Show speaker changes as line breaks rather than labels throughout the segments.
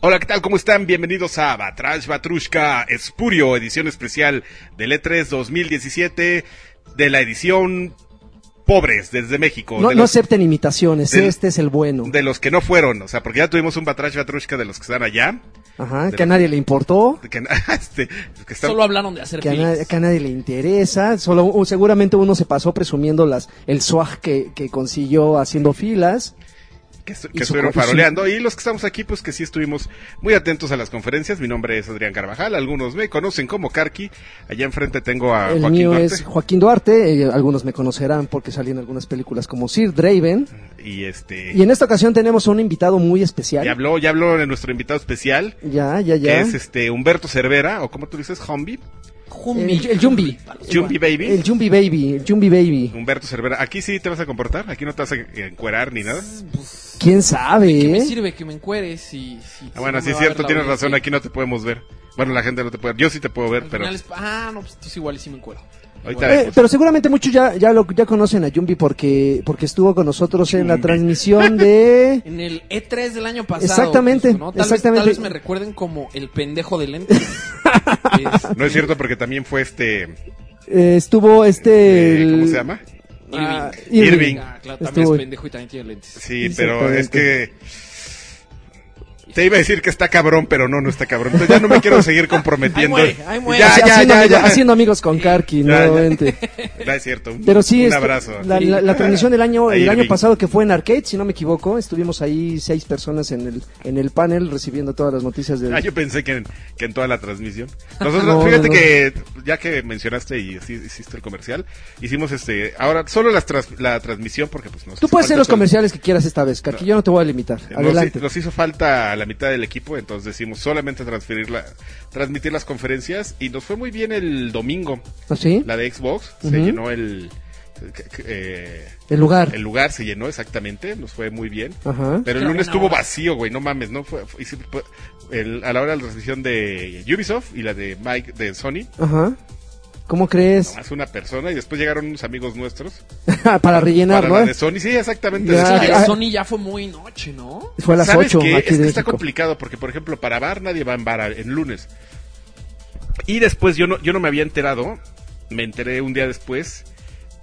Hola, ¿qué tal? ¿Cómo están? Bienvenidos a Batrash Batrushka Espurio, edición especial E del E3 2017 de la edición Pobres desde México.
No,
de
no
los-
acepten imitaciones,
del-
este es el bueno.
de los que no fueron, o sea, porque ya tuvimos un Batrash Batrushka de los que están allá.
Ajá,
de
que a
la-
nadie le importó,
de Que, este, que están-
Solo hablaron de hacer
que a,
filas.
na- que a nadie le interesa, solo u- seguramente uno se pasó presumiendo las el swag que, que consiguió haciendo filas.
que, estu-
Y
que
su-
estuvieron
y su-
faroleando. Y los que estamos aquí, pues que sí estuvimos muy atentos a las conferencias. Mi nombre es Adrián Carvajal. Algunos me conocen como Karki. Allá enfrente tengo a
el
Ah, Joaquín
mío
Duarte.
es Joaquín Duarte, eh, algunos me conocerán porque salí en algunas películas como Sir Draven.
Y este.
Y en esta ocasión tenemos un invitado muy especial.
Ya habló, ya habló de nuestro invitado especial,
Ya, ya,
que
ya.
es este Humberto Cervera, o como tú dices, Humbi.
Jumbi.
El- el Jumbi.
Para los
Jumbi Baby.
El Jumbi Baby, el Jumbi Baby.
Humberto Cervera. Aquí sí te vas a comportar, aquí no te vas a encuerar ni nada.
guapos, pues,
¿Quién sabe?
¿Qué me
eh?
sirve que me encueres? Si, si,
Ah, bueno,
si
sí
no me
es
va a ver
cierto,
la
tienes
audiencia?
razón, aquí no te podemos ver. Bueno, la gente no te puede ver. Yo sí te puedo ver,
Al
pero
final es- Ah, no, pues entonces igual y sí me encuero.
ahorita
Eh,
vemos.
pero seguramente muchos ya, ya, lo, ya conocen a Jumbi porque, porque estuvo con nosotros en la transmisión de...
En el E3 del año pasado.
Exactamente,
justo, ¿no? Tal vez-
exactamente.
tal vez me recuerden como el pendejo de lente.
No es cierto porque también fue este...
eh, estuvo este...
eh, ¿Cómo
el-
se llama?
Ah,
Este, Irving.
Irving.
Irving.
Ah, claro, también
Estuvo-
es pendejo y también tiene lentes.
Sí, pero es que... Te iba a decir que está cabrón, pero no, no está cabrón. Entonces ya no me quiero seguir comprometiendo.
Ahí muere, ahí muere.
Ya,
Así-
ya,
haciendo,
ya,
amigo-
ya.
haciendo amigos con Karki,
Ya, ya.
nuevamente.
No, es cierto. Un,
Pero sí, este,
un
estu-
abrazo.
La, la- la transmisión del año,
A
el año
Irving.
pasado que fue en Arcade, si no me equivoco, estuvimos ahí seis personas en el, en el panel recibiendo todas las noticias
Ah,
de...
yo pensé que en, que en toda la transmisión. Nosotros,
No,
fíjate
no, no.
que ya que mencionaste y así hiciste el comercial, hicimos este, ahora solo las tras- la transmisión porque pues nos
Tú
hizo
puedes hacer
falta
los
todo el-
comerciales que quieras esta vez, Karki, yo no te voy a limitar.
Nos hi-
Adelante.
Nos hizo falta la mitad del equipo, entonces decidimos solamente transferir la, transmitir las conferencias y nos fue muy bien el domingo.
¿Ah, ¿Sí?
La de Xbox se
Ujú.
llenó el, eh,
El lugar.
el lugar, se llenó exactamente, nos fue muy bien.
Ajá.
Pero el
Pero
lunes
buena
estuvo
hora.
vacío, güey, no mames, ¿no? Fue, fue- y sí, fue- el- a la hora de la transmisión de Ubisoft y la de Mike de Sony,
Ajá. ¿Cómo crees?
nomás una persona, y después llegaron unos amigos nuestros
para ¿eh? rellenar,
para
¿no?
la de Sony. Sí, exactamente.
Ya,
les
La de
explico.
ah,
Sony ya fue muy noche, ¿no?
Fue a las
¿Sabes
8
qué?
aquí
es
de
que está
México.
complicado porque, por ejemplo, para bar nadie va en bar en lunes. Y después yo no, yo no me había enterado, me enteré un día después,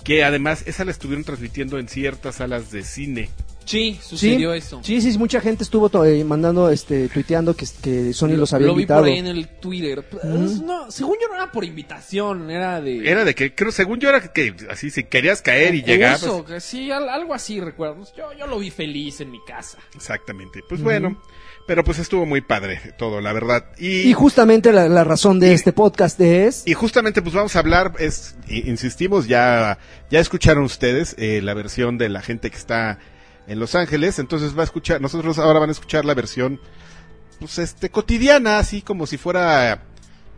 que además esa la estuvieron transmitiendo en ciertas salas de cine.
Sí, sucedió
Sí,
eso.
sí, sí, mucha gente estuvo to- eh, mandando, este, tuiteando que, que Sony los había
Lo vi
invitado.
por ahí en el Twitter. Pues, No, según yo no era por invitación, era de...
Era de que, creo, según yo era que así, si querías caer y llegar. pues,
Concurso, E que sí, al- algo así recuerdo. Yo, yo lo vi feliz en mi casa.
Exactamente. Pues bueno, pero pues estuvo muy padre todo, la verdad. Y,
Y justamente la, la razón de este podcast es...
y justamente pues vamos a hablar, es, i- insistimos, ya, ya escucharon ustedes eh, la versión de la gente que está en Los Ángeles, entonces va a escuchar, nosotros ahora van a escuchar la versión, pues este, cotidiana, así como si fuera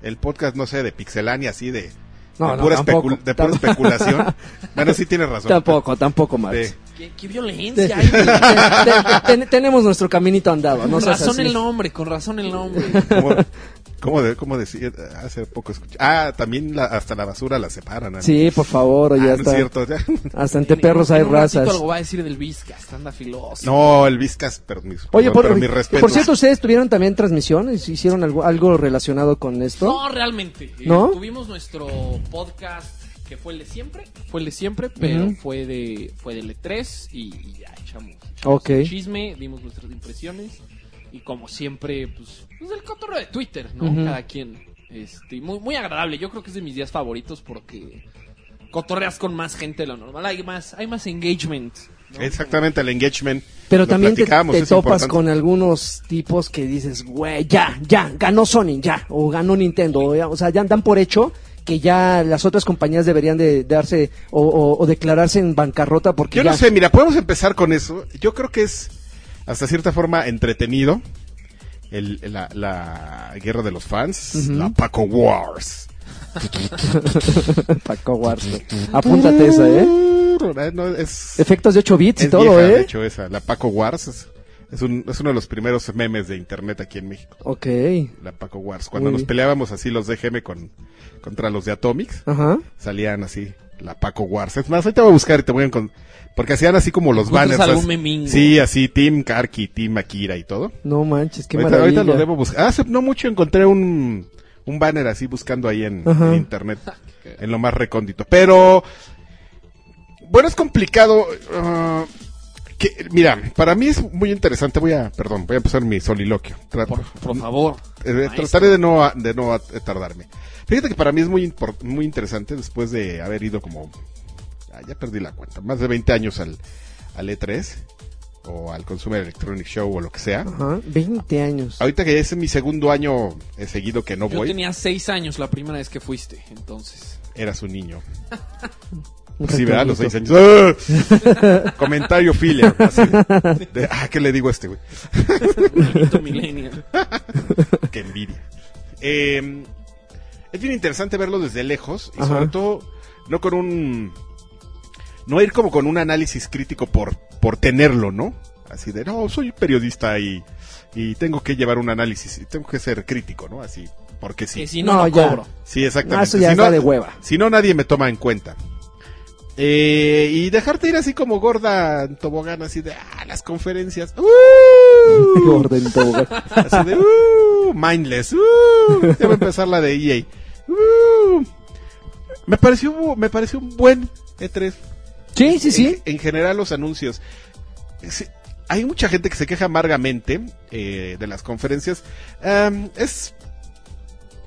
el podcast, no sé, de Pixelania, así de...
No,
de,
no,
pura
tampoco.
especul- de pura
Tam-
especulación. bueno, sí tienes razón.
Tampoco, tampoco, Max.
De-
¡Qué,
Te-
qué violencia! hay,
te-
güey.
te- ten- tenemos nuestro caminito andado, no
con
seas
razón
así.
el nombre, con razón el nombre.
¿Cómo, cómo de- cómo decía? Hace poco escuché. Ah, también la- hasta la basura la separan. ¿no?
Sí, por favor,
Ah,
ya
no
está.
es cierto. ya.
Hasta entre perros
En
hay
un ratito
razas.
algo va a decir del Vizcas, anda filoso.
No, el Vizcas, pero mis,
Oye,
perdón,
por,
pero mis respetos.
por cierto, ¿ustedes tuvieron también transmisiones? ¿Hicieron algo, algo relacionado con esto?
No, realmente. Eh,
¿No?
tuvimos nuestro podcast que fue el de siempre. Fue el de siempre, pero
Ujú.
fue de fue del E3 y, y ya echamos, echamos
Ok.
el chisme, dimos nuestras impresiones y como siempre, pues, pues el cotorreo de Twitter, ¿no?
Ujú.
Cada quien. Este, muy, muy agradable. Yo creo que es de mis días favoritos porque cotorreas con más gente de lo normal. Hay más, hay más engagement. ¿no?
Exactamente, el engagement.
Pero
Lo
también te,
platicábamos,
te
es
topas
importante.
con algunos tipos que dices, güey, ya, ya, ganó Sony, ya, o ganó Nintendo, o, ya", o sea, ya dan por hecho que ya las otras compañías deberían de darse o, o- o declararse en bancarrota porque
Yo
ya...
no sé, mira, podemos empezar con eso. Yo creo que es, hasta cierta forma, entretenido. El- la, la guerra de los fans, la Paco Wars.
Paco Warzone. Apúntate esa, ¿eh?
Uh, No, es,
Efectos de 8 bits y
es
todo,
vieja, de
¿eh?
hecho, esa. La Paco Wars es, es un- es uno de los primeros memes de internet aquí en México.
Ok.
la Paco Wars. Cuando
Muy
nos
bien.
peleábamos así los DGM con, contra los de Atomics,
Ajá.
salían así. La Paco Wars. Es más, ahorita voy a buscar y te voy a encon- Porque hacían así como los
Encuentras
banners.
algún
así-
memingo.
Sí, así, Team Karki, Team Akira y todo.
No manches, qué
ahorita, ahorita
maravilla.
lo debo buscar. Hace no mucho encontré un, un banner así buscando ahí en,
Ajá.
en internet. En lo más recóndito. Pero. Bueno, es complicado. ah, que, mira, para mí es muy interesante. Voy a. Perdón, voy a empezar mi soliloquio. Tra-
Por, por favor.
eh,
maestro.
trataré de no, a- de no a- eh, tardarme. Fíjate que para mí es muy, impor- muy interesante después de haber ido como. ah, ya perdí la cuenta. Más de 20 años al, al E3 o al Consumer Electronic Show o lo que sea.
Ajá, 20 años.
Ahorita que es mi segundo año eh, seguido que no
Yo
voy,
tenía seis años la primera vez que fuiste, entonces.
eras un niño.
Un
Sí, ¿verdad? Los seis
recuerdito.
años. ¡Ah! Comentario filler. así. De, ah, ¿qué le digo a este güey?
Un maldito millennial.
Qué envidia. Eh, es bien interesante verlo desde lejos y
Ajá.
sobre todo no con un... No ir como con un análisis crítico por, por tenerlo, ¿no? Así de, no, soy periodista y, y tengo que llevar un análisis y tengo que ser crítico, ¿no? Así, porque sí.
Que si no,
No,
no,
ya.
cobro.
Sí,
Ah,
exactamente.
eso ya
Si no-
está de hueva.
Si no, nadie me toma en cuenta. Eh, y dejarte ir así como gorda en tobogán, así de, ah, las conferencias. ¡uh!
Gordo en tobogán.
Así de, ¡uh! mindless. ¡uh! Ya va a empezar la de EA. ¡uh! Me pareció, me pareció un buen E3.
Sí, sí, sí.
En, en general los anuncios. Sí, hay mucha gente que se queja amargamente eh, de las conferencias. Am, es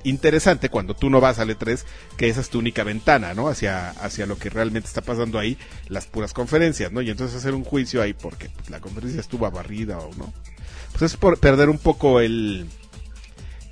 interesante cuando tú no vas al E E3 que esa es tu única ventana, ¿no? Hacia, hacia lo que realmente está pasando ahí, las puras conferencias, ¿no? Y entonces hacer un juicio ahí porque pues, la conferencia estuvo barrida o no. Pues es por perder un poco el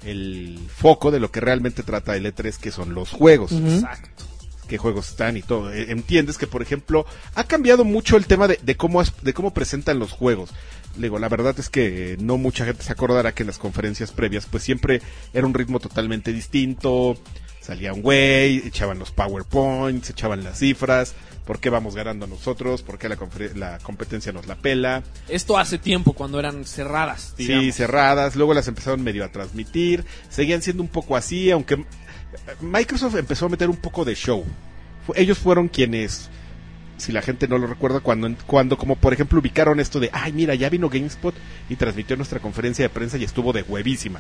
el foco de lo que realmente trata el E3 que son los juegos
Ujú.
Exacto.
qué juegos están y todo. Eh, Entiendes que, por ejemplo, ha cambiado mucho el tema de, de cómo, as- de cómo presentan los juegos. Le Digo, la verdad es que eh, no mucha gente se acordará que en las conferencias previas, pues siempre era un ritmo totalmente distinto. Salía un güey, echaban los PowerPoints, echaban las cifras, por qué vamos ganando nosotros, por qué la, confer- la competencia nos la pela
Esto hace tiempo cuando eran cerradas.
sí,
digamos.
cerradas, luego las empezaron medio a transmitir, seguían siendo un poco así, aunque eh, Microsoft empezó a meter un poco de show. Fu- Ellos fueron quienes, si la gente no lo recuerda, cuando, en- cuando como por ejemplo ubicaron esto de, ay mira, ya vino GameSpot y transmitió nuestra conferencia de prensa y estuvo de huevísima.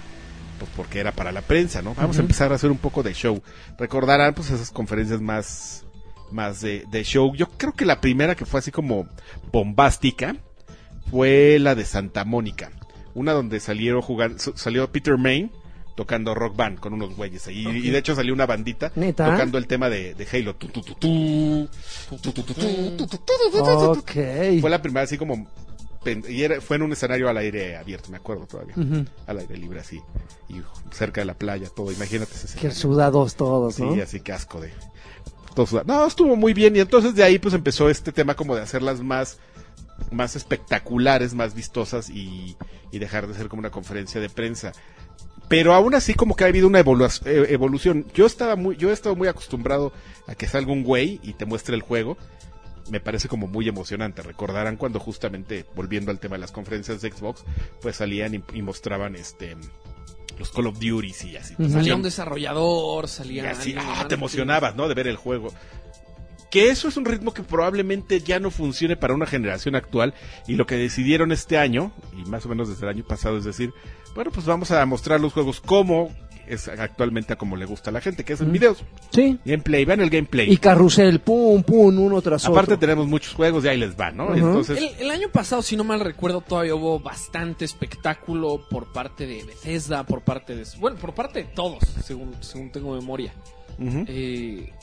Pues porque era para la prensa, ¿no? Vamos a empezar a hacer un poco de show. Recordarán pues esas conferencias más, más de, de show. Yo creo que la primera que fue así como bombástica fue la de Santa Mónica. Una donde salieron jugar, su- salió Peter Main tocando rock band con unos güeyes ahí. Y de hecho salió una bandita
¿Neta?
tocando el tema de, de Halo. Tu, tu, tu, tu, tu, tu, tu, tu, tu, tu, tu, tu, tu, tu, tu.
Ok.
Fue la primera así como... pen- Y era- fue en un escenario al aire abierto, me acuerdo todavía.
Ujú.
Al aire libre así. Y cerca de la playa, todo. Imagínate ese
Que
escenario.
sudados todos, ¿no?
Sí, así que asco de. todo sudado. No, estuvo muy bien. Y entonces de ahí pues empezó este tema como de hacerlas más, más espectaculares, más vistosas y, y dejar de ser como una conferencia de prensa. Pero aún así como que ha habido una evolu- eh, evolución. Yo estaba muy, yo he estado muy acostumbrado a que salga un güey y te muestre el juego. Me parece como muy emocionante. Recordarán cuando justamente, volviendo al tema de las conferencias de Xbox, pues salían y, y mostraban este los Call of Duty y así.
Ujú.
Salía
Salían-
un desarrollador,
y
salía.
así,
alguien,
ah,
hermano,
te emocionabas, ¿no? De ver el juego. Que eso es un ritmo que probablemente ya no funcione para una generación actual. Y lo que decidieron este año, y más o menos desde el año pasado, es decir, bueno, pues vamos a mostrar los juegos como es actualmente a como le gusta a la gente, que es en
Mm.
videos.
Sí.
Gameplay, vean el
Y
gameplay.
carrusel, pum, pum, uno tras otro.
Aparte tenemos muchos juegos y ahí les va, ¿no?
Ajá.
Entonces,
El, el año pasado, si no mal recuerdo, todavía hubo bastante espectáculo por parte de Bethesda, por parte de... Bueno, por parte de todos, según, según tengo memoria.
ujú.
Eh,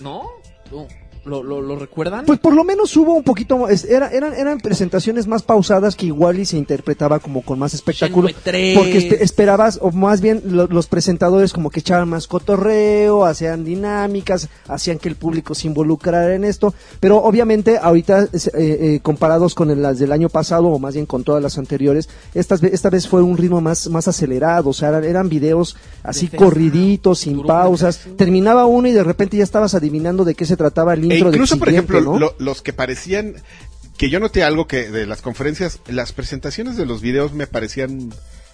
¿No? No. ¿Lo, lo, lo recuerdan?
Pues por lo menos hubo un poquito más- es- era- eran, eran presentaciones más pausadas que igual y se interpretaba como con más espectáculo.
Shenmue 3.
Porque este espe- esperabas, o más bien lo- los presentadores como que echaban más cotorreo, hacían dinámicas, hacían que el público se involucrara en esto. Pero obviamente ahorita es- eh, eh, comparados con el- las del año pasado, o más bien con todas las anteriores, estas, ve- esta vez fue un ritmo más, más acelerado. O sea, eran, eran videos así
Defensa.
corriditos, sin
Turbo.
pausas. Terminaba uno y de repente ya estabas adivinando de qué se trataba el
E
intro. del
incluso, por
siguiente,
ejemplo,
¿no?
lo- los que parecían que yo noté algo que de las conferencias, las presentaciones de los videos me parecían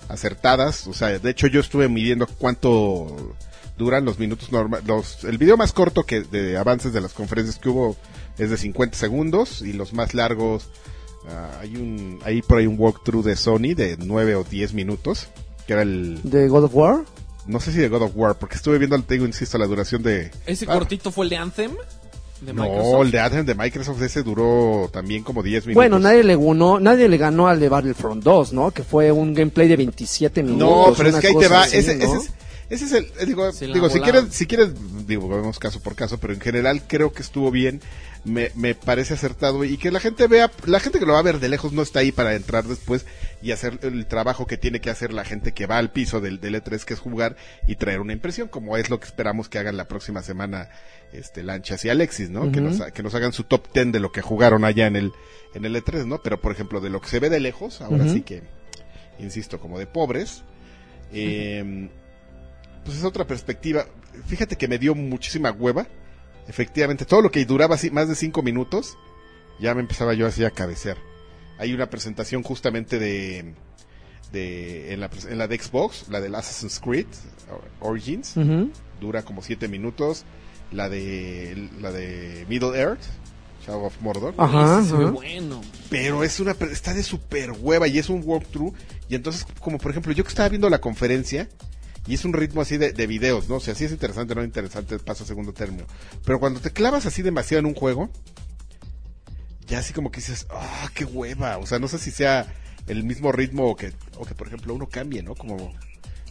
acertadas, o sea, de hecho yo estuve midiendo cuánto duran los minutos normales. Los, el video más corto que de avances de las conferencias que hubo es de 50 segundos y los más largos, ah, hay un, hay por ahí un walkthrough de Sony de 9 o 10 minutos, que era el,
¿De God of War?
no sé si de God of War, porque estuve viendo, te digo, insisto, la duración de...
Ese
Ah,
cortito fue el de Anthem. De
No,
Microsoft.
el de Anthem de Microsoft ese duró también como 10 minutos.
Bueno, nadie le, ganó, nadie le ganó al de Battlefront 2, ¿no? Que fue un gameplay de 27 minutos.
No, pero es
una
que ahí te
cosa
va.
así,
ese,
¿no?
ese es, ese es el. eh, Digo,
Se la
digo, si
volaron.
quieres, si quieres, digo, vemos caso por caso, pero en general creo que estuvo bien. Me, me parece acertado y que la gente vea, la gente que lo va a ver de lejos no está ahí para entrar después y hacer el trabajo que tiene que hacer la gente que va al piso del, del E3, que es jugar y traer una impresión, como es lo que esperamos que hagan la próxima semana este Lanchas y Alexis, ¿no? que,
Ujú.
nos, ha- que nos hagan su top 10 de lo que jugaron allá en el, en el E3, ¿no? Pero por ejemplo, de lo que se ve de lejos, ahora
Ujú.
sí que, insisto, como de pobres, eh, pues es otra perspectiva. Fíjate que me dio muchísima hueva. Efectivamente, todo lo que duraba así, más de cinco minutos, ya me empezaba yo así a cabecear. Hay una presentación justamente de, de en, la, pres- en la de Xbox, la del Assassin's Creed Origins,
Ujú.
dura como siete minutos. La de la de Middle Earth, Shadow of Mordor,
Ajá,
Ese se ve
ajá.
bueno.
pero es una pre- está de super hueva y es un walkthrough y entonces como por ejemplo yo que estaba viendo la conferencia y es un ritmo así de, de videos, ¿no? O sea, sí es interesante, no es interesante, paso a segundo término. Pero cuando te clavas así demasiado en un juego, ya así como que dices, ¡ah, qué hueva! O sea, no sé si sea el mismo ritmo o que, o que por ejemplo, uno cambie, ¿no? Como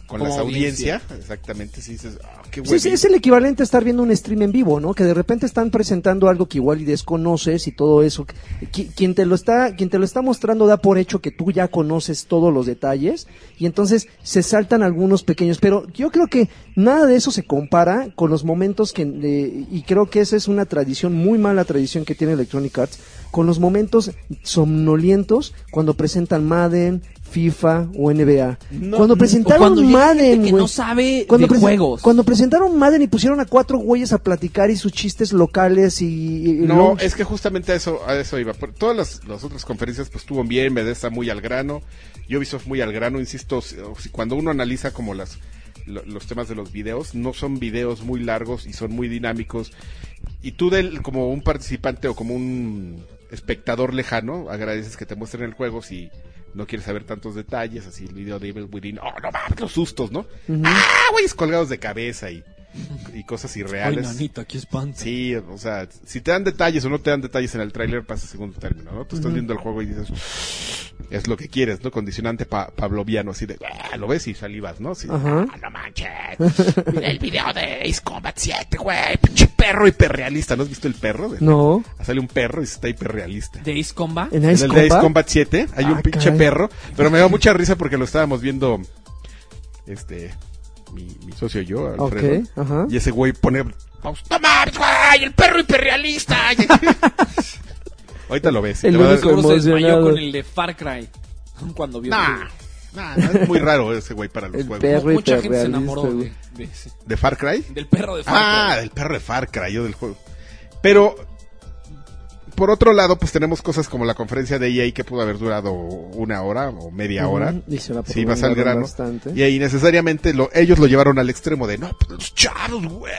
con
Como
las
audiencia.
audiencias, exactamente, si dices, ¡ah, qué hueva!
Pues es, es el equivalente a estar viendo un stream en vivo, ¿no? Que de repente están presentando algo que igual y desconoces y todo eso. Qui- Quien te lo está, quien te lo está mostrando da por hecho que tú ya conoces todos los detalles y entonces se saltan algunos pequeños. Pero yo creo que nada de eso se compara con los momentos que eh, y creo que esa es una tradición muy mala tradición que tiene Electronic Arts con los momentos somnolientos cuando presentan Madden, FIFA o NBA.
No,
cuando
no,
presentaron
cuando llega gente
Madden,
que
güey,
no sabe de
presen-
juegos.
cuando presentaron Madden y pusieron a cuatro güeyes a platicar y sus chistes locales y... y- y
No, eh,
lo-
es que justamente a eso, a eso iba. Por- todas las, las otras conferencias pues estuvo bien, Bethesda muy al grano, Ubisoft muy al grano, insisto, si- o si- cuando uno analiza como las lo- los temas de los videos, no son videos muy largos y son muy dinámicos. Y tú del, como un participante o como un espectador lejano, agradeces que te muestren el juego si no quieres saber tantos detalles, así el video de Evil Within, oh no mames, los sustos, ¿no? Ah, güeyes colgados de cabeza y, y cosas irreales.
aquí espanta.
Sí, o sea, si te dan detalles o no te dan detalles en el tráiler, pasa a segundo término, ¿no? Tú estás viendo el juego y dices, es lo que quieres, ¿no? Condicionante pa- pavloviano, así de, "Ah", lo ves y salivas, ¿no? Así de,
Ajá.
"Ah, no manches, el video de Ace Combat 7, güey, pinche perro hiperrealista, ¿no has visto el perro? De-
No,
Sale un perro y está hiperrealista.
De Ace Combat.
en
En
Ice
el de
Combat.
Ace Combat 7 hay un
Ah,
pinche
caray.
perro, pero me da mucha risa porque lo estábamos viendo, este, mi, mi socio y yo,
Ok,
Alfredo.
ajá.
Y ese güey pone pausa. ¡No mames, güey! ¡El perro hiperrealista! Ahorita lo ves.
El
te va a dar-
único-
Seguro se desmayó
emocionado.
con el de Far Cry. Cuando vio.
Nah, nah, nah, es muy raro ese güey para los
El
juegos.
perro
Mucha gente se enamoró
hiperrealista,
de,
güey.
de ese-
¿De Far Cry?
del perro de Far
Ah, del perro de Far Cry, yo del juego. Pero, por otro lado, pues tenemos cosas como la conferencia de EA que pudo haber durado una hora o media
Ujú,
hora.
y se la
Sí, vas al
prolongaron
grano.
pues bastante.
Y ahí necesariamente lo, ellos lo llevaron al extremo de, no, pues los chavos, güey.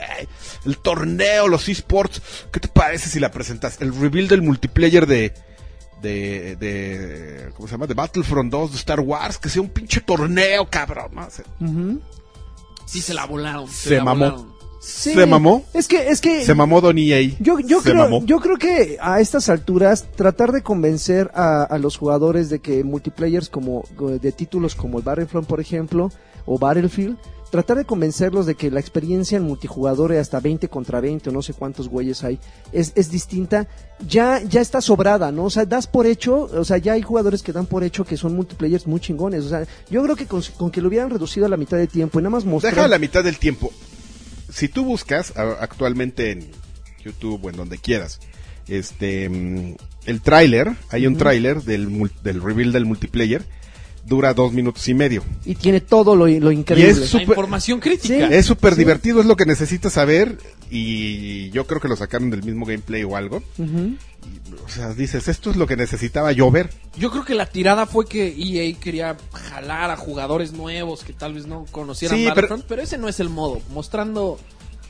El torneo, los esports. ¿Qué te parece si la presentas? El reveal del multiplayer de... De, de, ¿cómo se llama? De Battlefront 2, de Star Wars, que sea un pinche torneo, cabrón. ¿no? O sea,
Ujú.
Cry. Sí, se la volaron. Se,
Se
la
mamó.
volaron.
Sí.
¿Se mamó?
Es que, es que...
Se mamó Don EA.
Yo, yo,
Se
creo,
mamó.
yo creo que a estas alturas tratar de convencer a, a los jugadores de que multiplayers como de títulos como el Battlefront, por ejemplo, o Battlefield, tratar de convencerlos de que la experiencia en multijugador de hasta 20 contra 20 o no sé cuántos güeyes hay es, es distinta, ya, ya está sobrada, ¿no? O sea, das por hecho, o sea, ya hay jugadores que dan por hecho que son multiplayers muy chingones. O sea, yo creo que con, con que lo hubieran reducido a la mitad de tiempo y nada más mostrar...
Deja la mitad del tiempo. Si tú buscas a- actualmente en YouTube o en donde quieras, este, mm, el tráiler, hay un tráiler del, mul- del reveal del multiplayer dura dos minutos y medio.
Y tiene todo lo, lo increíble.
Y es su-
La información crítica.
Es súper divertido, es lo que necesitas saber. Y yo creo que lo sacaron del mismo gameplay o algo.
Ujú.
O sea, dices, esto es lo que necesitaba yo ver.
Yo creo que la tirada fue que EA quería jalar a jugadores nuevos que tal vez no conocieran
Sí, pero-
Battlefront, pero... ese no es el modo. Mostrando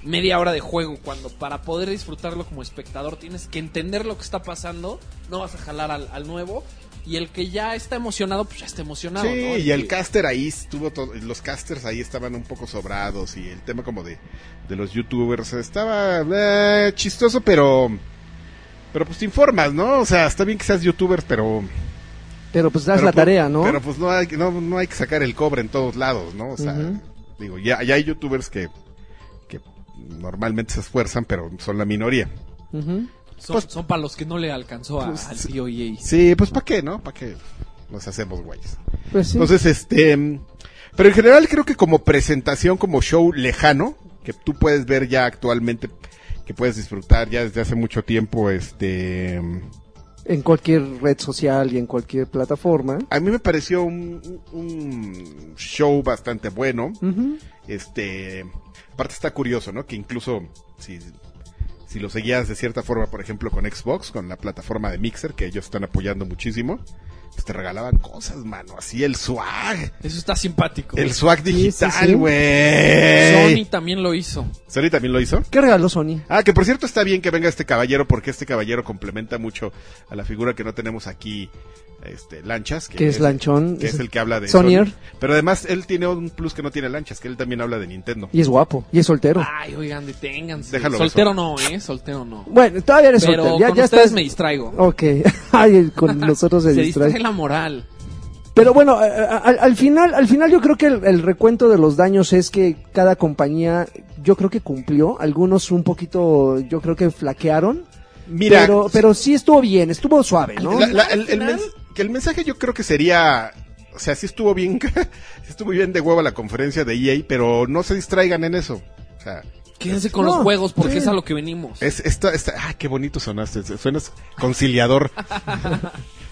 media hora de juego cuando para poder disfrutarlo como espectador tienes que entender lo que está pasando, no vas a jalar al, al nuevo y el que ya está emocionado pues ya está emocionado.
sí,
¿no?
y el
que-
caster ahí estuvo todo- los casters ahí estaban un poco sobrados y el tema como de, de los youtubers estaba eh, chistoso, pero pero pues te informas, ¿no? O sea, está bien que seas youtuber, pero
Pero pues das
pero,
la
pues,
tarea, ¿no?
Pero pues no hay, no, no hay que sacar el cobre en todos lados, ¿no? O sea,
Ujú.
digo, ya, ya hay youtubers que, que normalmente se esfuerzan, pero son la minoría.
Ujú.
son,
pues-
son para los que no le alcanzó a-
Pues,
al
sí.
tío EA.
Sí, pues ¿para qué, no? ¿Para qué nos hacemos güeyes?
Pues sí.
Entonces, este. mm, Pero en general creo que como presentación, como show lejano, que tú puedes ver ya actualmente, que puedes disfrutar ya desde hace mucho tiempo, este. mm,
en cualquier red social y en cualquier plataforma.
A mí me pareció un, un show bastante bueno.
Ujú.
Este. Aparte está curioso, ¿no? Que incluso si, si lo seguías de cierta forma, por ejemplo, con Xbox, con la plataforma de Mixer, que ellos están apoyando muchísimo, pues te regalaban cosas, mano. Así el swag.
Eso está simpático.
El swag
sí, sí.
digital,
Sony
güey.
también lo hizo.
Sony también lo hizo.
¿Qué regaló Sony?
Ah, que por cierto está bien que venga este caballero porque este caballero complementa mucho a la figura que no tenemos aquí, este, Lanchas.
Que es Lanchón.
que es el que habla de
Sonyer.
Sony. Pero además él tiene un plus que no tiene Lanchas, que él también habla de Nintendo.
Y es guapo. Y es soltero.
Ay, oigan, deténganse.
Déjalo,
soltero no, ¿eh? Soltero no.
Bueno, todavía eres
Pero
soltero. Ya,
con
ya
ustedes
estás.
me distraigo.
Ok. Ay, con nosotros se,
se
distrae.
distrae la moral.
Pero bueno, a- a- al, al final, al final yo creo que el, el recuento de los daños es que cada compañía, yo creo que cumplió. Algunos un poquito, yo creo que flaquearon.
Mira,
pero, pero sí estuvo bien, estuvo suave, ¿no?
la- la- el, el
Al final-
mens- que el mensaje yo creo que sería, o sea, sí estuvo bien, sí estuvo bien de hueva la conferencia de EA, pero no se distraigan en eso. O sea,
Quédense con
No,
los juegos porque
sí.
es a lo que venimos.
Es esta, esta, ah, qué bonito sonaste, suenas conciliador.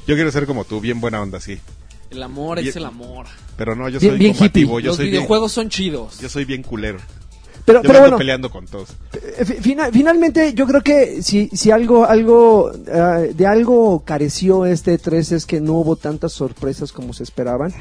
yo quiero ser como tú, bien buena onda, sí.
El amor
Bien-
es el amor.
Pero no, yo
Bien-
soy
bien
combativo, yo
los
soy bien,
videojuegos son chidos.
yo soy bien culero. Yo
Pero, pero
me ando
bueno,
peleando con todos.
eh, fi- fina- finalmente yo creo que si, si algo, algo, eh, de algo careció este 3 es que no hubo tantas sorpresas como se esperaban.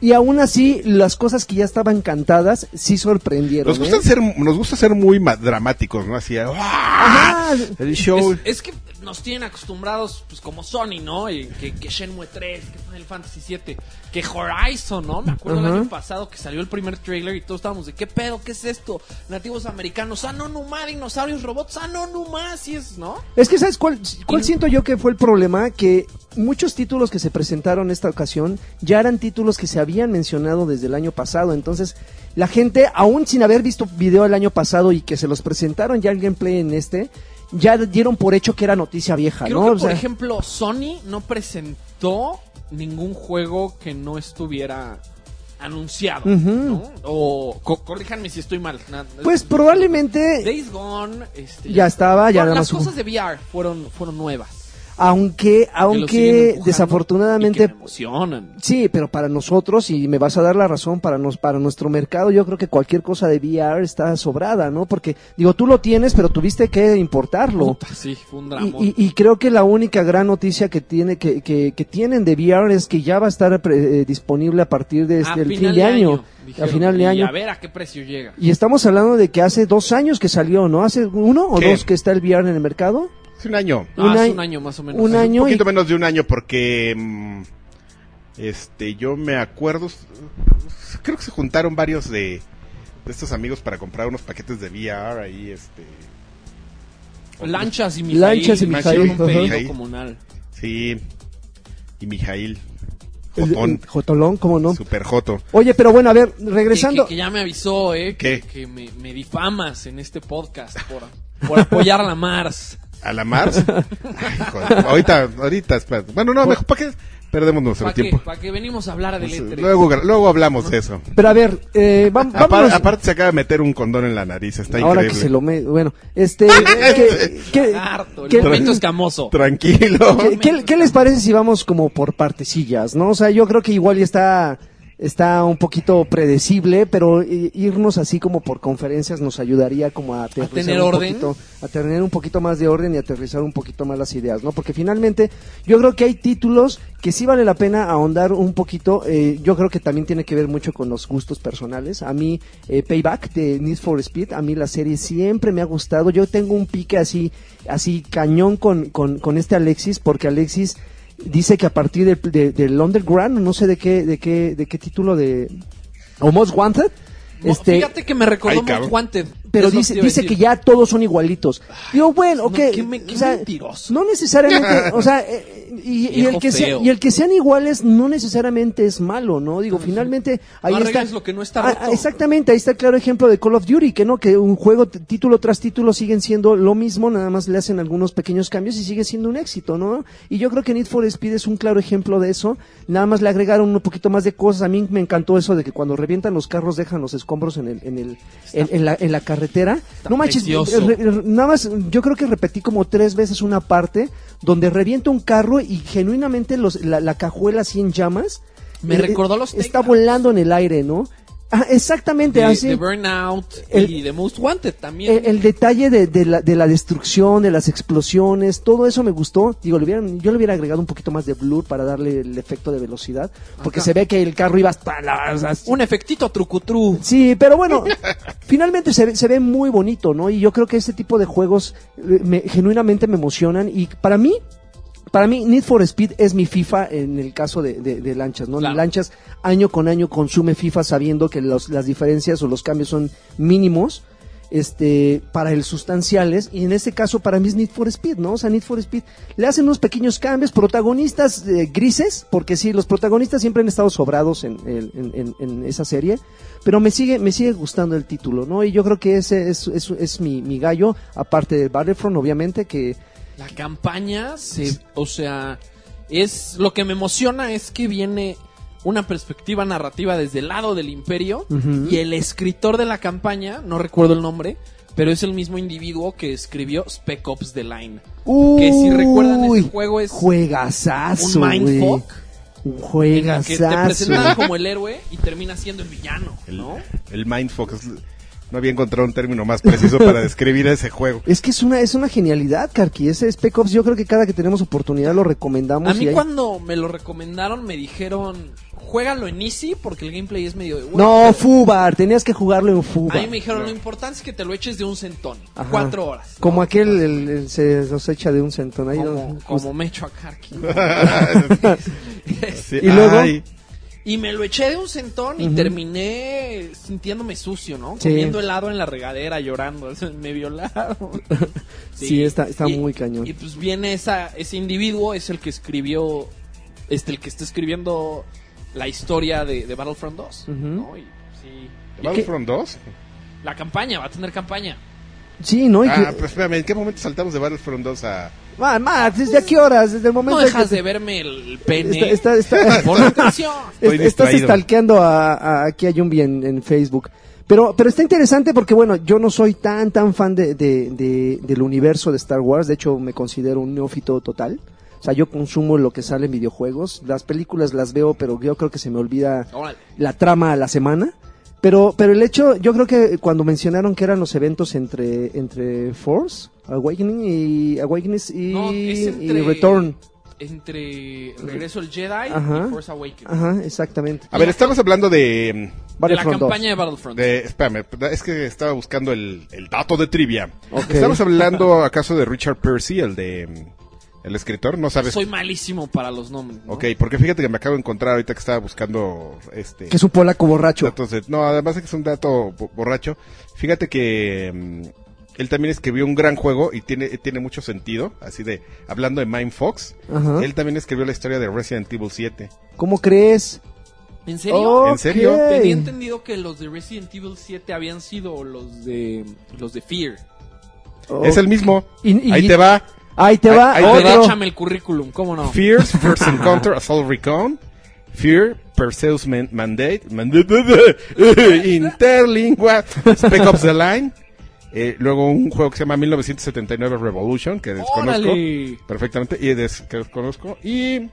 Y aún así, las cosas que ya estaban cantadas sí sorprendieron.
Nos
¿eh?
gusta ser, nos gusta ser muy ma- dramáticos, ¿no? Así, ¡ah!
Ajá.
el show.
Es, es que nos tienen acostumbrados, pues como Sony, ¿no? Y que, que Shenmue 3, que Final Fantasy 7, que Horizon, ¿no? Me acuerdo el
Ajá.
año pasado que salió el primer trailer y todos estábamos de, ¿qué pedo? ¿Qué es esto? Nativos americanos, ah, no, no más, dinosaurios, robots, ah, no, no más, y es, ¿no?
Es que, ¿sabes cuál, cuál
Y-
siento yo que fue el problema? Que muchos títulos que se presentaron esta ocasión ya eran títulos que se habían mencionado desde el año pasado. Entonces, la gente, aún sin haber visto video el año pasado y que se los presentaron ya el gameplay en este, ya dieron por hecho que era noticia vieja, Ah,
Creo
¿no?
que,
O
por
sea,
ejemplo, Sony no presentó ningún juego que no estuviera anunciado,
Ujú.
¿no? O co- corríjanme si estoy mal. na-
pues probablemente,
Days Gone, este,
Ya estaba, ya
Bueno,
nada
las
más hubo.
cosas de VR fueron fueron nuevas.
aunque,
que lo siguen
aunque
empujando y que
desafortunadamente
me emocionan.
Sí, pero para nosotros, y me vas a dar la razón, para, nos, para nuestro mercado, yo creo que cualquier cosa de VR está sobrada, ¿no? Porque, digo, tú lo tienes, pero tuviste que importarlo.
Puta, sí, fue un
Y,
drama.
y- y creo que la única gran noticia que, tiene, que, que, que tienen de VR es que ya va a estar pre- eh, disponible a partir del
A
este, fin de año. a
dijeron,
final de
Y
año.
a ver a qué precio llega.
Y estamos hablando de que hace dos años que salió, ¿no? ¿Hace uno o
Sí.
dos que está el VR en el mercado?
Es un año.
Ah,
un
hace
año-
un año más o menos.
Un
Hace
Un
año y
poquito menos de un año porque mm, este yo me acuerdo creo que se juntaron varios de, de estos amigos para comprar unos paquetes de VR ahí este
Lanchas y Mijail.
Lanchas y
hicieron
Mijail,
un pedido
ajá.
comunal.
sí y Mijail
el-
Jotón
el Jotolón, ¿cómo no?
super Joto
Oye, pero bueno, a ver,
Que-
regresando...
Que, que ya me avisó, ¿eh?
¿Qué?
Que, que me, me difamas en este podcast por, por apoyar a la Mars.
a la Mars Ay, joder, ahorita ahorita espérate. bueno no mejor para qué Perdemos nuestro
¿Para qué?
tiempo. Pues,
¿Para qué venimos a hablar del E3?
Luego, luego hablamos de eso.
Pero a ver, eh, vam-
Apar-
vámonos.
aparte se acaba de meter un condón en la nariz, está
Ahora que
increíble.
se lo me... Bueno, este... ¿qué- qué-
Harto, el
qué-
momento escamoso.
Tranquilo.
¿Qué, qué- qué les parece si vamos como por partecillas, no? O sea, yo creo que igual ya está, está un poquito predecible, pero i- irnos así como por conferencias nos ayudaría como a, este, aterrizar
tener
un
orden?
poquito- a tener un poquito más de orden y aterrizar un poquito más las ideas, ¿no? Porque finalmente yo creo que hay títulos que sí vale la pena ahondar un poquito. eh, yo creo que también tiene que ver mucho con los gustos personales. A mí, eh, Payback de Need for Speed, a mí la serie siempre me ha gustado. Yo tengo un pique así, así cañón con, con, con este Alexis, porque Alexis dice que a partir del, de- del Underground, no sé de qué, de qué, de qué título de... O Most Wanted.
Mo- Fíjate que me recordó
Ay, cabrón.
Most Wanted.
Este- Pero
Es lo
dice,
te iba a
dice
decir.
que ya todos son igualitos. Digo, bueno, ok.
qué me- qué
o sea,
mentiroso.
no necesariamente, o sea, eh, y, y el
Viejo
que sea-
feo.
y el que sean iguales no necesariamente es malo, ¿no? Digo, finalmente ahí está.
arregles lo que no está
Ah,
roto.
ah, exactamente, ahí está el claro ejemplo de Call of Duty, que no, que un juego t- título tras título siguen siendo lo mismo, nada más le hacen algunos pequeños cambios y sigue siendo un éxito, ¿no? Y yo creo que Need for Speed es un claro ejemplo de eso. Nada más le agregaron un poquito más de cosas. A mí me encantó eso de que cuando revientan los carros dejan los escombros en el, en el, en, en la, en la carretera. No manches,
precioso.
re- re- nada más, yo creo que repetí como tres veces una parte donde revienta un carro y genuinamente los, la, la cajuela así en llamas.
Me
Eh,
recordó a los
Está
Take Downs.
volando en el aire, ¿no? Ah, exactamente,
de,
así.
de Burnout
El- eh,
y de Most Wanted también.
El, el detalle de, de la, de la destrucción, de las explosiones, todo eso me gustó. Digo, le hubieran- yo le hubiera agregado un poquito más de blur para darle el efecto de velocidad, porque
Ajá.
se ve que el carro iba hasta la... o sea,
Un efectito trucutru.
Sí, pero bueno, finalmente se ve, se ve muy bonito, ¿no? Y yo creo que este tipo de juegos eh, me- genuinamente me emocionan y para mí... Para mí, Need for Speed es mi FIFA en el caso de, de- de lanchas, ¿no?
Claro.
Lanchas año con año consume FIFA sabiendo que los- las diferencias o los cambios son mínimos este, para el sustanciales. Y en este caso, para mí es Need for Speed, ¿no? O sea, Need for Speed le hacen unos pequeños cambios, protagonistas eh, grises, porque sí, los protagonistas siempre han estado sobrados en, en- en- en esa serie. Pero me sigue, me sigue gustando el título, ¿no? Y yo creo que ese es, es- es mi, mi gallo, aparte de Battlefront, obviamente, que
La campaña se, o sea, es lo que me emociona es que viene una perspectiva narrativa desde el lado del imperio
Ujú.
y el escritor de la campaña, no recuerdo el nombre, pero es el mismo individuo que escribió Spec Ops The Line. Que si recuerdan
Uy,
ese juego es
Juegazazo,
un
güey.
mindfuck
Un
en el que te
juegazazo.
presentan como el héroe y termina siendo el villano,
El,
¿no?
el Mindfox. No había encontrado un término más preciso para describir ese juego.
Es que es una, es una genialidad, Karki. Ese Spec Ops, yo creo que cada que tenemos oportunidad lo recomendamos.
A mí
y hay-
cuando me lo recomendaron me dijeron, juégalo en easy porque el gameplay es medio de hueva",
No,
pero
Fubar, tenías que jugarlo en Fubar.
A mí me dijeron, lo importante es que te lo eches de un centón.
Ajá.
Cuatro horas. ¿no?
Como aquel el- el- se los echa de un centón ahí.
Como,
donde-
como me echo a Karki.
Sí,
¿Y luego?
ay,
y me lo eché de un centón y terminé sintiéndome sucio, ¿no?
Sí.
Comiendo helado en la regadera, llorando. Me violaron.
Sí, está- está
Y-
muy cañón.
Y pues viene esa, ese individuo, es el que escribió, este, el que está escribiendo la historia de, de Battlefront 2,
Ujú.
¿no? Y, pues, sí. Y
¿Battlefront 2?
que- La campaña, va a tener campaña.
Sí, ¿no? Y
Ah,
que-
pero espérame, ¿en qué momento saltamos de Battlefront 2 a...?
Ma- ma, ¿desde a qué horas? Desde el
No
momento en que
dejas
te-
de verme el pene.
Está- está- está-
Pon atención.
Estoy
Est- Estás
distraído.
stalkeando a, a- aquí a Yumbi en, en Facebook. Pero, pero está interesante porque, bueno, yo no soy tan, tan fan de, de- de- del universo de Star Wars. De hecho, me considero un neófito total. O sea, yo consumo lo que sale en videojuegos. Las películas las veo, pero yo creo que se me olvida
Órale.
la trama a la semana. Pero, pero el hecho, yo creo que cuando mencionaron que eran los eventos entre, entre Force, Awakening y, Awakenings y,
No, es entre-
y Return.
entre El Regreso del Jedi
Ajá.
y Force Awakens.
Ajá, exactamente.
A ver, estamos hablando de...
De la
Battlefront 2.
campaña de Battlefront.
de espérame, es que estaba buscando el, el dato de trivia.
Ok.
Estamos hablando acaso de Richard Percy, el de... El escritor, no sabes...
Soy malísimo para los nombres. ¿no?
Ok, porque fíjate que me acabo de encontrar ahorita que estaba buscando este...
Que es un polaco borracho.
datos de- no, además de que es un dato bo- borracho. Fíjate que mm, él también escribió un gran juego y tiene, tiene mucho sentido. Así de, hablando de Mindfox,
Ajá.
él también escribió la historia de Resident Evil 7.
¿Cómo crees?
¿En serio?
Ok.
¿En serio?
Tenía entendido que los de Resident Evil 7 habían sido los de los de Fear.
Oh.
Es el mismo.
Y- y-
Ahí te va.
Ahí te va
Ahí te
Oye,
va.
otro.
échame el currículum, ¿cómo no?
Fears, First Encounter, Assault Recon. Fear, Perseus Man- Mandate, Mandate, Interlingua, Spec Ops The Line. Eh, luego un juego que se llama 1979 Revolution, que desconozco
Órale.
perfectamente, y des- que desconozco. Y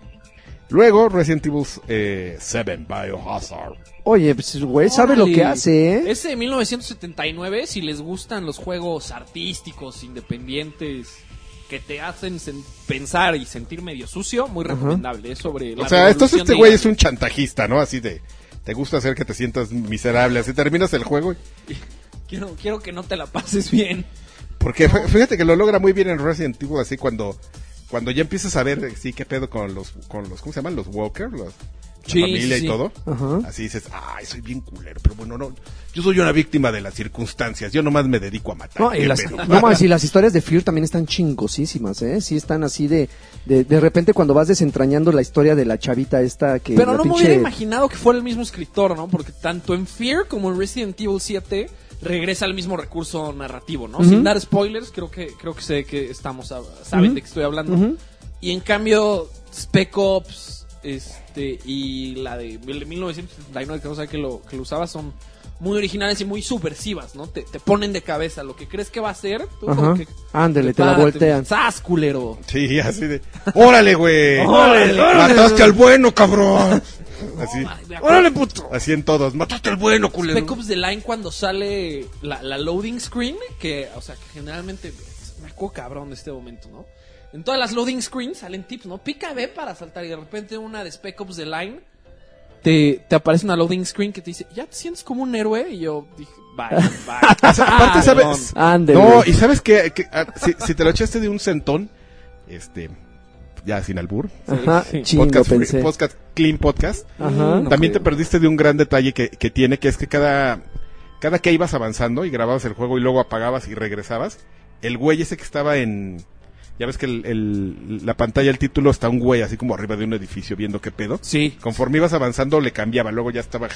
luego Resident Evil eh, 7 Biohazard.
Oye, pues güey, sabe lo
Órale.
que hace, ¿eh?
Ese de 1979, si les gustan los juegos artísticos, independientes, que te hacen sen- pensar y sentir medio sucio, muy recomendable. Es sobre la
O sea, entonces
revolución
este
de
güey
Irán.
es un chantajista, ¿no? Así de, te gusta hacer que te sientas miserable, así terminas el juego. y-
Quiero, quiero que no te la pases bien.
Porque fí- fíjate que lo logra muy bien en Resident Evil, así cuando, cuando ya empiezas a ver, sí, qué pedo con los, con los, ¿cómo se llaman? Los Walker, los, la
Sí,
familia
sí, sí.
y todo.
Ajá.
Así dices, ay, soy bien culero, pero bueno, no, yo soy una víctima de las circunstancias, yo nomás me dedico a matar.
No, y
qué
las,
pedo.
no mames, y las historias de Fear también están chingosísimas, ¿eh? Sí, están así de, de. De repente, cuando vas desentrañando la historia de la chavita esta que.
Pero
la
no me
pinche-
hubiera imaginado que fuera el mismo escritor, ¿no? Porque tanto en Fear como en Resident Evil 7 regresa al mismo recurso narrativo, ¿no? Sin dar spoilers, creo que creo que sé de qué estamos hab- saben de qué estoy hablando.
Ujú.
Y en cambio Spec Ops este y la de mil- 1979 que vamos a ver que lo que lo usaba son muy originales y muy subversivas, ¿no? Te, te ponen de cabeza lo que crees que va a ser, tú como
Ajá.
que
Ándale, te la
párate,
voltean.
¡Sas, culero!
Sí, así de, órale, güey,
Órale,
mataste al bueno, cabrón. Así,
Me acuerdo-
¡Órale, puto!
así en todos, mataste al bueno, culero.
Spec Ops The Line cuando sale la, la loading screen, que, o sea, que generalmente me acuerdo cabrón de este momento, ¿no? En todas las loading screens salen tips, ¿no? Pica B para saltar y de repente una de Spec Ops The Line te, te aparece una loading screen que te dice, ¿ya te sientes como un héroe? Y yo dije, bye, bye.
Aparte,
Perdón.
¿sabes?
Ándele.
No, y ¿sabes qué? Que, ah, si, si te lo echaste de un centón, este, ya sin albur,
Ajá, chingo,
podcast, free-
pensé.
podcast Clean Podcast,
Ajá.
también te perdiste de un gran detalle que, que tiene, que es que cada, cada que ibas avanzando y grababas el juego y luego apagabas y regresabas, el güey ese que estaba en... Ya ves que el- el- la pantalla, el título, está un güey así como arriba de un edificio viendo qué pedo.
Sí.
Conforme ibas avanzando le cambiaba, luego ya estaba...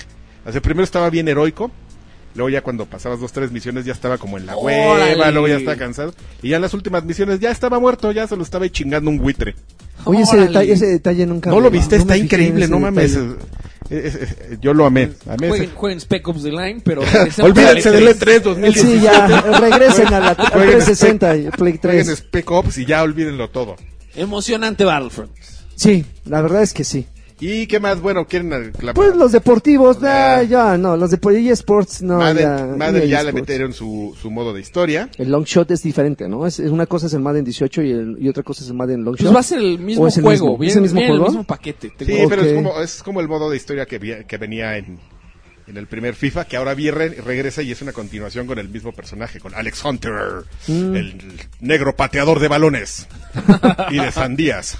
O sea, primero estaba bien heroico, luego ya cuando pasabas dos, tres misiones ya estaba como en la
¡Órale!
hueva, luego ya estaba cansado. Y ya en las últimas misiones ya estaba muerto, ya se lo estaba chingando un buitre.
Oye, ese
Órale.
detalle, ese detalle nunca.
No
me-
lo viste,
me
está
fijé en
increíble,
ese
no mames.
detalle.
Es- es- es- yo lo amé. amé ese-
Jueguen, jueguen Spec Ops The Line, pero...
Olvídense del E E3 2017.
Sí, ya, regresen a la al
Jueguen
360, y Play
Jueguen
3.
Spec Ops y ya olvídenlo todo.
Emocionante Battlefront.
Sí, la verdad es que sí.
¿Y qué más? Bueno, quieren al- la-
Pues los deportivos,
Ya.
nah, ya, no, los de Sports, no,
Madden,
ya.
Madden
EA
ya le
Sports.
metieron su, su modo de historia.
El long shot es diferente, ¿no? Es, es- una cosa es el Madden 18 y, el- y otra cosa es el Madden long shot.
Pues va a ser el mismo
¿O es el
juego,
mismo?
viene-
¿Es el mismo
viene
juego?
el mismo paquete.
Sí,
Tengo-
pero es
Ok.
como, es como el modo de historia que, vi- que venía en, en el primer FIFA, que ahora viene, regresa y es una continuación con el mismo personaje, con Alex Hunter, el negro pateador de balones y de sandías.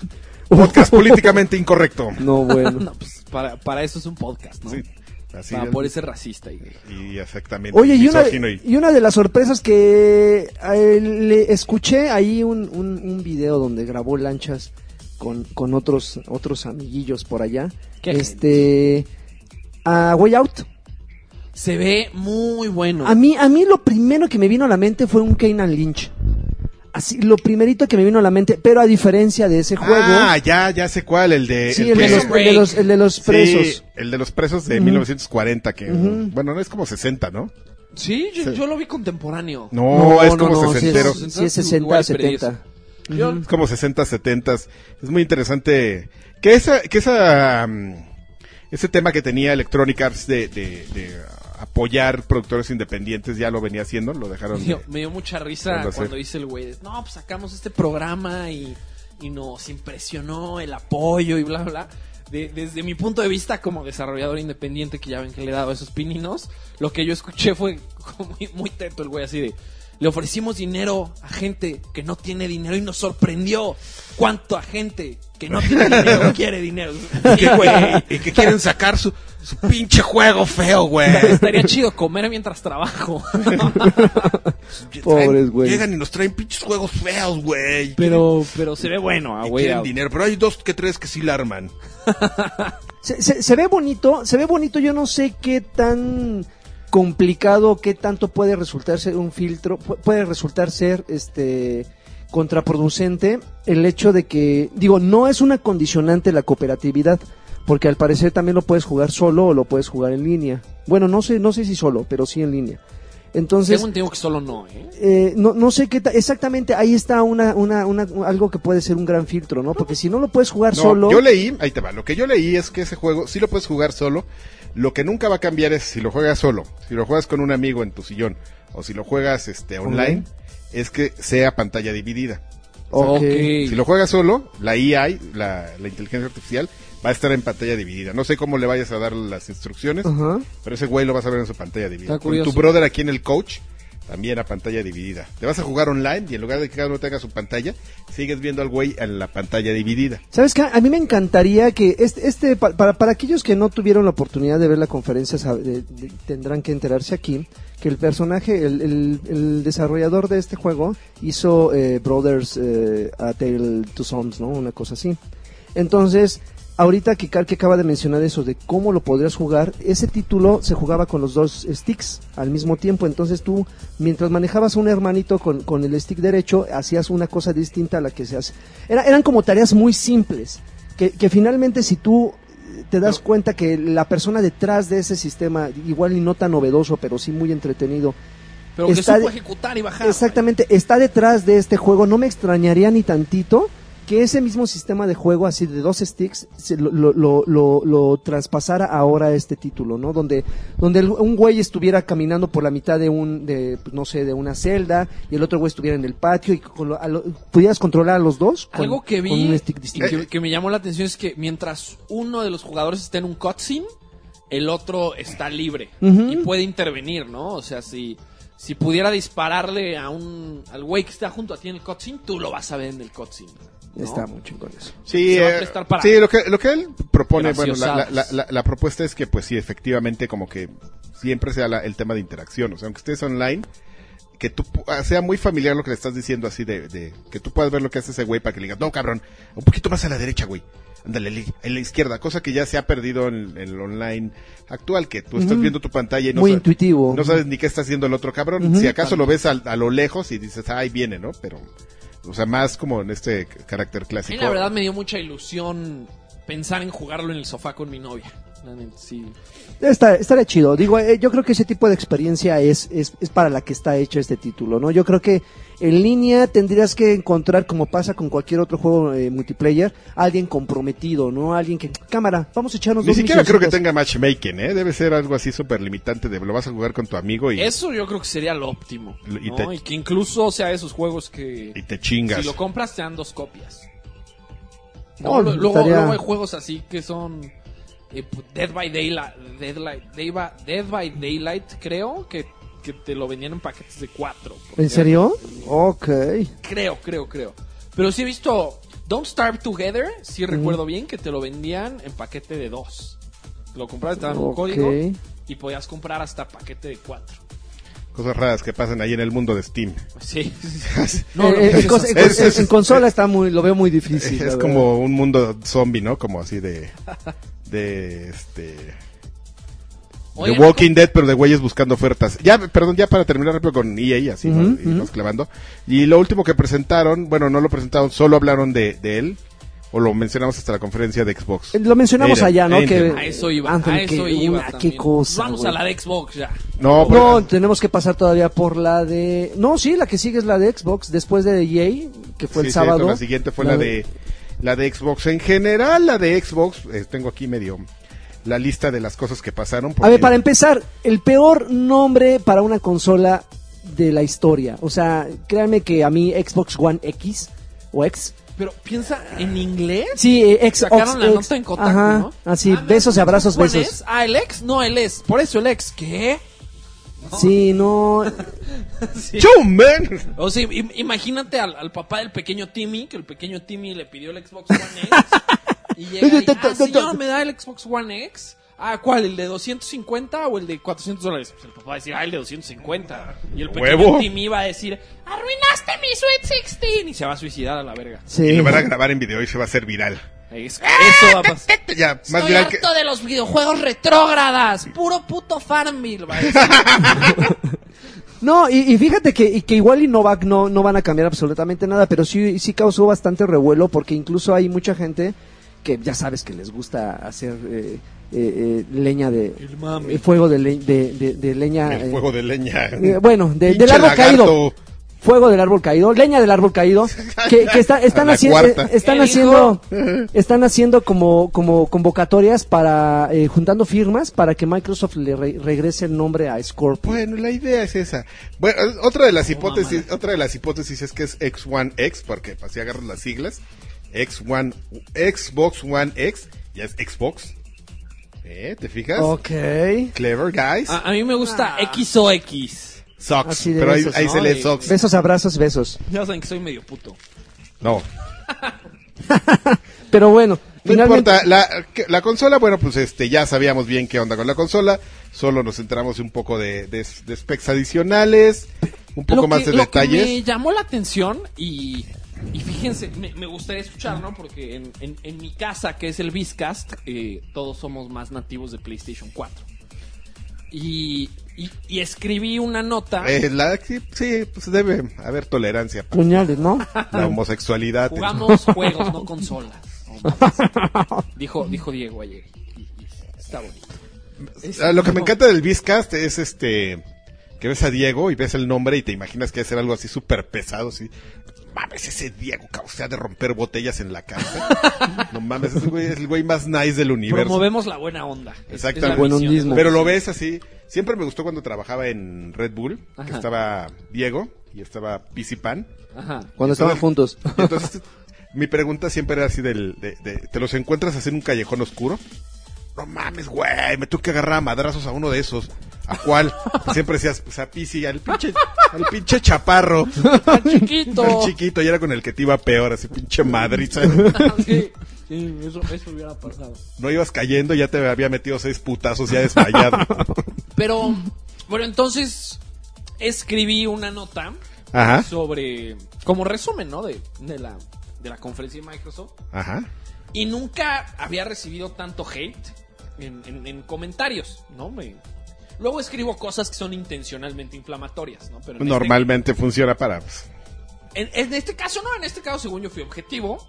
Podcast políticamente incorrecto.
No, bueno.
No, pues para, para eso es un podcast, ¿no?
Sí, así
para
es.
poder ser racista. Y...
Y exactamente.
Ah, Oye, y una,
misógino y-
y una de las sorpresas que eh, le escuché ahí un, un, un video donde grabó lanchas con, con otros, otros amiguillos por allá.
Qué
este a Way Out.
Se ve muy bueno.
A mí, a mí lo primero que me vino a la mente fue un Keynan Lynch. Así, lo primerito que me vino a la mente, pero a diferencia de ese juego,
Ah, ya, ya sé cuál, el de...
sí, el de,
que-
los,
Prison
el de los- el de los
sí,
presos.
el de los presos de 1940, que... Bueno, no es como 60, ¿no?
Sí, yo, yo lo vi contemporáneo.
No, es como
no, sí es-
sesentero.
Sí,
es...
es, 60,
Igual
70.
perdí Yo-
como 60, 70. Es muy interesante. Que esa... Que esa mm, ese tema que tenía Electronic Arts de, de- de apoyar productores independientes ya lo venía haciendo, lo dejaron...
me,
de-
dio, me dio mucha risa
Bueno, sí.
cuando dice el güey, de, no, pues sacamos este programa y, y nos impresionó el apoyo y bla, bla, bla. De- desde mi punto de vista como desarrollador independiente, que ya ven que le he dado esos pininos, lo que yo escuché fue como muy, muy teto el güey así de... Le ofrecimos dinero a gente que no tiene dinero y nos sorprendió cuánto a gente que no tiene dinero quiere dinero. Sí, güey.
Y que quieren sacar su, su pinche juego feo, güey.
Estaría chido comer mientras trabajo.
Pobres, güey.
Llegan y nos traen pinches juegos feos, güey.
Pero, pero se ve bueno, ah,
Y
güey.
quieren
ah.
dinero, pero hay dos que tres que sí la arman.
Se, se- se ve bonito, se ve bonito, yo no sé qué tan complicado, qué tanto puede resultar ser un filtro, pu- puede resultar ser este contraproducente el hecho de que, digo, no es una condicionante la cooperatividad, porque al parecer también lo puedes jugar solo o lo puedes jugar en línea. Bueno, no sé, no sé si solo, pero sí en línea. Entonces,
Según tengo que solo no, ¿eh?
eh, no, no sé qué ta- exactamente, ahí está una, una, una, algo que puede ser un gran filtro, ¿no? Porque si no lo puedes jugar
No,
solo,
Yo leí, ahí te va, lo que yo leí es que ese juego sí lo puedes jugar solo. Lo que nunca va a cambiar es si lo juegas solo, si lo juegas con un amigo en tu sillón o si lo juegas este online,
Online.
es que sea pantalla dividida.
Ok.
Si lo juegas solo, la AI, la, la inteligencia artificial, va a estar en pantalla dividida. No sé cómo le vayas a dar las instrucciones,
Ajá.
pero ese güey lo vas a ver en su pantalla dividida.
Está
Con tu
curioso.
brother aquí en el coach, también a pantalla dividida. Te vas a jugar online y en lugar de que cada uno tenga su pantalla, sigues viendo al güey en la pantalla dividida.
¿Sabes qué? A mí me encantaría que este, este pa- para, para aquellos que no tuvieron la oportunidad de ver la conferencia, sab- de- de- tendrán que enterarse aquí que el personaje, el, el- el desarrollador de este juego hizo eh, Brothers eh, A Tale to Sons, ¿no? Una cosa así. Entonces, ahorita que Karki acaba de mencionar eso de cómo lo podrías jugar, ese título se jugaba con los dos sticks al mismo tiempo. Entonces tú, mientras manejabas a un hermanito con, con el stick derecho, hacías una cosa distinta a la que se hace. Era- eran como tareas muy simples, que, que finalmente si tú eh, te das cuenta que la persona detrás de ese sistema, igual y no tan novedoso, pero sí muy entretenido,
Pero que
está
supo
de-
ejecutar y bajar.
Exactamente, está detrás de este juego. No me extrañaría ni tantito que ese mismo sistema de juego, así de dos sticks, se lo, lo, lo, lo- lo traspasara ahora a este título, ¿no? Donde, donde el- un güey estuviera caminando por la mitad de un, de, pues, no sé, de una celda y el otro güey estuviera en el patio y con lo- a lo- pudieras controlar a los dos con,
Algo que vi
con un stick
y
distinto.
Eh,
que, que me llamó la atención es que mientras uno de los jugadores está en un cutscene, el otro está libre
Ujú.
y puede intervenir, ¿no? O sea, si, si pudiera dispararle a un al güey que está junto a ti en el cutscene, tú lo vas a ver en el cutscene. ¿no?
Está muy chingón eso.
Sí,
Se va a
eh,
prestar para-
sí, lo que, lo que él propone, bueno, la, la-
Graciosadas.
la- la- la propuesta es que pues sí, efectivamente como que siempre sea la- el tema de interacción, o sea, aunque estés online, que tú pu- ah, sea muy familiar lo que le estás diciendo así de, de- que tú puedas ver lo que hace ese güey para que le digas, no cabrón, un poquito más a la derecha, güey. Ándale, li- a la izquierda, cosa que ya se ha perdido en en el online actual, que tú estás
Ujú.
viendo tu pantalla y no,
Muy
sa-
intuitivo.
no sabes ni qué está haciendo el otro cabrón.
Ujú.
Si acaso lo ves al- a, lo lejos y dices, ay, viene, ¿no? Pero, o sea, más como en este c- carácter
A mí
clásico.
la verdad me dio mucha ilusión pensar en jugarlo en el sofá con mi novia. La neta, Sí.
Está, estaría chido. Digo, eh, yo creo que ese tipo de experiencia es, es, es para la que está hecho este título, ¿no? Yo creo que en línea tendrías que encontrar, como pasa con cualquier otro juego eh, multiplayer, alguien comprometido, ¿no? Alguien que, cámara, vamos a echarnos
Ni
dos
siquiera creo que
misioncitas".
tenga matchmaking, ¿eh? Debe ser algo así súper limitante de lo vas a jugar con tu amigo y,
Eso yo creo que sería lo óptimo. ¿no?
Y
Y,
te-
que incluso sea de esos juegos que
y te chingas.
si lo compras te dan dos copias.
No,
No, lo- luego,
estaría-
luego hay juegos así que son eh, pu- Dead by Daylight, Deadlight- Day by- Dead by Daylight creo que, que te lo vendían en paquetes de cuatro. porque-
¿En serio? Ok.
Creo, creo, creo. Pero sí he visto Don't Starve Together, sí recuerdo bien que te lo vendían en paquete de dos. Lo comprabas, te daban un
Ok.
código y podías comprar hasta paquete de cuatro.
Cosas raras que pasan ahí en el mundo de Steam.
Sí.
Eh, eh, en, cons- en cons-
Es- es-
en consola está muy, lo veo muy difícil.
es
la
como un mundo zombie, ¿no? Como así de. De este. The
Oigan,
Walking Dead, pero de güeyes buscando ofertas. Ya, perdón, ya para terminar rápido con EA, así, ¿no?
Ujú,
Y nos
ujú.
clavando. Y lo último que presentaron, bueno, no lo presentaron, solo hablaron de, de él, o lo mencionamos hasta la conferencia de Xbox.
Eh, Lo mencionamos
Era,
allá, ¿no?
era.
Que,
A eso iba,
Anthony,
a eso
que-
iba.
una-
también.
qué cosa.
Vamos
güey.
a la de Xbox ya.
No,
No,
pero-
tenemos que pasar todavía por la de. No, sí, la que sigue es la de Xbox después de EA, que fue
Sí, cierto,
el sábado.
la siguiente fue la, de la de Xbox. En general, la de Xbox, eh, tengo aquí medio la lista de las cosas que pasaron.
A ver,
porque-
para empezar, el peor nombre para una consola de la historia. O sea, créanme que a mí Xbox One X o X.
Pero piensa en inglés.
Sí, eh, Xbox.
Sacaron la
X,
nota en Kotaku,
Ajá,
¿no?
así,
Ah,
besos y abrazos,
¿Juan
besos.
es? Ah, el ex, no, el es. Por eso el ex, ¿qué?
Sí, no.
¡Chum, man!
O sea, im- imagínate al, al papá del pequeño Timmy, que el pequeño Timmy le pidió el Xbox One X. y llega y, ah, señor, ¿me da el Xbox One X? Ah, ¿cuál? ¿El de 250 o el de 400 dólares? Pues el papá va a decir, ah, el de 250. Y el pequeño
Huevo.
Timmy va a decir, arruinaste mi Sweet 16. Y se va a suicidar a la verga.
Sí.
Y lo van a grabar en video y se va a hacer viral.
Es- eso va a pasar.
Ya, más
Estoy
viral que...
harto de los videojuegos retrógradas. Puro puto Farmville. va a decir.
No, y, y fíjate que, y que igual y Novak no, no van a cambiar absolutamente nada, pero sí, sí causó bastante revuelo porque incluso hay mucha gente que ya sabes que les gusta hacer eh, eh, eh, leña de
El mame.
eh, fuego de, le- de, de- de leña.
El
eh,
fuego de leña.
eh, bueno, de-
Pinche
del árbol caído.
lagarto.
Fuego del árbol caído, leña del árbol caído, que, que está- están,
A la
haciendo, eh,
cuarta.
están
¿Qué
haciendo, están haciendo como, como convocatorias para, eh, juntando firmas para que Microsoft le re- regrese el nombre a Scorpio.
Bueno, la idea es esa. Bueno, eh, otra de las
No,
hipótesis, otra de las hipótesis es que es X1X, porque así agarras las siglas. X1, Xbox One X, ya es Xbox. ¿Eh? ¿Te fijas?
Ok. Ah,
Clever guys.
A, a mí me gusta XOX.
Sucks.
Así de
Pero ahí,
esos,
ahí
¿no?
se lee
Y-
Sox.
Besos, abrazos, besos.
Ya saben que soy medio puto.
No.
Pero bueno,
No
finalmente.
importa, la, que- la consola, bueno, pues este, ya sabíamos bien qué onda con la consola, solo nos centramos un poco de, de, de specs adicionales, un poco
Lo
más
que-
de
lo
detalles.
Que me llamó la atención y, y fíjense, me, me gustaría escuchar, ¿no? Porque en, en- en mi casa, que es el Vizcast, eh, todos somos más nativos de PlayStation 4. Y, y- y escribí una nota
Eh, la- sí, sí, pues debe haber tolerancia para
Puñales, ¿no?
la homosexualidad.
Jugamos juegos, no consolas. No mames. dijo, dijo Diego ayer. Y- y Está bonito.
Ah, lo que me encanta del Vizcast es este que ves a Diego y ves el nombre y te imaginas que va a ser algo así súper pesado, así. Mames, ese Diego, ca- o sea, de romper botellas en la casa. no mames, ese güey es el güey más nice del universo.
Promovemos la buena onda. Es- es la
Exactamente.
misión.
Buenondismo.
Pero lo ves así. Siempre me gustó cuando trabajaba en Red Bull, que
Ajá.
estaba Diego y estaba Pizzy Pan.
Ajá.
Cuando estaban juntos.
Y Entonces, mi pregunta siempre era así del, de, de- ¿te los encuentras así en un callejón oscuro? No mames, güey, me tuve que agarrar a madrazos a uno de esos. ¿A cuál? Siempre decías, pues a Pisi, al pinche, al pinche chaparro,
Tan chiquito.
al chiquito, y era con el que te iba peor, así pinche madriza.
Sí, sí, eso, eso hubiera pasado.
No ibas cayendo, ya te había metido seis putazos ya desmayado.
Pero, bueno, entonces escribí una nota
Ajá,
sobre, como resumen, ¿no? De, de la, de la conferencia de Microsoft.
ajá.
Y nunca había recibido tanto hate en, en- en comentarios, ¿no? Me- Luego escribo cosas que son intencionalmente inflamatorias, ¿no? Pero en este-
Pues, Normalmente funciona para... pues,
en, en este caso no, en este caso según yo fui objetivo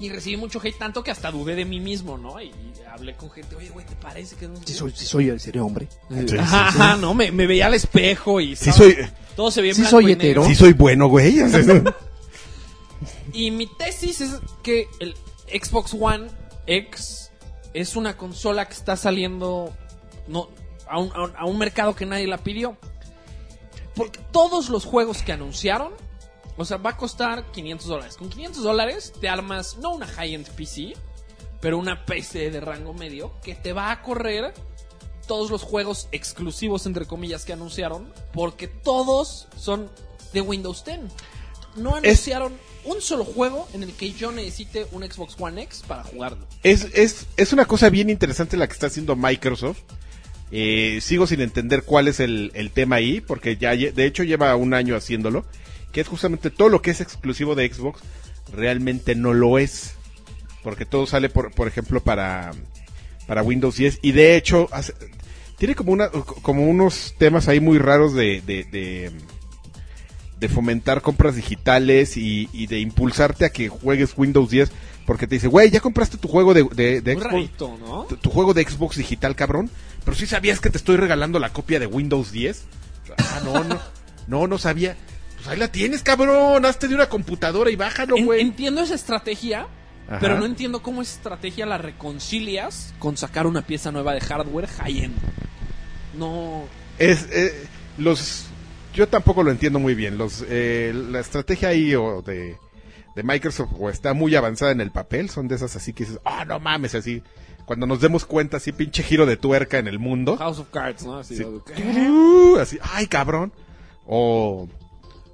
y recibí mucho hate tanto que hasta dudé de mí mismo, ¿no? Y, y hablé con gente, oye, güey, ¿te parece que no?
Si soy, sí soy, sí soy hombre.
sí,
Ajá, ajá, no, me, me veía al espejo y
Sí
¿sabes?
soy-
todo se veía en
sí
blanco
soy
y negro.
hetero.
Sí soy bueno, güey.
Y mi tesis es que el Xbox One X es una consola que está saliendo no, a, un, a un- a un mercado que nadie la pidió. Porque todos los juegos que anunciaron, o sea, va a costar 500 dólares. Con 500 dólares te armas no una high-end PC, pero una PC de rango medio que te va a correr todos los juegos exclusivos, entre comillas, que anunciaron, porque todos son de Windows 10. No anunciaron un solo juego en el que yo necesite un Xbox One X para jugarlo.
Es, es, es una cosa bien interesante la que está haciendo Microsoft. Eh, sigo sin entender cuál es el, el tema ahí, porque ya lle- de hecho lleva un año haciéndolo, que es justamente todo lo que es exclusivo de Xbox realmente no lo es, porque todo sale por, por ejemplo para para Windows 10 y de hecho hace- tiene como una como unos temas ahí muy raros de de, de- de fomentar compras digitales y, y de impulsarte a que juegues Windows 10 porque te dice güey ya compraste tu juego de, de- de
Muy
Xbox
rarito, ¿no?
tu, tu juego de Xbox digital, cabrón. Pero sí sabías que te estoy regalando la copia de Windows 10. Ah, no, no. No, no sabía. Pues ahí la tienes, cabrón. Hazte de una computadora y bájalo,
En-
güey.
entiendo esa estrategia,
Ajá.
pero no entiendo cómo esa estrategia la reconcilias con sacar una pieza nueva de hardware high-end. No.
Es, eh, los, yo tampoco lo entiendo muy bien. Los, eh, la estrategia ahí o de, de Microsoft o está muy avanzada en el papel. Son de esas así que dices, ah, no mames, así. Cuando nos demos cuenta, así pinche giro de tuerca en el mundo.
House of Cards, ¿no? Así,
Sí.
¿qué?
Uh, así, ay cabrón. O,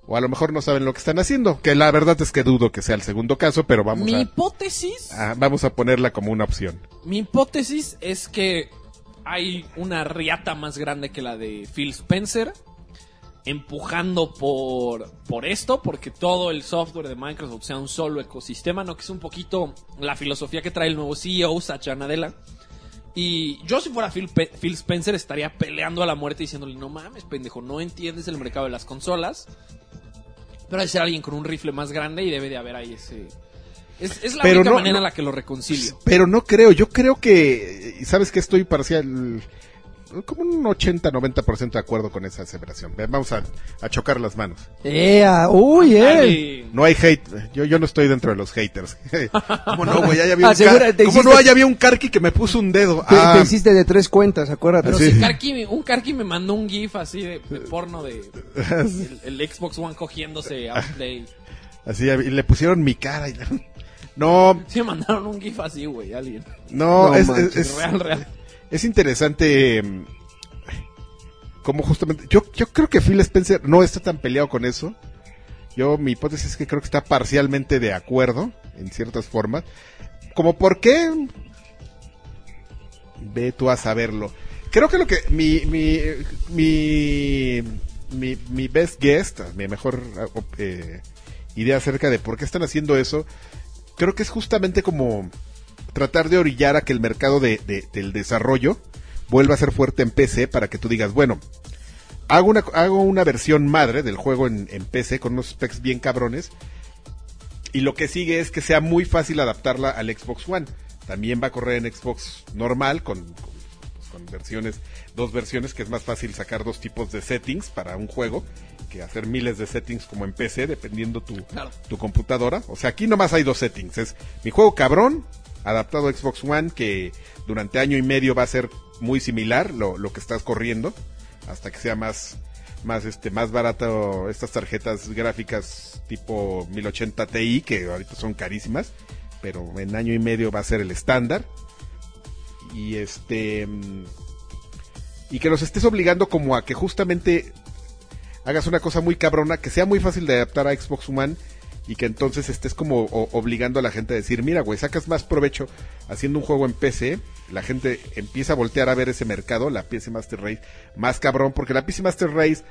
o a lo mejor no saben lo que están haciendo, que la verdad es que dudo que sea el segundo caso, pero vamos
Mi
a-
hipótesis.
a, vamos a ponerla como una opción.
Mi hipótesis es que hay una riata más grande que la de Phil Spencer empujando por, por esto, porque todo el software de Microsoft sea un solo ecosistema, ¿no? Que es un poquito la filosofía que trae el nuevo CEO, Satya E Nadella, Y yo si fuera Phil, Pe- Phil Spencer estaría peleando a la muerte diciéndole, no mames, pendejo, no entiendes el mercado de las consolas. Pero hay que ser alguien con un rifle más grande y debe de haber ahí ese... Es, es la
Pero
única
no-
manera
no-
en la que lo reconcilio.
Pero no creo, yo creo que, y sabes que estoy parcial, como un 80-90% de acuerdo con esa aseveración. Ve, Vamos a, a chocar las manos.
¡Ea! ¡Uy, eh!
Nadie-
No hay hate, yo, yo no estoy dentro de los haters. ¿Cómo no, güey? Ahí había un
Asegura,
car-
te
¿Cómo
hiciste-
no? Ahí había un carqui que me puso un dedo.
Te,
Ah,
te hiciste de tres cuentas, acuérdate.
Pero
Sí.
si Karki- un Karki me mandó un GIF así de, de porno de el, el Xbox One cogiéndose a Play.
así, y le pusieron mi cara. y- No,
Sí me mandaron un GIF así, güey, alguien.
no,
No
es,
manches,
es- es-
Real, real.
es interesante mm, como justamente... Yo, yo creo que Phil Spencer no está tan peleado con eso. Yo, mi hipótesis es que creo que está parcialmente de acuerdo, en ciertas formas. Como por qué... Ve tú a saberlo. Creo que lo que... Mi... Mi... Mi, mi, mi best guest, mi mejor eh, idea acerca de por qué están haciendo eso, creo que es justamente como tratar de orillar a que el mercado de- de- del desarrollo vuelva a ser fuerte en PC para que tú digas, bueno, hago una, hago una versión madre del juego en, en PC con unos specs bien cabrones y lo que sigue es que sea muy fácil adaptarla al Xbox One. También va a correr en Xbox normal con, con, pues, con versiones, dos versiones que es más fácil sacar dos tipos de settings para un juego que hacer miles de settings como en PC dependiendo tu,
Claro.
tu computadora. O sea, aquí nomás hay dos settings. Es mi juego cabrón, adaptado a Xbox One, que durante año y medio va a ser muy similar lo, lo que estás corriendo, hasta que sea más, más, este, más barato estas tarjetas gráficas tipo 1080 Ti, que ahorita son carísimas, pero en año y medio va a ser el estándar. Y este... mm, Y que los estés obligando como a que justamente hagas una cosa muy cabrona, que sea muy fácil de adaptar a Xbox One y que entonces estés como o- obligando a la gente a decir, mira, güey, sacas más provecho haciendo un juego en PC, la gente empieza a voltear a ver ese mercado, la PC Master Race, más cabrón, porque la PC Master Race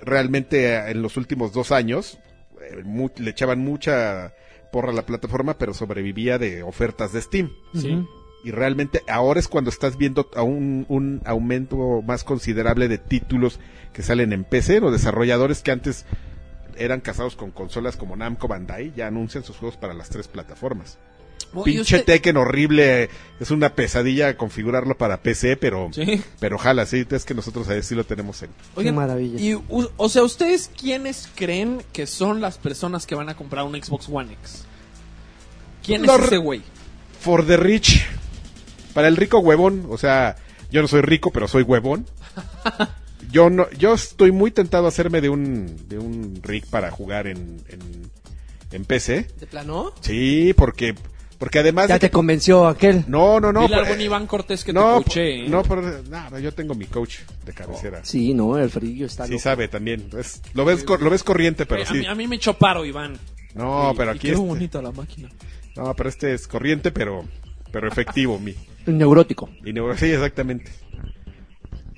realmente eh, en los últimos dos años eh, mu- le echaban mucha porra a la plataforma, pero sobrevivía de ofertas de Steam.
Sí.
Y realmente ahora es cuando estás viendo a un, un aumento más considerable de títulos que salen en PC. Los desarrolladores que antes eran casados con consolas como Namco Bandai ya anuncian sus juegos para las tres plataformas.
Oye,
Pinche
Oh, usted-
Tekken horrible, es una pesadilla configurarlo para PC, pero,
Sí.
pero jala, sí, es que nosotros ahí sí lo tenemos en.
Qué maravilla.
Y, u- o sea, ¿ustedes quiénes creen que son las personas que van a comprar un Xbox One X? ¿Quién
Los-
es ese güey?
For the rich, para el rico huevón, o sea, yo no soy rico, pero soy huevón. Yo no, yo estoy muy tentado a hacerme de un, de un rig para jugar en, en, en PC.
¿De plano?
Sí, porque, porque además.
ya
de
te
que-
convenció aquel.
No, no, no.
Dile a
por- eh,
algún Iván Cortés que
no,
te ¿eh? coche.
por- no, por- nada, yo tengo mi coach de cabecera. sí,
Oh, Sí, no, el frío está loco.
sabe también. es- lo ves, cor- lo ves corriente, pero
Eh, a,
sí.
mí, a mí me echó paro, Iván.
No, pero aquí
es
este-
bonita la máquina.
no, pero este es corriente, pero, pero efectivo, mi.
Neurótico.
Y neuro- sí, exactamente.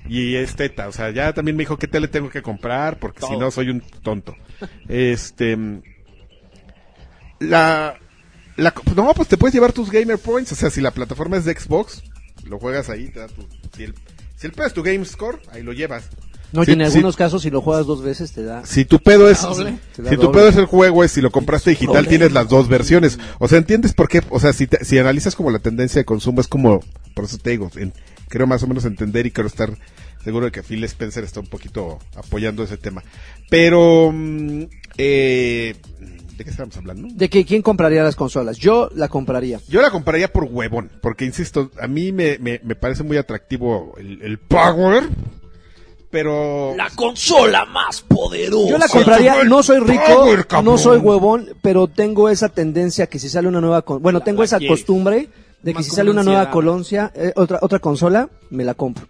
Y es teta, o sea, ya también me dijo qué tele tengo que comprar, porque si
Todo.
no soy un tonto. Este. mm, La, la. co- No, pues te puedes llevar tus Gamer Points, o sea, si la plataforma es de Xbox, lo juegas ahí, te da tu. Si el, si el pedo es tu Game Score, ahí lo llevas.
No,
Sí,
y en
sí.
algunos casos, si lo juegas dos veces, te da.
Si tu pedo es.
Doble.
Te da
Si tu
doble.
pedo es el juego, es si lo compraste digital,
Doble.
tienes las dos versiones. O sea, ¿entiendes por qué? O sea, si, te- si analizas como la tendencia de consumo, es como. Por eso te digo, en- creo más o menos entender y quiero estar seguro de que Phil Spencer está un poquito apoyando ese tema. Pero. mm, eh, ¿De qué estábamos hablando?
¿De que, quién compraría las consolas? Yo la compraría.
Yo la compraría por huevón, porque insisto, a mí me, me, me parece muy atractivo el, el Power, pero.
La consola más
Oh,
poderosa.
Yo la compraría, no soy rico,
Power, cabrón.
no soy huevón, pero tengo esa tendencia que si sale una nueva, con- bueno,
La-
tengo
la
esa
quieres.
costumbre de que
Más
si
como
sale
una
una nueva
ansiedad.
coloncia, eh, otra otra consola, me la compro.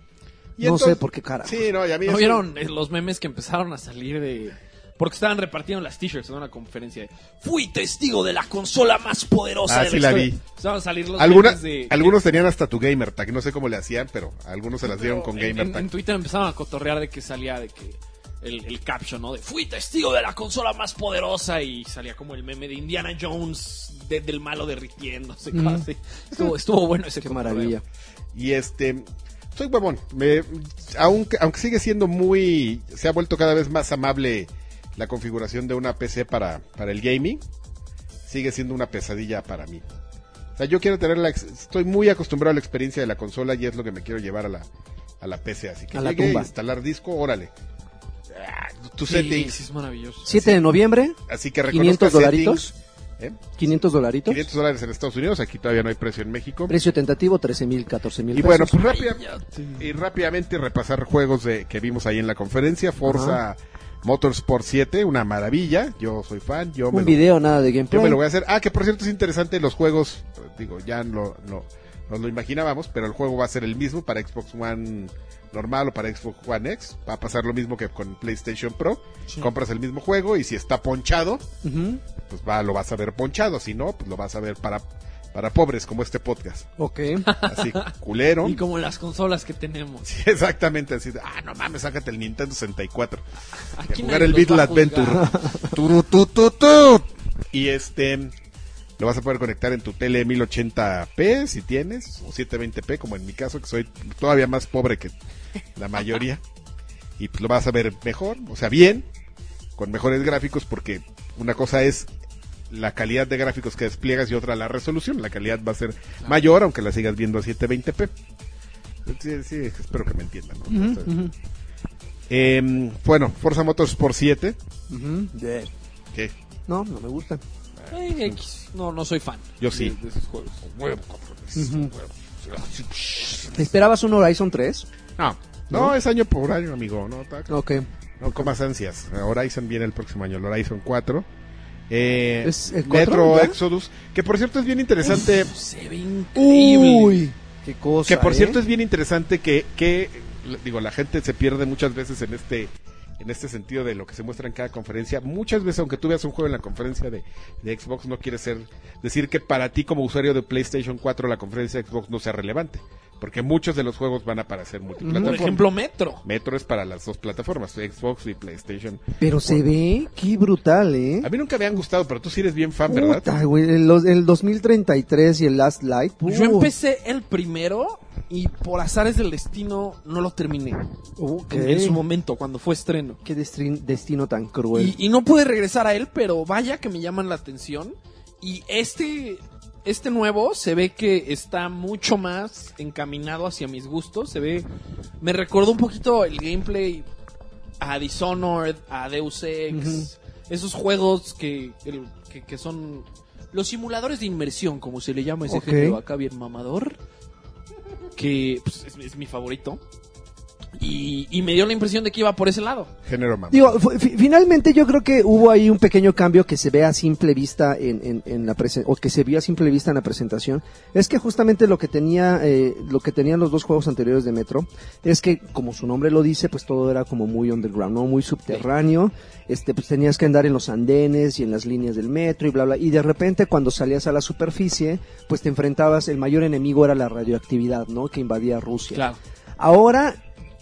Y
no
entonces-
sé por qué cara.
Sí, no, y a mí
¿No
eso-
vieron eh, los memes que empezaron a salir de.? Porque estaban repartiendo las t-shirts en una conferencia. de, Fui testigo de la consola más poderosa
Ah,
de
sí
la
la
historia".
vi.
Empezaron a salir los
Alguna-
memes de.
algunos tenían hasta tu gamer tag, no sé cómo le hacían, pero algunos se las dieron con
en,
gamer
en,
tag.
en Twitter empezaron a cotorrear de que salía de que. el, el caption, ¿no? De fui testigo de la consola más poderosa y salía como el meme de Indiana Jones de- del malo derritiéndose.
Mm.
cosas así. Estuvo, estuvo bueno ese
Qué
cotorreo.
maravilla.
Y este, soy huevón. Me, aunque, aunque sigue siendo muy. Se ha vuelto cada vez más amable la configuración de una PC para, para el gaming. Sigue siendo una pesadilla para mí. O sea, yo quiero tener la. ex- Estoy muy acostumbrado a la experiencia de la consola y es lo que me quiero llevar a la, a la PC. Así que
A la
llegue,
tumba.
instalar disco, órale. Ah, Tus
Sí, sí,
settings.
es maravilloso.
7 de noviembre,
Así que reconozca
500 dolaritos.
settings, ¿eh?
500 dolaritos.
500 dólares en Estados Unidos. Aquí todavía no hay precio en México.
Precio tentativo, 13 mil, 14 mil
Y bueno,
pesos.
pues rápida- y rápidamente repasar juegos de, que vimos ahí en la conferencia. Forza Motorsport 7, una maravilla. Yo soy fan, yo me,
un
lo,
video, nada de gameplay.
yo me lo voy a hacer. Ah, que por cierto es interesante los juegos, eh, digo, ya lo, lo- nos lo imaginábamos, pero el juego va a ser el mismo para Xbox One normal o para Xbox One X. Va a pasar lo mismo que con PlayStation Pro. Compras el mismo juego y si está ponchado,
Ujú.
pues va, lo vas a ver ponchado. Si no, pues lo vas a ver para, para pobres, como este podcast.
Ok.
Así, culero.
Y como las consolas que tenemos.
Sí, exactamente así. de, Ah, no mames, sácate el Nintendo 64.
Aquí
Que
nadie
jugar el
los
Beatle
va a juzgar.
Adventure. Turu, tu, tu, tu. Y este lo vas a poder conectar en tu tele 1080p si tienes, o 720p, como en mi caso, que soy todavía más pobre que la mayoría. Y pues lo vas a ver mejor, o sea, bien, con mejores gráficos, porque una cosa es la calidad de gráficos que despliegas y otra la resolución. La calidad va a ser mayor, aunque la sigas viendo a 720p. Sí, sí, espero que me entiendan. ¿no?
Ujú,
Entonces,
ujú,
em, bueno, Forza Motorsport 7.
ujú. De-
que
Mm, No, no me gusta.
Ay, X. No, no soy fan.
Yo sí.
De, de esos juegos.
Ujú. ¿Esperabas un Horizon 3?
No, no, es año por año, amigo. No, ta-
Ok.
no comas ansias. Horizon viene el próximo año, el Horizon 4. Eh,
¿Es el
Metro
4 ya?
Exodus, que por cierto es bien interesante.
Se ve increíble.
Uy, qué cosa.
que por
¿eh?
cierto es bien interesante que, que, l- digo, la gente se pierde muchas veces en este en este sentido de lo que se muestra en cada conferencia. Muchas veces, aunque tú veas un juego en la conferencia de, de Xbox, no quiere ser decir que para ti como usuario de PlayStation 4 la conferencia de Xbox no sea relevante, porque muchos de los juegos van a aparecer
Por
multiplataforma.
ejemplo, Metro.
Metro es para las dos plataformas, Xbox y PlayStation.
Pero se ve, qué brutal, ¿eh?
A mí nunca me han gustado, pero tú sí eres bien fan, Ah, ¿verdad?
Puta, güey, el, los- el 2033 y el Last Light. uh,
Yo
puh.
empecé el primero y por azares del destino no lo terminé.
Ok.
En, en su momento, cuando fue estreno.
Qué destrin- destino tan cruel.
Y, y no pude regresar a él, pero vaya que me llaman la atención. Y este, este nuevo se ve que está mucho más encaminado hacia mis gustos. Se ve. Me recordó un poquito el gameplay a Dishonored, a Deus Ex. Esos juegos que, el- que, que son. Los simuladores de inmersión, como se le llama ese
Ok.
género acá, bien mamador. Que pues, es, es mi favorito. Y, y me dio la impresión de que iba por ese lado.
Género mamá.
Digo, fu- fi- finalmente yo creo que hubo ahí un pequeño cambio que se ve a simple vista en, en- en la presen- o que se vio a simple vista en la presentación. Es que justamente lo que tenía, eh, lo que tenían los dos juegos anteriores de Metro, es que como su nombre lo dice, pues todo era como muy underground, ¿no? muy subterráneo. Este, pues tenías que andar en los andenes y en las líneas del metro y bla bla. Y de repente cuando salías a la superficie, pues te enfrentabas, el mayor enemigo era la radioactividad, ¿no? Que invadía Rusia. Ahora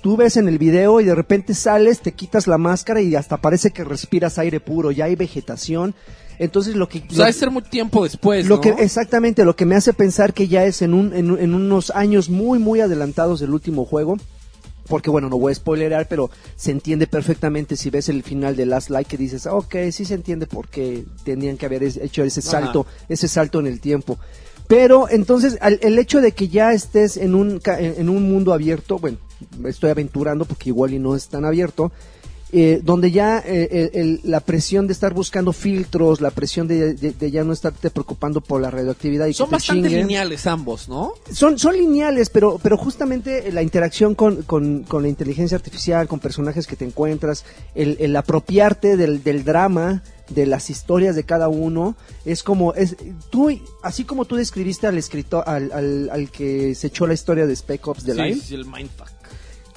tú ves en el video y de repente sales, te quitas la máscara y hasta parece que respiras aire puro, ya hay vegetación. Entonces lo que...
O sea,
lo-
debe ser mucho tiempo después,
lo
¿no?
que exactamente lo que me hace pensar que ya es en un en, un- en unos años muy muy adelantados del último juego porque bueno, no voy a spoilerar, pero se entiende perfectamente si ves el final de Last Light que dices, "Ah, ok, sí se entiende por qué tenían que haber es- hecho ese
Ajá.
salto, ese salto en el tiempo. Pero entonces al- el hecho de que ya estés en un, ca- en en un mundo abierto, bueno, me estoy aventurando porque igual y no es tan abierto, eh, donde ya eh, el- el- la presión de estar buscando filtros, la presión de, de- de ya no estarte preocupando por la radioactividad y
Son
que te
bastante
chinguen.
lineales ambos, ¿no?
Son, son lineales, pero, pero justamente eh, la interacción con, con- con la inteligencia artificial, con personajes que te encuentras, el, el apropiarte del, del drama, de las historias de cada uno, es como, es, tú, así como tú describiste al escritor, al, al, al que se echó la historia de Spec Ops de
sí,
Line,
sí, el mindfuck.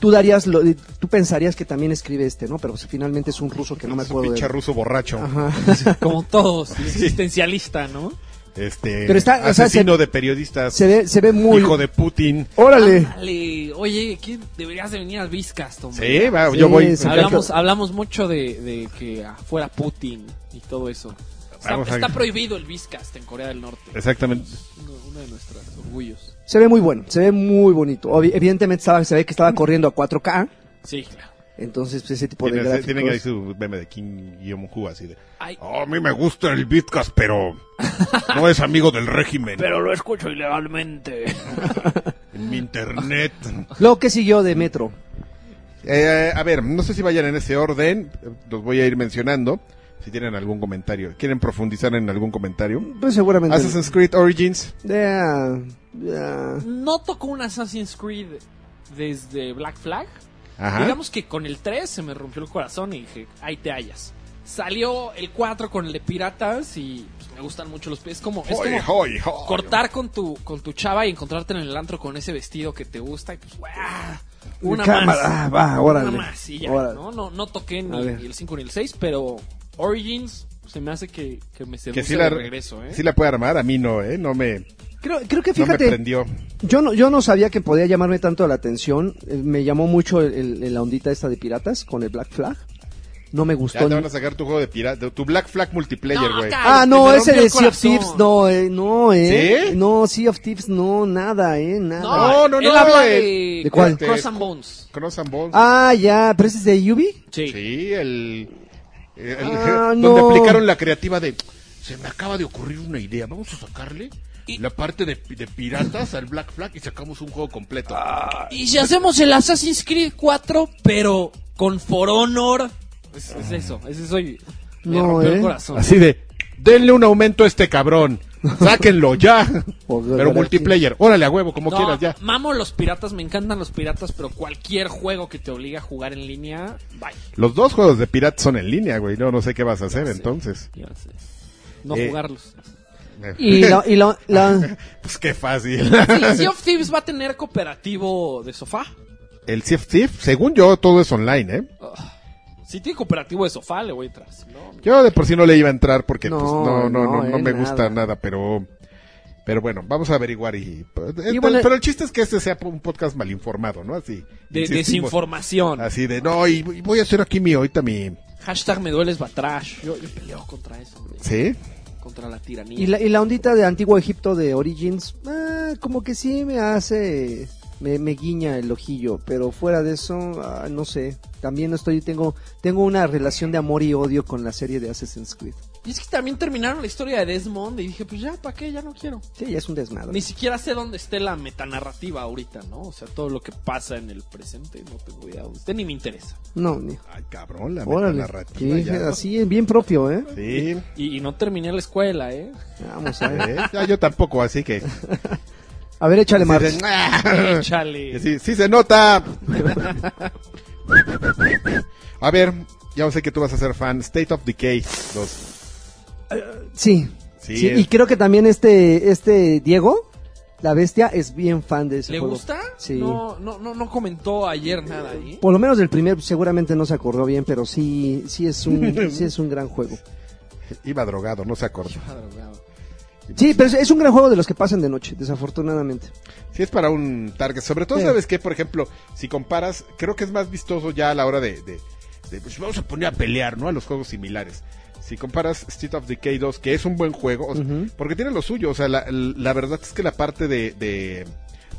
tú darías, lo, tú pensarías que también escribe este, ¿no? Pero finalmente es un ruso que no me
Es un
acuerdo
pinche
de...
ruso borracho.
Ajá.
Como todos, el existencialista, ¿no?
Este,
Pero está- o sea,
asesino
se-
de periodistas,
Se ve, se ve muy.
hijo de Ah. Putin.
¡Órale!
Dale, oye, ¿qué deberías de venir al Vizcast, hombre?
Sí, va,
Sí,
yo voy.
sí,
Hablamos, hablamos mucho de, de que fuera Putin y todo eso. Está,
Vamos a-
está prohibido el Vizcast en Corea del Norte.
Exactamente.
Uno, uno de nuestros orgullos.
Se ve muy bueno, se ve muy bonito. Obvi- evidentemente estaba, se ve que estaba corriendo a 4K.
Sí, claro.
Entonces, pues, ese tipo de
Tienen,
gráficos.
tienen ahí su meme de Kim Jong-un así de.
Ay,
Oh, a mí me gusta el Bitcast, pero no es amigo del régimen.
pero lo escucho ilegalmente.
En mi internet.
Luego, ¿qué siguió de Metro?
Eh, a ver, no sé si vayan en ese orden. eh, Los voy a ir mencionando. Si tienen algún comentario. ¿Quieren profundizar en algún comentario?
Pues seguramente.
Assassin's Creed Origins.
Ya, ya.
No tocó un Assassin's Creed desde Black Flag.
Ajá.
Digamos que con el 3 se me rompió el corazón y dije, ahí te hallas. Salió el 4 con el de piratas y pues, me gustan mucho los pies. Es como, es
Hoy,
como
hoy, hoy.
cortar con tu, con tu chava y encontrarte en el antro con ese vestido que te gusta y pues, ¡guau! Una
Cámara, ah,
más.
va, órale.
Una más y ya,
Órale.
¿no? No, no toqué
A
ni,
ver.
ni el 5 ni el 6, pero Origins se me hace que, que me seduce
Que sí la,
de regreso, ¿eh?
sí la puede armar. A mí no, ¿eh? No me,
Creo, creo que
no me
fíjate,
prendió.
yo, no, yo no sabía que podía llamarme tanto la atención. Eh, Me llamó mucho el- el- el- la ondita esta de piratas con el Black Flag. No me
Ya
gustó.
te
ni-
van a sacar tu juego de pirata. Tu Black Flag multiplayer,
No,
güey.
acá.
Ah,
Ay,
no,
me
ese
rompió
de
el
Sea of
corazón.
Thieves, no, eh, no, eh.
¿Sí?
No, Sea of Thieves, no, nada, eh, nada.
No, no,
él
no,
habla
el-
de,
eh, ¿De cuál?
Cross and Bones.
Cross and Bones.
Ah, ya, pero ese es de Ubi.
Sí.
Sí, el. el-
Ah,
donde
no.
aplicaron la creativa de.
Se me acaba de ocurrir una idea. Vamos a sacarle la parte de, de piratas al Black Flag y sacamos un juego completo.
Ah.
Y si hacemos el Assassin's Creed 4, pero con For Honor. Es, es eso, es eso. y Me
No,
rompió
¿eh?
el corazón.
Así de. Denle un aumento a este cabrón. Sáquenlo ya.
Por-
Pero multiplayer. Órale a huevo, como
No,
quieras ya.
Mamo los piratas, me encantan los piratas, pero cualquier juego que te obliga a jugar en línea, bye.
Los dos juegos de pirata son en línea, güey. No, no sé qué vas a hacer entonces.
Ya sé. No
Eh,
jugarlos.
Y la, y la, la-
Pues qué fácil.
Sí, sea of Thieves va a tener cooperativo de sofá.
El Sea of Thieves, según yo, todo es online, ¿eh?
Si tiene cooperativo de sofá, le voy a entrar. si no,
Yo de por sí no le iba a entrar porque pues,
No,
no, no, no,
no,
no,
eh,
me
nada.
gusta nada, pero pero bueno, vamos a averiguar y, eh, pero-
Y bueno-
pero el chiste es que este sea un podcast mal informado, ¿no? Así.
de
insistimos.
desinformación.
Así de, no, y, y voy a hacer aquí mi ahorita mi,
Hashtag me dueles batrash. Yo, yo peleo contra eso, hombre.
¿sí?
Contra la tiranía.
y la, y la ondita de Antiguo Egipto de Origins, ah, como que sí me hace, me, me guiña el ojillo, pero fuera de eso, ah, no sé. También estoy, tengo, tengo una relación de amor y odio con la serie de Assassin's Creed.
Y es que también terminaron la historia de Desmond y dije, pues ya, ¿para qué? Ya no quiero.
Sí, ya es un desmadre.
Ni siquiera sé dónde esté la metanarrativa ahorita, ¿no? O sea, todo lo que pasa en el presente, no tengo idea dónde esté, ni me interesa.
No, ni.
Ay, cabrón, la
Órale,
narrativa
sí,
ya.
así, bien propio, ¿eh?
Sí.
Y, y no terminé la escuela, ¿eh?
Vamos a ver.
¿eh? Ya yo tampoco, así que
A ver, échale, Marx.
Dicen, "Ah".
Échale.
Sí, sí se nota. A ver, ya sé que tú vas a ser fan. State of Decay 2.
Sí.
Sí,
Sí,
es-
y creo que también este, este Diego, la bestia, es bien fan de ese
¿Le
juego.
gusta?
Sí.
No, no, no, no comentó ayer nada, ¿eh?
Pues,
Por lo menos del primer seguramente no se acordó bien, pero sí, sí es un, sí es un gran juego.
Iba drogado, no se acuerda.
Sí, pero es- es un gran juego de los que pasan de noche, desafortunadamente.
Sí, es para un target. Sobre todo,
Sí.
¿sabes qué? Por ejemplo, si comparas, creo que es más vistoso ya a la hora de, de- de, pues, vamos a poner a pelear, ¿no? A los juegos similares. Si comparas State of Decay 2, que es un buen juego, o sea,
Ujú.
porque tiene lo suyo. O sea, la, la verdad es que la parte de, de,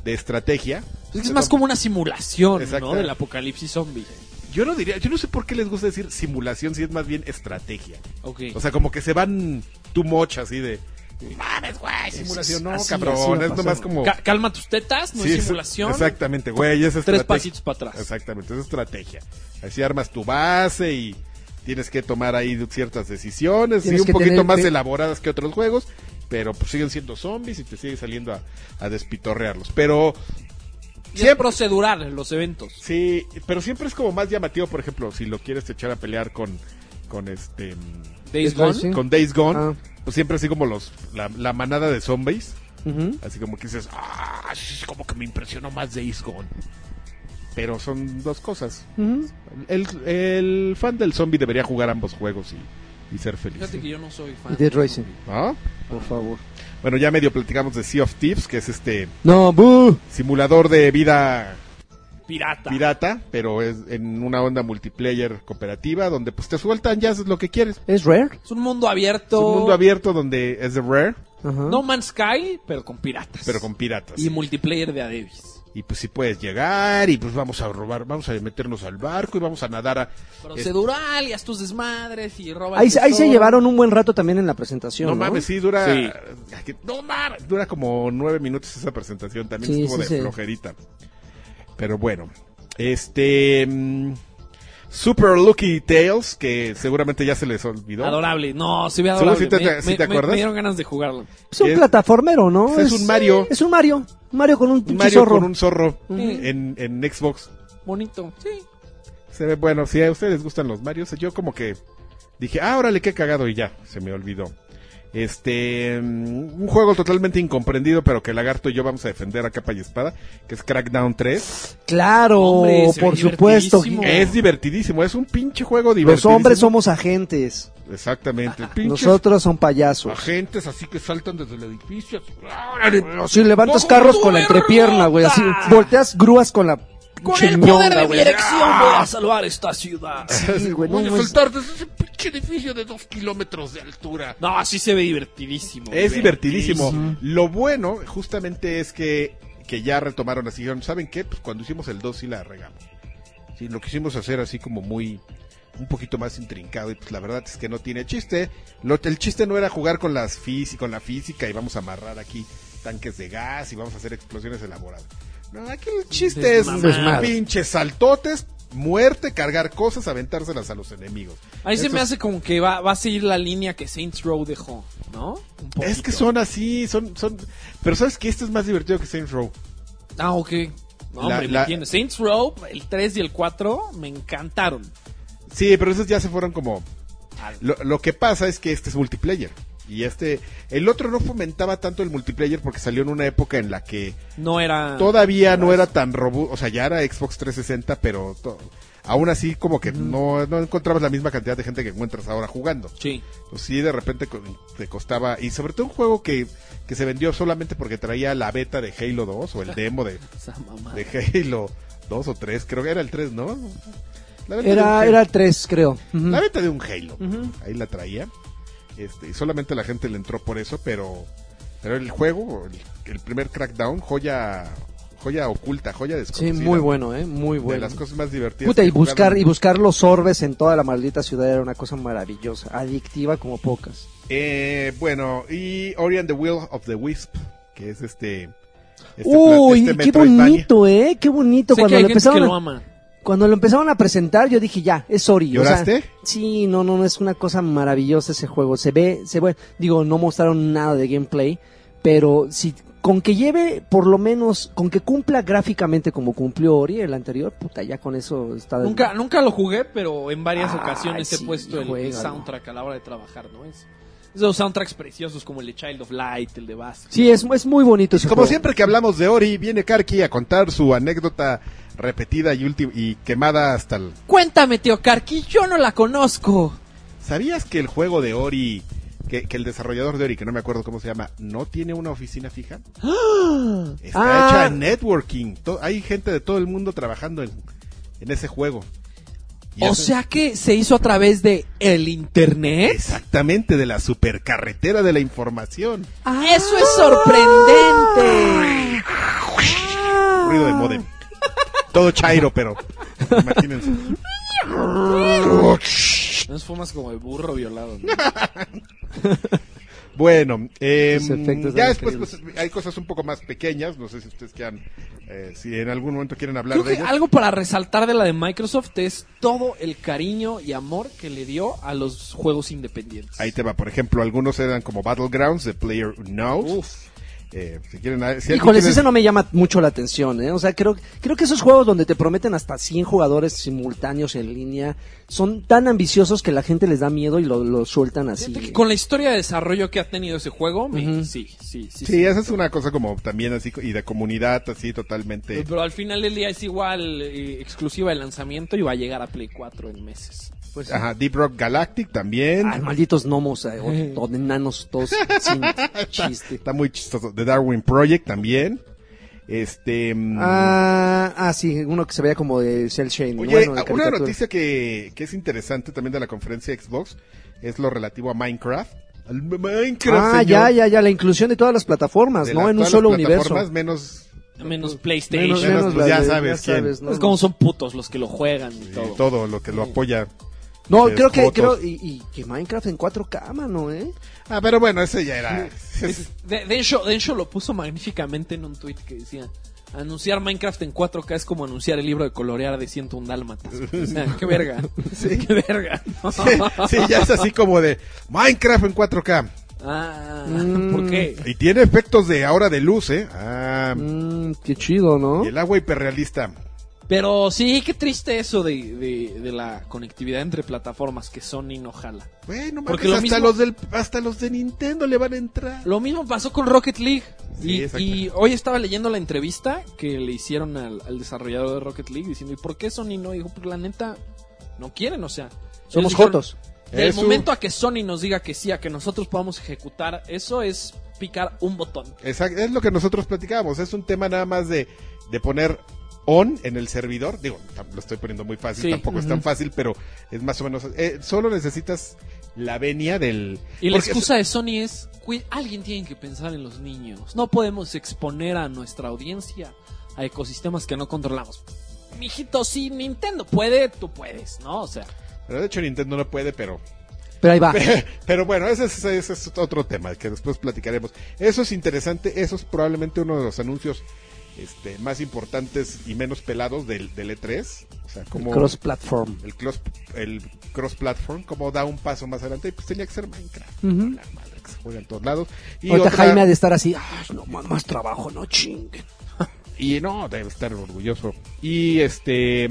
de estrategia.
Es que es más como una simulación,
Exacto.
¿no? Del apocalipsis zombie.
Yo no diría, yo no sé por qué les gusta decir simulación si es más bien estrategia.
Ok.
O sea, como que se van too much así de. Mames, güey, simulación. No,
así-
cabrón,
así va a
es nomás
pasar.
como.
Ca- calma tus tetas, no
Sí,
es
es-
simulación.
Exactamente, güey, es
Tres
estrategia.
pasitos para atrás.
Exactamente, es estrategia. Así armas tu base y tienes que tomar ahí ciertas decisiones, sí,
Tienes
un
que
poquito
tener-
más
te-
elaboradas que otros juegos, pero pues siguen siendo zombies y te sigue saliendo a, a despitorrearlos. Pero
Y es
siempre,
procedural en los eventos.
sí, pero siempre es como más llamativo, por ejemplo, si lo quieres echar a pelear con, con este, mm,
Days
Es verdad,
Gone.
sí.
con Days Gone,
Ah.
pues siempre así como los, la, la manada de zombies,
Ujú.
así como que dices, "Ah",
Ah, sí, como que me impresionó más de Gone.
pero son dos cosas.
Ujú.
El, el fan del zombie debería jugar ambos juegos y, y ser feliz.
Fíjate que yo no soy fan.
Dead Rising,
¿No?
por favor.
Bueno, ya medio platicamos de Sea of Thieves, que es este
No, bu.
simulador de vida
Pirata.
pirata, pero es en una onda multiplayer cooperativa donde pues te sueltan ya haces lo que quieres.
¿Es Rare?
Es un mundo abierto.
Es un mundo abierto donde es de Rare,
Ajá.
No Man's Sky, pero con piratas.
pero con piratas.
Y multiplayer de Adebis.
Y pues si puedes llegar y pues vamos a robar, vamos a meternos al barco y vamos a nadar a...
Procedural y haz tus desmadres y roba. el
Ahí, se- ahí se
tesoro.
llevaron un buen rato también en la presentación.
No
No,
mames, sí, dura...
Sí.
Ay, que- No mames, dura como nueve minutos esa presentación, también
Sí,
estuvo
sí,
de
sí.
flojerita. Pero bueno, este... mm, Super Lucky Tales, que seguramente ya se les olvidó.
Adorable. No, se ve
Seguro
adorable.
sí te-
me,
sí te
me-
acuerdas.
me dieron ganas de jugarlo.
Es un
Es-
plataformero, ¿no?
Es un Mario.
Es un Mario. Un Mario con un
Un
pinche
Mario
zorro.
con un zorro
Ujú.
en, en Xbox.
Bonito. Sí.
Se ve bueno, si a ustedes les gustan los Marios, yo como que dije, ah, órale, qué cagado y ya, se me olvidó. Este, mm, un juego totalmente incomprendido, pero que Lagarto y yo vamos a defender a capa y espada, que es Crackdown 3.
Claro,
Hombre, se ve
por supuesto.
divertidísimo.
Es divertidísimo, es un pinche juego
Los
divertido.
hombres somos agentes.
Exactamente,
Pinches
Nosotros son payasos.
agentes así que saltan desde el edificio. así,
Si levantas
¡Como
carros
tú
con la
me
entrepierna, güey. Así
rotas!
volteas grúas con la
Con el poder
chiñonga,
de mi
güey.
erección voy
Ah.
a salvar esta ciudad.
Sí, güey, no,
Voy a
es-
saltar desde ese pinche edificio de dos kilómetros de altura.
No, así se ve divertidísimo.
Es divertidísimo. Lo bueno, justamente, es que, que ya retomaron así. dijeron, ¿Saben qué? Pues cuando hicimos el 2 sí la regamos. Sí, lo quisimos hacer así como muy. Un poquito más intrincado. Y pues la verdad es que no tiene chiste. Lo- el chiste no era jugar con, las fis, con la física y vamos a amarrar aquí tanques de gas y vamos a hacer explosiones elaboradas. No, aquí el chiste es
Desmadre.
pinches saltotes, muerte, cargar cosas, aventárselas a los enemigos.
Ahí se
Eso
me
es-
hace como que va, va a seguir la línea que Saints Row dejó, ¿no? Un
Es que
poquito.
son así, son, son. Pero sabes que este es más divertido que Saints Row.
Ah, ok. No,
La-
hombre, me
la-
entiendes. Saints Row, el 3 y el 4, me encantaron.
Sí, pero esos ya se fueron como. Lo, lo que pasa es que este es multiplayer. Y este. El otro no fomentaba tanto el multiplayer porque salió en una época en la que
No era.
todavía no era tan robusto. O sea, ya era Xbox 360, pero to- aún así, como que no, no encontrabas la misma cantidad de gente que encuentras ahora jugando.
Sí.
Pues sí, de repente co- te costaba. Y sobre todo un juego que, que se vendió solamente porque traía la beta de Halo 2 o el demo de,
Esa mamá.
de Halo 2 o 3. Creo que era el 3, ¿no? La beta de un
Era,
Halo.
era el 3, creo. Ujú.
La venta de un Halo.
Ujú.
Ahí la traía. Este, y solamente la gente le entró por eso, pero, pero el juego, el, el primer crackdown, joya, joya oculta, joya
Sí,
desconocida.
muy bueno, eh. Muy
De
bueno.
las cosas más divertidas.
Puta,
que
y buscar,
jugaron.
y buscar los orbes en toda la maldita ciudad era una cosa maravillosa. Adictiva como pocas.
Eh, bueno, y Ori and the Will of the Wisp, que es este. este
Uy,
pla- este
qué
Metroidvania.
bonito, eh. Qué bonito.
Sé que
cuando
hay
lo
gente que
empezaron
lo
a-
ama.
Cuando lo empezaron a presentar, yo dije, ya, es Ori. o sea,
¿Lloraste?
sí, no, no, no, es una cosa maravillosa ese juego. Se ve, se ve, digo, no mostraron nada de gameplay, pero si, con que lleve, por lo menos, con que cumpla gráficamente como cumplió Ori el anterior, puta, ya con eso está...
Nunca, nunca lo jugué, pero en varias
Ay,
ocasiones
sí,
he puesto el, el
juégalo.
soundtrack a la hora de trabajar, ¿no? Es, esos soundtracks preciosos como el de Child of Light, el de Basque.
Sí, es, es muy bonito ese
Como
juego.
siempre que hablamos de Ori, viene Karki a contar su anécdota repetida y, ulti- y quemada hasta el,
Cuéntame, tío Carqui, yo no la conozco.
¿Sabías que el juego de Ori, que, que el desarrollador de Ori, que no me acuerdo cómo se llama, no tiene una oficina fija? Está
Ah.
hecha en networking. To- hay gente de todo el mundo trabajando en, en ese juego. Y
O
hacen-
sea que se hizo a través de el internet.
Exactamente, de la supercarretera de la información.
Eso es sorprendente.
Ruido de modem. Todo chairo, pero imagínense.
No es fumas como el burro violado.
Bueno, eh,
Sus efectos
ya
eran
después pues, hay cosas un poco más pequeñas. No sé si ustedes quieran, eh, si en algún momento quieren hablar
Creo
de
que
ellas.
algo para resaltar de la de Microsoft es todo el cariño y amor que le dio a los juegos independientes.
Ahí te va, por ejemplo, algunos eran como Battlegrounds de Player Now.
Uf.
si quieren, ah, si alguien
Híjoles,
quiere-
ese no me llama mucho la atención, ¿eh? O sea, creo, creo que esos juegos donde te prometen hasta 100 jugadores simultáneos en línea son tan ambiciosos que la gente les da miedo y lo, lo sueltan así.
Fíjate que con la historia de desarrollo que ha tenido ese juego, me-
Ujú.
sí, sí, sí.
Sí, esa es una cosa como también así, y de comunidad, así
Pues,
totalmente.
Pero al final del día es igual eh, exclusiva de lanzamiento y va a llegar a Play 4 en meses.
Pues sí.
Ajá, Deep Rock Galactic también.
Ah,
Ay, malditos gnomos, eh, o, o de enanos todos sin chiste.
Está muy chistoso. The Darwin Project también. Este. mm,
Ah, ah, sí, uno que se veía como de Cell Shane.
Oye,
bueno, de
una
caricatura.
noticia que, que es interesante también de la conferencia Xbox es lo relativo a Minecraft. Al Minecraft.
Ah,
señor.
ya, ya, ya, la inclusión de todas las plataformas,
De
¿no?
las-
en un
todas
solo
las
universo.
plataformas, Menos
Menos
Menos-
PlayStation.
menos,
menos
pues,
la
ya
de-
sabes quién.
¿no?
Es como son putos los que lo juegan y
eh,
todo.
todo. lo que lo apoya.
No,
Eh,
creo que,
fotos.
creo, y, y que Minecraft en 4K, mano, ¿eh?
Ah, pero bueno, ese ya era.
Es- de, Densho, Densho lo puso magníficamente en un tweet que decía: Anunciar Minecraft en 4K es como anunciar el libro de colorear de 101 Dálmatas. O sea, qué verga. Qué verga. ¿no?
sí, ya es así como de Minecraft en 4K.
Ah,
Mm.
¿por qué?
Y tiene efectos de ahora de luz, ¿eh? Ah,
Mm, qué chido, ¿no?
y el agua hiperrealista.
Pero sí, qué triste eso de, de- de la conectividad entre plataformas que Sony no jala.
Bueno,
Porque
mames,
lo
hasta,
mismo-
los del, hasta los de Nintendo le van a entrar.
Lo mismo pasó con Rocket League.
Sí,
Y-
exacto.
y, hoy estaba leyendo la entrevista que le hicieron al, al desarrollador de Rocket League diciendo, ¿y por qué Sony no? Dijo, pues la neta, no quieren, o sea.
Somos
ellos dijeron,
jotos.
Del
Es un-
momento a que Sony nos diga que sí, a que nosotros podamos ejecutar, eso es picar un botón.
Exacto, es lo que nosotros platicábamos. Es un tema nada más de, de poner on en el servidor. Digo, tam- lo estoy poniendo muy fácil,
Sí.
tampoco es tan fácil, pero es más o menos. eh, solo necesitas la venia del.
Y la
porque-
excusa de Sony es, "Cui- alguien tiene que pensar en los niños. No podemos exponer a nuestra audiencia a ecosistemas que no controlamos. Mijito, sí, Nintendo puede, tú puedes, ¿no? O sea,
Pero de hecho, Nintendo no puede, pero.
Pero ahí va.
Pero bueno, ese es, ese es otro tema que después platicaremos. Eso es interesante, eso es probablemente uno de los anuncios este, más importantes y menos pelados del, del E3. O sea, como
Cross platform.
el cross el cross platform, como da un paso más adelante, y pues tenía que ser Minecraft. La madre pues, que se juega en todos lados. Y
Ahorita
otra-
Jaime ha de estar así, "Ay, no, más, más trabajo, no chinguen.
Y no, debe estar orgulloso. Y este.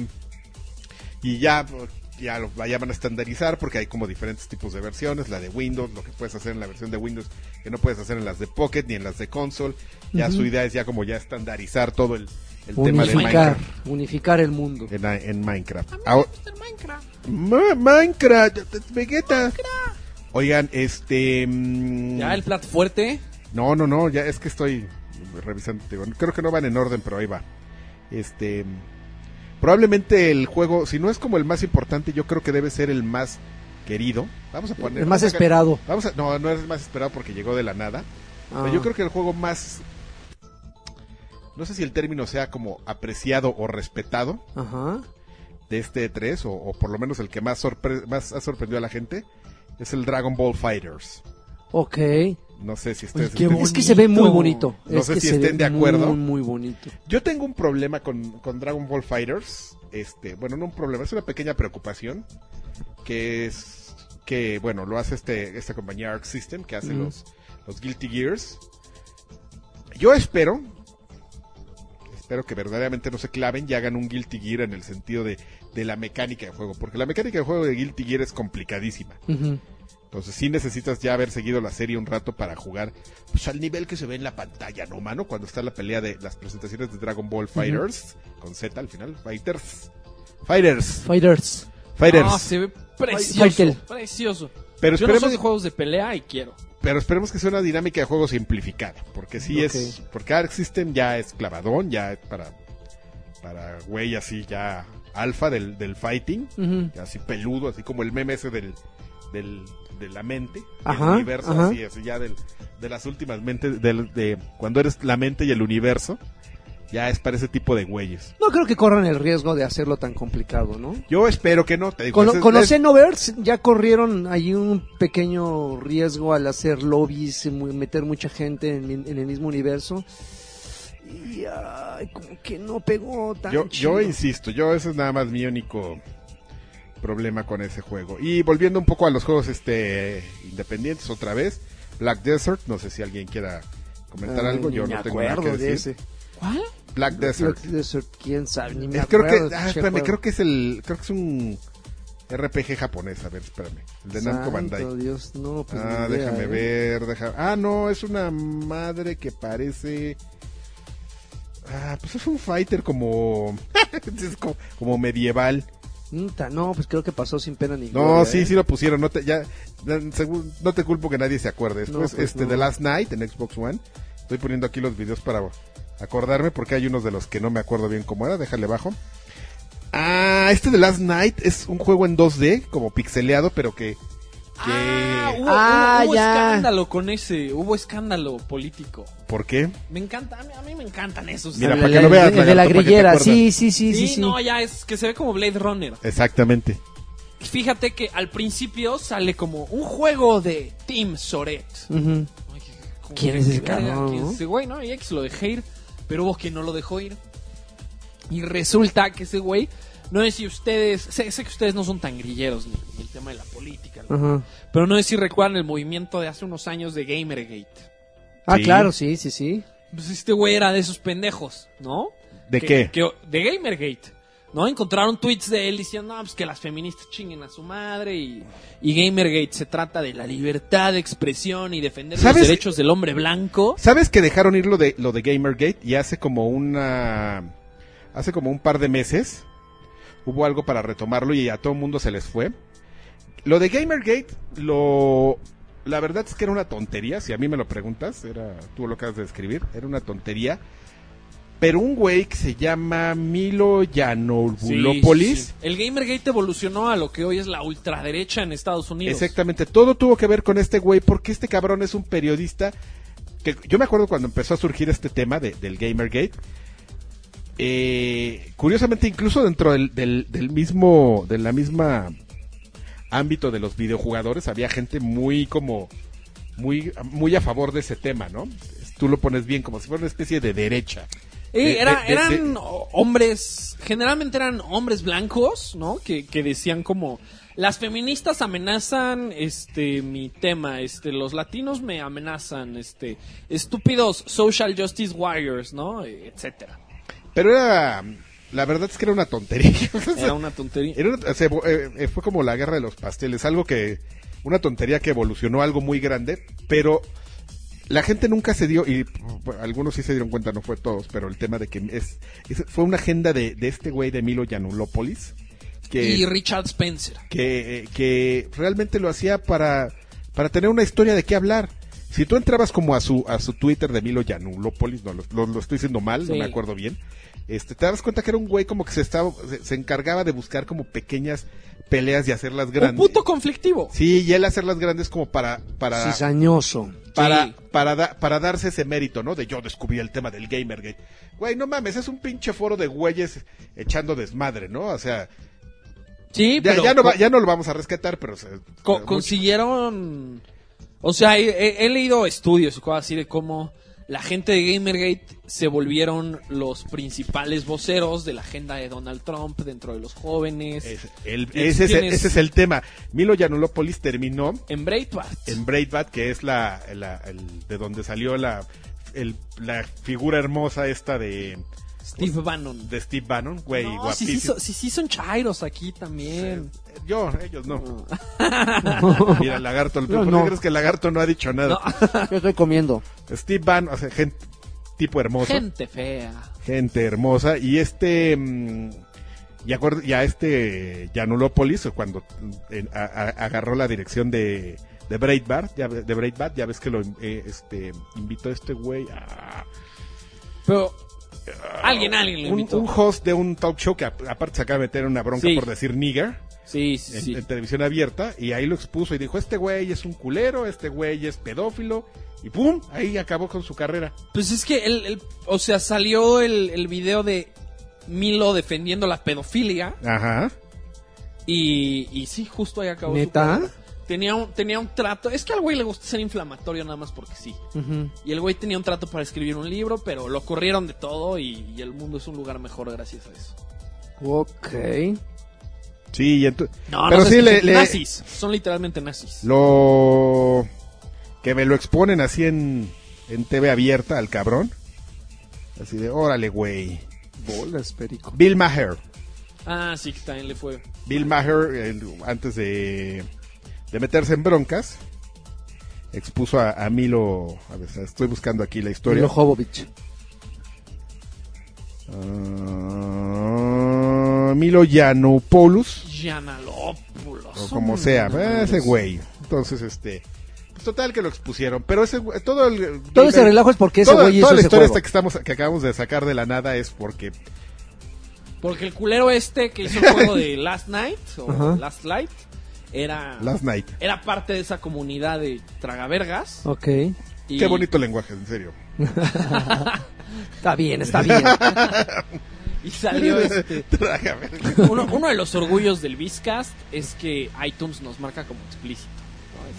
Y ya, pues, ya, lo, ya van a estandarizar porque hay como diferentes tipos de versiones. La de Windows, lo que puedes hacer en la versión de Windows que no puedes hacer en las de Pocket ni en las de console. Ya su idea es ya como ya estandarizar todo el, el tema de
Unificar,
Minecraft.
unificar el mundo.
En, en Minecraft.
me
Ahora-
gusta el Minecraft.
Ma- Minecraft, Vegeta. Oigan, este. mm,
Ya, el plat fuerte.
No, no, no, ya es que estoy revisando. digo, creo que no van en orden, pero ahí va. Este. Probablemente el juego, si no es como el más importante, yo creo que debe ser el más querido. Vamos a poner.
El más
vamos a sacar-
esperado.
Vamos a, no, no es el más esperado porque llegó de la nada. Pero
Ah.
yo creo que el juego más. No sé si el término sea como apreciado o respetado
Ah, Ajá.
de este E3, o, o por lo menos el que más, sorpre- más ha sorprendido a la gente, es el Dragon Ball Fighters.
Ok.
No sé si ustedes...
qué
ustedes-
bonito.
Es que se ve muy bonito.
No
Es
sé
que
si
se
estén
ve
de acuerdo.
Muy, muy bonito.
Yo tengo un problema con, con Dragon Ball Fighters. Este, bueno, no un problema, es una pequeña preocupación. Que es que, bueno, lo hace este, esta compañía Arc System, que hace
Ujú.
los, los Guilty Gears. Yo espero. Espero que verdaderamente no se claven y hagan un Guilty Gear en el sentido de, de la mecánica de juego. Porque la mecánica de juego de Guilty Gear es complicadísima.
Ujú.
Entonces sí necesitas ya haber seguido la serie un rato para jugar pues, al nivel que se ve en la pantalla, ¿no, mano? Cuando está la pelea de las presentaciones de Dragon Ball Fighters, con Z al final, Fighters. Fighters.
Fighters.
Fighters.
Ah, se ve
Fight-
precioso.
Fightel.
Precioso.
pero,
Yo no soy
esperemos,
de juegos de pelea y quiero.
pero esperemos que sea una dinámica de juego simplificada, porque sí es... Porque Arc System ya es clavadón, ya es para... Para güey así ya alfa del, del fighting,
Ujú.
así peludo, así como el meme ese del, del, de la mente,
Ajá,
el universo,
ajá.
así, así ya del, de las últimas mentes, del, de cuando eres la mente y el universo, ya es para ese tipo de güeyes.
No creo que corran el riesgo de hacerlo tan complicado, ¿no?
Yo espero que no, te digo.
Con, lo-
ese es-
con los
es-
Xenoverse ya corrieron ahí un pequeño riesgo al hacer lobbies, y mu- meter mucha gente en, mi- en el mismo universo. Y ay, como que no pegó tan
yo,
chido.
yo insisto, yo ese es nada más mi único problema con ese juego. Y volviendo un poco a los juegos este independientes otra vez, Black Desert, no sé si alguien quiera comentar
Ay,
algo, yo
ni
no
me
tengo nada que
acuerdo de
decir.
ese.
¿Cuál?
Black Desert.
Black Desert, quién sabe, ni me
Es- creo
acuerdo
que,
de
ah,
ese
espérame,
juego.
creo que es el, creo que es un RPG japonés, a ver, espérame, el de Namco
Santo
Bandai.
Dios, no, pues
Ah,
ni idea,
déjame
¿eh?
ver, déjame, ah, no, es una madre que parece, ah, pues es un fighter como, es como, como medieval,
Nta, No, pues creo que pasó sin pena ni
No,
gloria,
sí,
¿eh?
sí lo pusieron. No te, ya, ya, según- no te culpo que nadie se acuerde.
No,
Después,
pues
este,
no.
The Last Night en Xbox One. Estoy poniendo aquí los videos para acordarme porque hay unos de los que no me acuerdo bien cómo era. Déjale bajo. Ah, este The Last Night es un juego en 2D, como pixeleado, pero que. que-
Ah, hubo,
Ah,
hubo- hubo
ya.
escándalo con ese, hubo escándalo político.
¿Por qué?
Me encanta, a mí, a mí me encantan esos.
Mira,
El-
para que
el-
lo veas,
el de
lagarto,
la
para que te
grillera,
acuerdes.
sí, sí, sí, sí,
sí,
sí.
no, ya es que se ve como Blade Runner.
Exactamente.
Fíjate que al principio sale como un juego de Team Soret.
Ujú.
Ay, que- como
¿Quién
que-
es ese
que verga,
cabrón,
¿Quién es
no?
ese güey, no? Y X lo dejé ir, pero vos que no lo dejó ir. Y resulta que ese güey, no es si ustedes, sé, sé que ustedes no son tan grilleros ni, ni el tema de la política, ¿no?
Ajá.
pero no es si recuerdan el movimiento de hace unos años de Gamergate.
Ah,
Sí.
claro, sí, sí, sí.
Pues este güey era de esos pendejos, ¿no?
¿De qué?
Que- que- de Gamergate. ¿No? Encontraron tweets de él diciendo, "Ah, pues que las feministas chinguen a su madre y, y Gamergate se trata de la libertad de expresión y defender
¿Sabes?
los derechos del hombre blanco.
¿Sabes que dejaron ir lo de lo de Gamergate y hace como una hace como un par de meses hubo algo para retomarlo y a todo el mundo se les fue. Lo de Gamergate lo la verdad es que era una tontería, si a mí me lo preguntas, era tú lo acabas de describir, era una tontería. Pero un güey que se llama Milo Yiannopoulos
Sí, sí. El Gamergate evolucionó a lo que hoy es la ultraderecha en Estados Unidos.
Exactamente, todo tuvo que ver con este güey, porque este cabrón es un periodista que yo me acuerdo cuando empezó a surgir este tema de- del Gamergate. eh, curiosamente, incluso dentro del, del- del mismo, de la misma ámbito de los videojugadores, había gente muy como muy, muy a favor de ese tema, ¿no? Tú lo pones bien, como si fuera una especie de derecha.
Eh,
De-
era-
de- de-
eran
de-
oh, hombres, generalmente eran hombres blancos, ¿no? Que, que decían como, las feministas amenazan, este, mi tema, este, los latinos me amenazan, este, estúpidos social justice warriors, ¿no? Eh, Etcétera.
Pero era, la verdad es que era una tontería. O sea,
Era una tontería.
Era una- se- eh, eh, fue como la guerra de los pasteles, algo que, una tontería que evolucionó a algo muy grande, pero la gente nunca se dio, y bueno, algunos sí se dieron cuenta, no fue todos, pero el tema de que es, es- fue una agenda de, de este güey de Milo Yanulópolis,
Y
que,
Richard Spencer.
que, que realmente lo hacía para, para tener una historia de qué hablar. Si tú entrabas como a su, a su Twitter de Milo Yanulópolis, no, lo, lo- lo estoy diciendo mal, no
Sí.
me acuerdo bien, este, te das cuenta que era un güey como que se estaba, se, se encargaba de buscar como pequeñas peleas y hacerlas
Un
grandes.
puto conflictivo.
Sí, y él hacerlas grandes como para, para,
Cizañoso.
para,
Sí.
para, da- para darse ese mérito, ¿no? De yo descubrí el tema del Gamergate. Güey, no mames, es un pinche foro de güeyes echando desmadre, ¿no? O sea,
Sí,
ya,
pero
ya no, va-
co-
ya no lo vamos a rescatar, pero... o sea,
co-
mucho-
consiguieron... O sea, he, he- he leído estudios y cosas así de cómo la gente de Gamergate se volvieron los principales voceros de la agenda de Donald Trump dentro de los jóvenes.
es- el-
Y
ese, es-
tienes-
ese es el tema. Milo Yanulopoulos terminó
En Breitbart.
en Breitbart, que es la, la- el- de donde salió la, el- la figura hermosa esta de,
Steve Bannon.
de Steve Bannon, güey,
No, sí,
guapísimo.
sí, son- sí, sí son chairos aquí también.
Yo, ellos no. Mira, Lagarto, ¿por qué
no.
crees que Lagarto no ha dicho nada?
Yo estoy comiendo.
Steve Bannon, o sea, gente, tipo hermoso, gente,
Gente fea.
hermosa, y este... mm, Y, acuer- y a este Yanulopoulos, cuando mm, en- a- a- agarró la dirección de, de Breitbart, ya, ve- de Breitbart, ya ves que lo eh, este, invitó este güey a...
Pero alguien, alguien lo
Ah, un,
invitó.
un host de un talk show que a- aparte se acaba de meter en una bronca
Sí.
por decir nigger
Sí, sí,
en,
sí.
en televisión abierta y ahí lo expuso y dijo, este güey es un culero, este güey es pedófilo y ¡pum! Ahí acabó con su carrera.
Pues es que, el, el- o sea, salió el, el video de Milo defendiendo la pedofilia
Ajá.
y, y sí, justo ahí acabó. su
¿Neta?
carrera. Tenía un, tenía un trato. Es que al güey le gusta ser inflamatorio nada más porque sí.
Ujú.
Y el güey tenía un trato para escribir un libro, pero lo corrieron de todo y, y el mundo es un lugar mejor gracias a eso.
Ok.
Sí, y entonces...
No,
Pero
no seas
sí, le-
estúpido.
le-
nazis. Son literalmente nazis.
Lo... Que me lo exponen así en, en TV abierta al cabrón. Así de, órale, güey.
Bolas, perico.
Bill Maher.
Ah, sí, que también le fue.
Bill Maher, el- antes de, de meterse en broncas, expuso a, a Milo... A ver, estoy buscando aquí la historia.
Milo Jovovich.
Ah, Milo, Camilo Yanopoulos.
Gianalopoulos.
o como sea, eh, ese güey. Entonces, este, pues, total que lo expusieron, pero ese güey- todo el
Todo ese relajo es porque ese
toda-
güey hizo
toda la
ese
historia
juego.
esta que estamos que acabamos de sacar de la nada es porque
Porque el culero este que hizo el juego de Last Night o
Ajá.
Last Light era,
Last Night.
era parte de esa comunidad de tragavergas.
Ok.
y-
Qué bonito lenguaje, en serio.
Está bien, está bien.
Y salió este.
Trágame.
Uno, uno de los orgullos del Vizcast es que iTunes nos marca como explícito.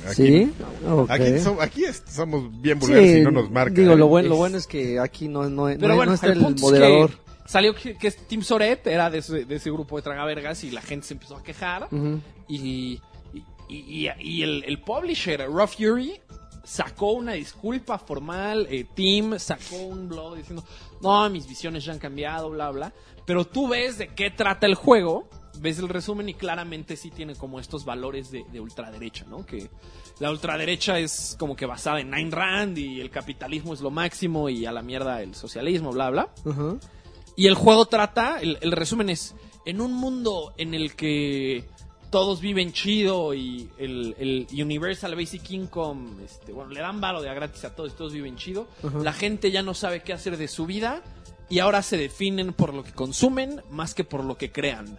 Aquí-
¿Sí? Ok.
Aquí, som- aquí es- somos bien
Sí,
vulgares y no nos marca.
Digo,
¿eh?
lo bueno, lo bueno es que aquí no, no,
Pero
no-
bueno,
no está
el
el,
punto es
moderador.
que salió que, que Tim Soret era de ese, de ese grupo de tragavergas y la gente se empezó a quejar.
Ujú.
Y, y- y- y el, el publisher, Raw Fury, sacó una disculpa formal. eh, Tim sacó un blog diciendo, no, mis visiones ya han cambiado, bla, bla. Pero tú ves de qué trata el juego, ves el resumen y claramente sí tiene como estos valores de, de ultraderecha, ¿no? Que la ultraderecha es como que basada en Nine Rand y el capitalismo es lo máximo y a la mierda el socialismo, bla, bla.
Ujú.
Y el juego trata, el, el resumen es, en un mundo en el que todos viven chido y el, el Universal Basic Income, este, bueno, le dan varo de a gratis a todos y todos viven chido, la gente ya no sabe qué hacer de su vida y ahora se definen por lo que consumen más que por lo que crean.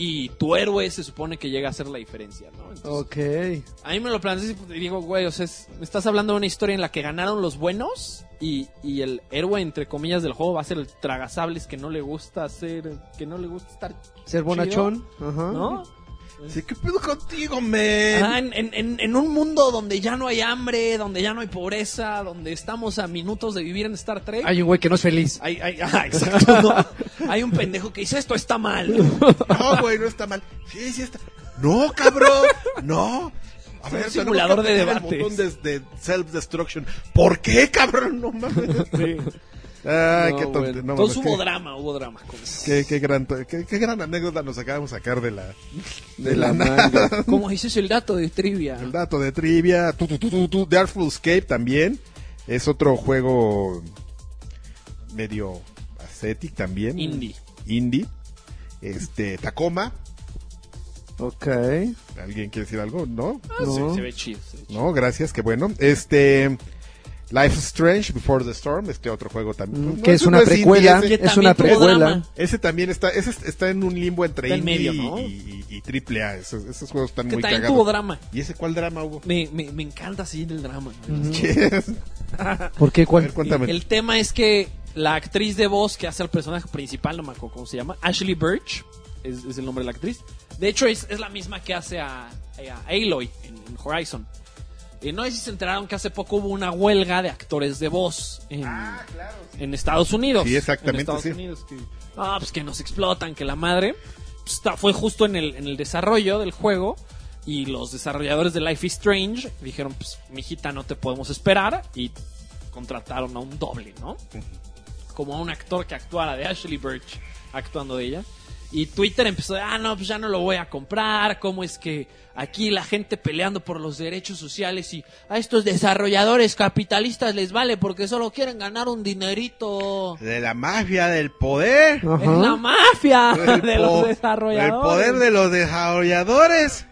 Y tu héroe se supone que llega a ser la diferencia, ¿no? Entonces,
Ok.
a mí me lo planteé y pues, digo, güey, o sea, es- me estás hablando de una historia en la que ganaron los buenos y, y el héroe, entre comillas, del juego va a ser el tragasables que no le gusta hacer, que no le gusta estar,
Ser bonachón. Ajá.
¿no?
Sí, ¿qué pedo contigo, men?
Ah, en, en- en- en un mundo donde ya no hay hambre, donde ya no hay pobreza, donde estamos a minutos de vivir en Star Trek.
Hay un güey que no es feliz.
Hay, hay- ah, exacto, ¿no? Hay un pendejo que dice, esto está mal.
No, güey, no está mal. Sí, sí está. No, cabrón. No. A
un
tenemos
simulador
que
de
apretar El
debates.
botón de, de self-destruction. ¿Por qué, cabrón? No mames. Ay,
No,
qué tonto.
bueno.
No, mames,
Entonces hubo
qué-
drama, hubo drama con eso.
qué, qué gran, qué, qué gran anécdota nos acabamos de sacar de la, de la, nada.
manga.
Como dices el dato de trivia.
El dato de trivia. Tu, tu, tu, tu, tu, The Artful Escape también. Es otro juego medio ascetic también.
Indie.
Indie. Este, Tacoma.
Ok.
¿Alguien quiere decir algo? ¿No?
Ah, sí,
No.
se ve chido, se ve chido.
No, gracias, qué bueno. Este. Life is Strange Before the Storm, este otro juego también.
Mm,
Pues no,
que es
ese
una
no
precuela.
indie, ese,
Es una
También tuvo
precuela.
drama.
ese también está ese es- está en un limbo entre
Está en
indie
medio,
y-
¿no?
y, y triple A. Esos, esos juegos están
Que
muy
también
cagados.
tuvo drama.
¿Y ese cuál drama hubo?
Me, me, me encanta seguir el drama.
¿Qué es?
¿Por qué?
A
¿Cuál?
ver, cuéntame.
El tema es que la actriz de voz que hace al personaje principal, no me acuerdo cómo se llama, Ashley Birch, es, es el nombre de la actriz. De hecho, es, es la misma que hace a, a Aloy en, en Horizon. Eh, no sé si se enteraron que hace poco hubo una huelga de actores de voz en,
Ah,
en Estados Unidos.
Sí, exactamente,
En Estados
sí.
Unidos, que, ah, pues que nos explotan, que la madre. Pues está- fue justo en el, en el desarrollo del juego. Y los desarrolladores de Life is Strange dijeron: Pues, mijita, no te podemos esperar. Y contrataron a un doble, ¿no? Como a un actor que actuara de Ashley Birch actuando de ella. Y Twitter empezó, ah, no, pues ya no lo voy a comprar, cómo es que aquí la gente peleando por los derechos sociales y a estos desarrolladores capitalistas les vale porque solo quieren ganar un dinerito.
De la mafia del poder.
Ajá.
Es la mafia
Del
de
po-
los
del
desarrolladores.
poder de los desarrolladores.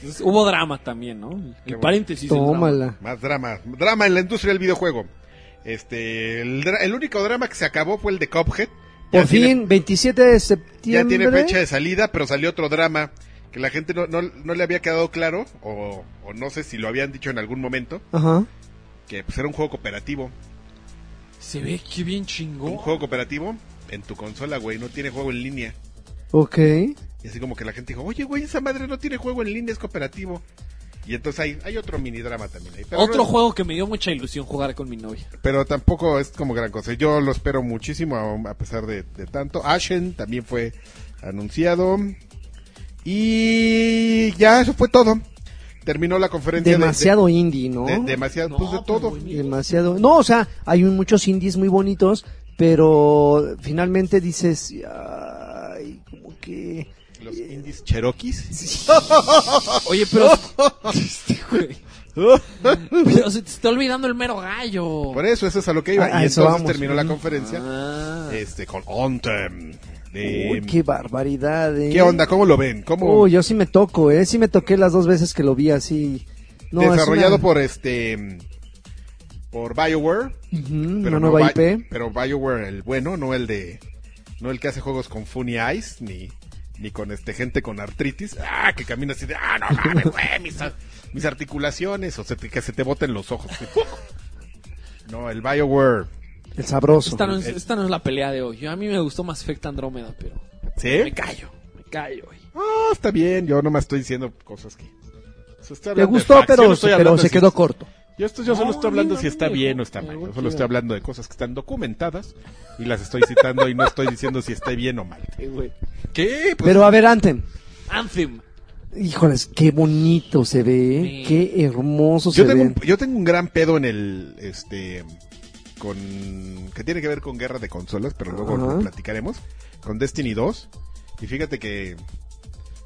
Entonces, hubo drama también, ¿no? El
bueno.
paréntesis. del drama.
Tómala.
Más drama. Drama en la industria del videojuego. Este, el, dra- el único drama que se acabó fue el de Cophead.
Por fin, 27 de septiembre.
ya tiene fecha de salida, pero salió otro drama que la gente no, no, no le había quedado claro, o, o no sé si lo habían dicho en algún momento,
Ajá.
que pues, era un juego cooperativo.
Se ve que bien
Un
chingón.
juego cooperativo en tu consola, güey, no tiene juego en línea.
Ok.
Y así como que la gente dijo, oye, güey, esa madre no tiene juego en línea, es cooperativo. Y entonces hay, hay otro mini drama también ahí. Pero
Otro
no-
juego que me dio mucha ilusión jugar con mi novia.
Pero tampoco es como gran cosa. Yo lo espero muchísimo, a, a pesar de, de tanto. Ashen también fue anunciado. Y ya, eso fue todo. Terminó la conferencia. de- de-
Demasiado indie, ¿no?
de- demasiado,
No,
pues de
pero
todo.
buenísimo.
Demasiado. No, o sea, hay un- muchos indies muy bonitos, pero finalmente dices, ay, como que...
Los indies cherokees.
Oye, pero. Este güey. pero se te está olvidando el mero gallo.
Por eso, eso es a lo que iba.
Ah,
y
a
entonces
eso vamos.
terminó la
Ujú.
conferencia
Ah.
este con Anthem. de-
Uy, qué barbaridad. eh.
¿Qué onda? ¿Cómo lo ven? ¿Cómo
Uy, yo sí me toco, ¿eh? Sí me toqué las dos veces que lo vi así. No, es
desarrollado
una-
por este por BioWare,
Ujú,
pero
una
no
nueva
Bi-
IP.
pero BioWare el bueno, no el de no el que hace juegos con Funny Eyes ni ni con este gente con artritis, ah, que camina así de, ah, no mames, güey, mis, ar- mis articulaciones o se te- que se te boten los ojos. No, el BioWare.
El sabroso.
Esta no, es, esta no es la pelea de hoy. Yo- a mí me gustó Mass Effect Andrómeda, pero me
¿Sí?
callo, me callo. güey.
Ah, está bien, yo nomás estoy diciendo cosas que se está hablando
Me
de Pues
gustó,
facts, yo no
pero,
estoy
pero
hablando
se
de si-
quedó corto.
Yo, esto, yo solo
No,
estoy
a mí
hablando
no
si
me
está
dijo.
bien o está
Me
mal. Yo
gusta.
solo estoy hablando de cosas que están documentadas y las estoy citando y no estoy diciendo si está bien o mal.
Eh, güey.
¿Qué? Pues,
Pero a ver, Anthem.
Anthem.
Híjoles, qué bonito se ve, ¿eh?
Sí.
qué hermoso
yo,
se
tengo
ve.
un, yo tengo un gran pedo en el. Este. Con. Que tiene que ver con guerra de consolas, pero luego
Ajá.
lo platicaremos. Con Destiny 2. Y fíjate que.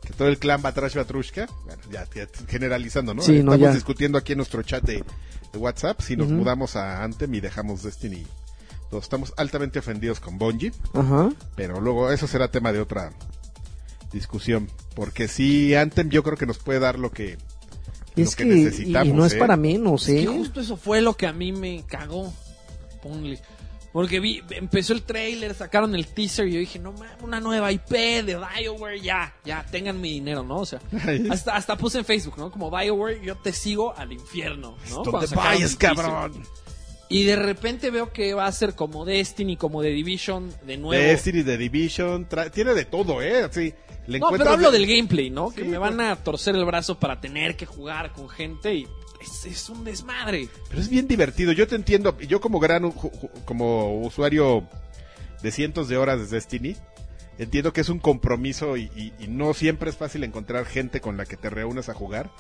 Que todo el clan Batrash Batrushka. Bueno, ya, ya generalizando, ¿no?
Sí, no,
Estamos
ya.
discutiendo aquí en nuestro chat de, de WhatsApp si nos
Ujú.
mudamos a Anthem y dejamos Destiny 2. Estamos altamente ofendidos con Bungie.
Ajá.
Pero luego eso será tema de otra discusión. Porque sí, Anthem yo creo que nos puede dar lo que, lo
Es
que
que, y,
necesitamos.
y no es
¿eh?
para menos,
Es
¿eh?
que justo eso fue lo que a mí me cagó. Ponle. Porque vi, empezó el trailer, sacaron el teaser y yo dije, no mames, una nueva IP de Bioware, ya, ya, tengan mi dinero, ¿no? O sea, hasta, hasta puse en Facebook, ¿no? Como Bioware, yo te sigo al infierno, ¿no?
Donde
Cuando sacaron
vayas,
el teaser.
cabrón.
Y de repente veo que va a ser como Destiny, como The Division, de nuevo.
Destiny, The Division, tra- tiene de todo, ¿eh? Sí, le
no, pero
encuentras
hablo
de-
del gameplay, ¿no? que
Sí,
me van a torcer el brazo para tener que jugar con gente y es, es un desmadre.
Pero es bien divertido, yo te entiendo. Yo como gran, u- ju- ju- como usuario de cientos de horas de Destiny, entiendo que es un compromiso y, y- y no siempre es fácil encontrar gente con la que te reúnas a jugar.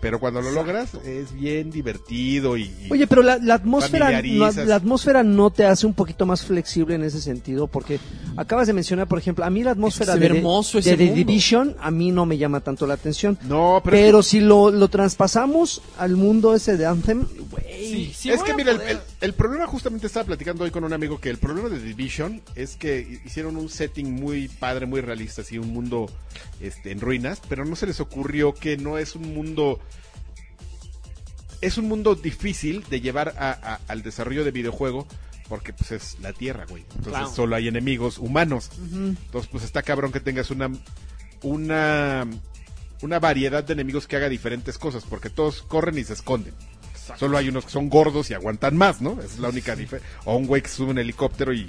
Pero cuando lo logras, es bien divertido y... y-
Oye, pero la, la atmósfera, la,
Familiarizas.
la atmósfera no te hace un poquito más flexible en ese sentido, porque acabas de mencionar, por ejemplo, a mí la atmósfera
se
de,
ve hermoso
de,
ese
de The
mundo.
Division a mí no me llama tanto la atención.
no, pero,
Pero,
es que-
si lo, lo traspasamos al mundo ese de Anthem, güey,
Sí, sí
es
voy
que
a
mira, el,
poder-
el- el problema justamente estaba platicando hoy con un amigo que el problema de Division es que hi- hicieron un setting muy padre, muy realista, así un mundo este, en ruinas, pero no se les ocurrió que no es un mundo... Es un mundo difícil de llevar a- a- al desarrollo de videojuego porque pues es la tierra, güey. Entonces
Claro.
solo hay enemigos humanos.
Ujú.
Entonces, pues está cabrón que tengas una una una variedad de enemigos que haga diferentes cosas, porque todos corren y se esconden. Solo hay unos que son gordos y aguantan más, ¿no? Esa es la única diferencia. O un güey que sube un helicóptero y, y,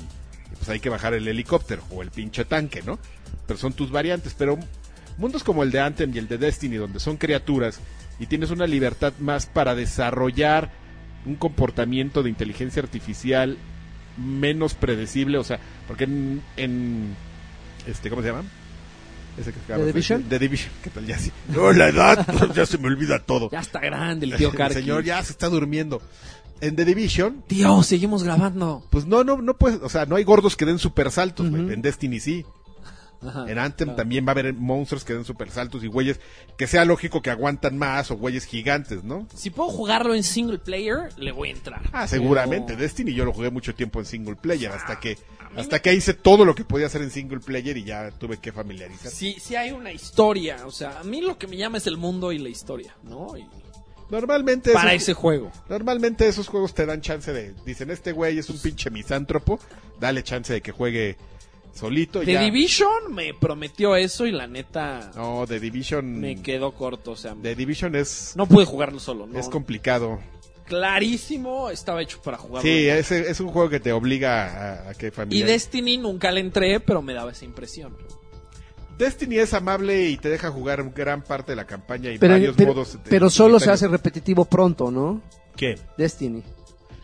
pues hay que bajar el helicóptero o el pinche tanque, ¿no? Pero son tus variantes, pero mundos como el de Anthem y el de Destiny donde son criaturas y tienes una libertad más para desarrollar un comportamiento de inteligencia artificial menos predecible, o sea, porque en, en- este, ¿cómo se llama? Ese que acabas de decir.
Division?
The Division, ¿qué tal? Ya sí. No, la edad, pues ya se me olvida todo.
Ya está grande el tío Karki.
El señor ya se está durmiendo. En The Division,
Tío, seguimos grabando.
pues no, no, no puedes, o sea, no hay gordos que den super saltos, güey.
Ujú.
En Destiny sí.
Ajá.
En Anthem
Ah, claro.
también va a haber monstruos que den super saltos y güeyes que sea lógico que aguantan más o güeyes gigantes, ¿no?
Si puedo jugarlo en single player, le voy a entrar.
Ah, seguramente.
Pero-
Destiny yo lo jugué mucho tiempo en single
Ah,
player hasta que hasta que hice todo lo que podía hacer en single player y ya tuve que familiarizar.
Sí, sí hay una historia. O sea, a mí lo que me llama es el mundo y la historia, ¿no? Y-
Normalmente
para
esos,
ese juego.
normalmente esos juegos te dan chance de dicen este güey es un pinche misántropo, dale chance de que juegue solito y
The
ya.
Division me prometió eso y la neta
No, mm. The Division
me quedó corto. O sea,
The Division es
no pude jugarlo solo. ¿no?
es complicado.
Clarísimo, estaba hecho para jugarlo.
Sí, es, es un juego que te obliga a, a que
y
familiar.
Destiny nunca le entré, pero me daba esa impresión.
Destiny es amable y te deja jugar gran parte de la campaña y
pero,
varios
pero-
modos. de-
pero solo se hace
simultáneos.
repetitivo pronto, ¿no?
¿Qué?
Destiny.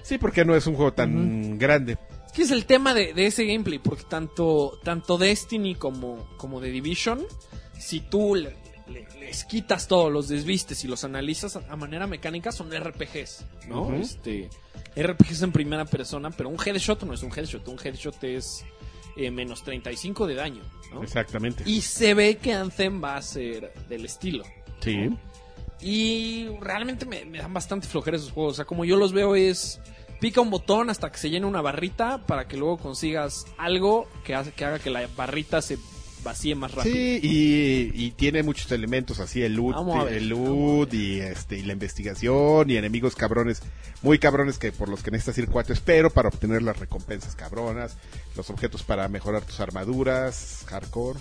Sí, porque no es un juego tan grande.
Es que es el tema de, de ese gameplay, porque tanto, tanto Destiny como, como The Division, si tú le- le- les quitas todo, los desvistes y los analizas a, a manera mecánica, son RPGs, ¿no?
Ujú.
este, RPGs en primera persona, pero un headshot no es un headshot, un headshot es eh, menos 35 de daño, ¿no?
Exactamente.
Y se ve que Anthem va a ser del estilo.
Sí.
Y realmente me, me dan bastante flojera esos juegos. O sea, como yo los veo es Pica un botón hasta que se llene una barrita para que luego consigas algo que, hace, que haga que la barrita se vacíe más rápido.
Sí, y, y tiene muchos elementos así, el loot,
Vamos a ver,
el loot y, este, y la investigación y enemigos cabrones, muy cabrones que por los que necesitas ir cuatro espero para obtener las recompensas cabronas, los objetos para mejorar tus armaduras, hardcore,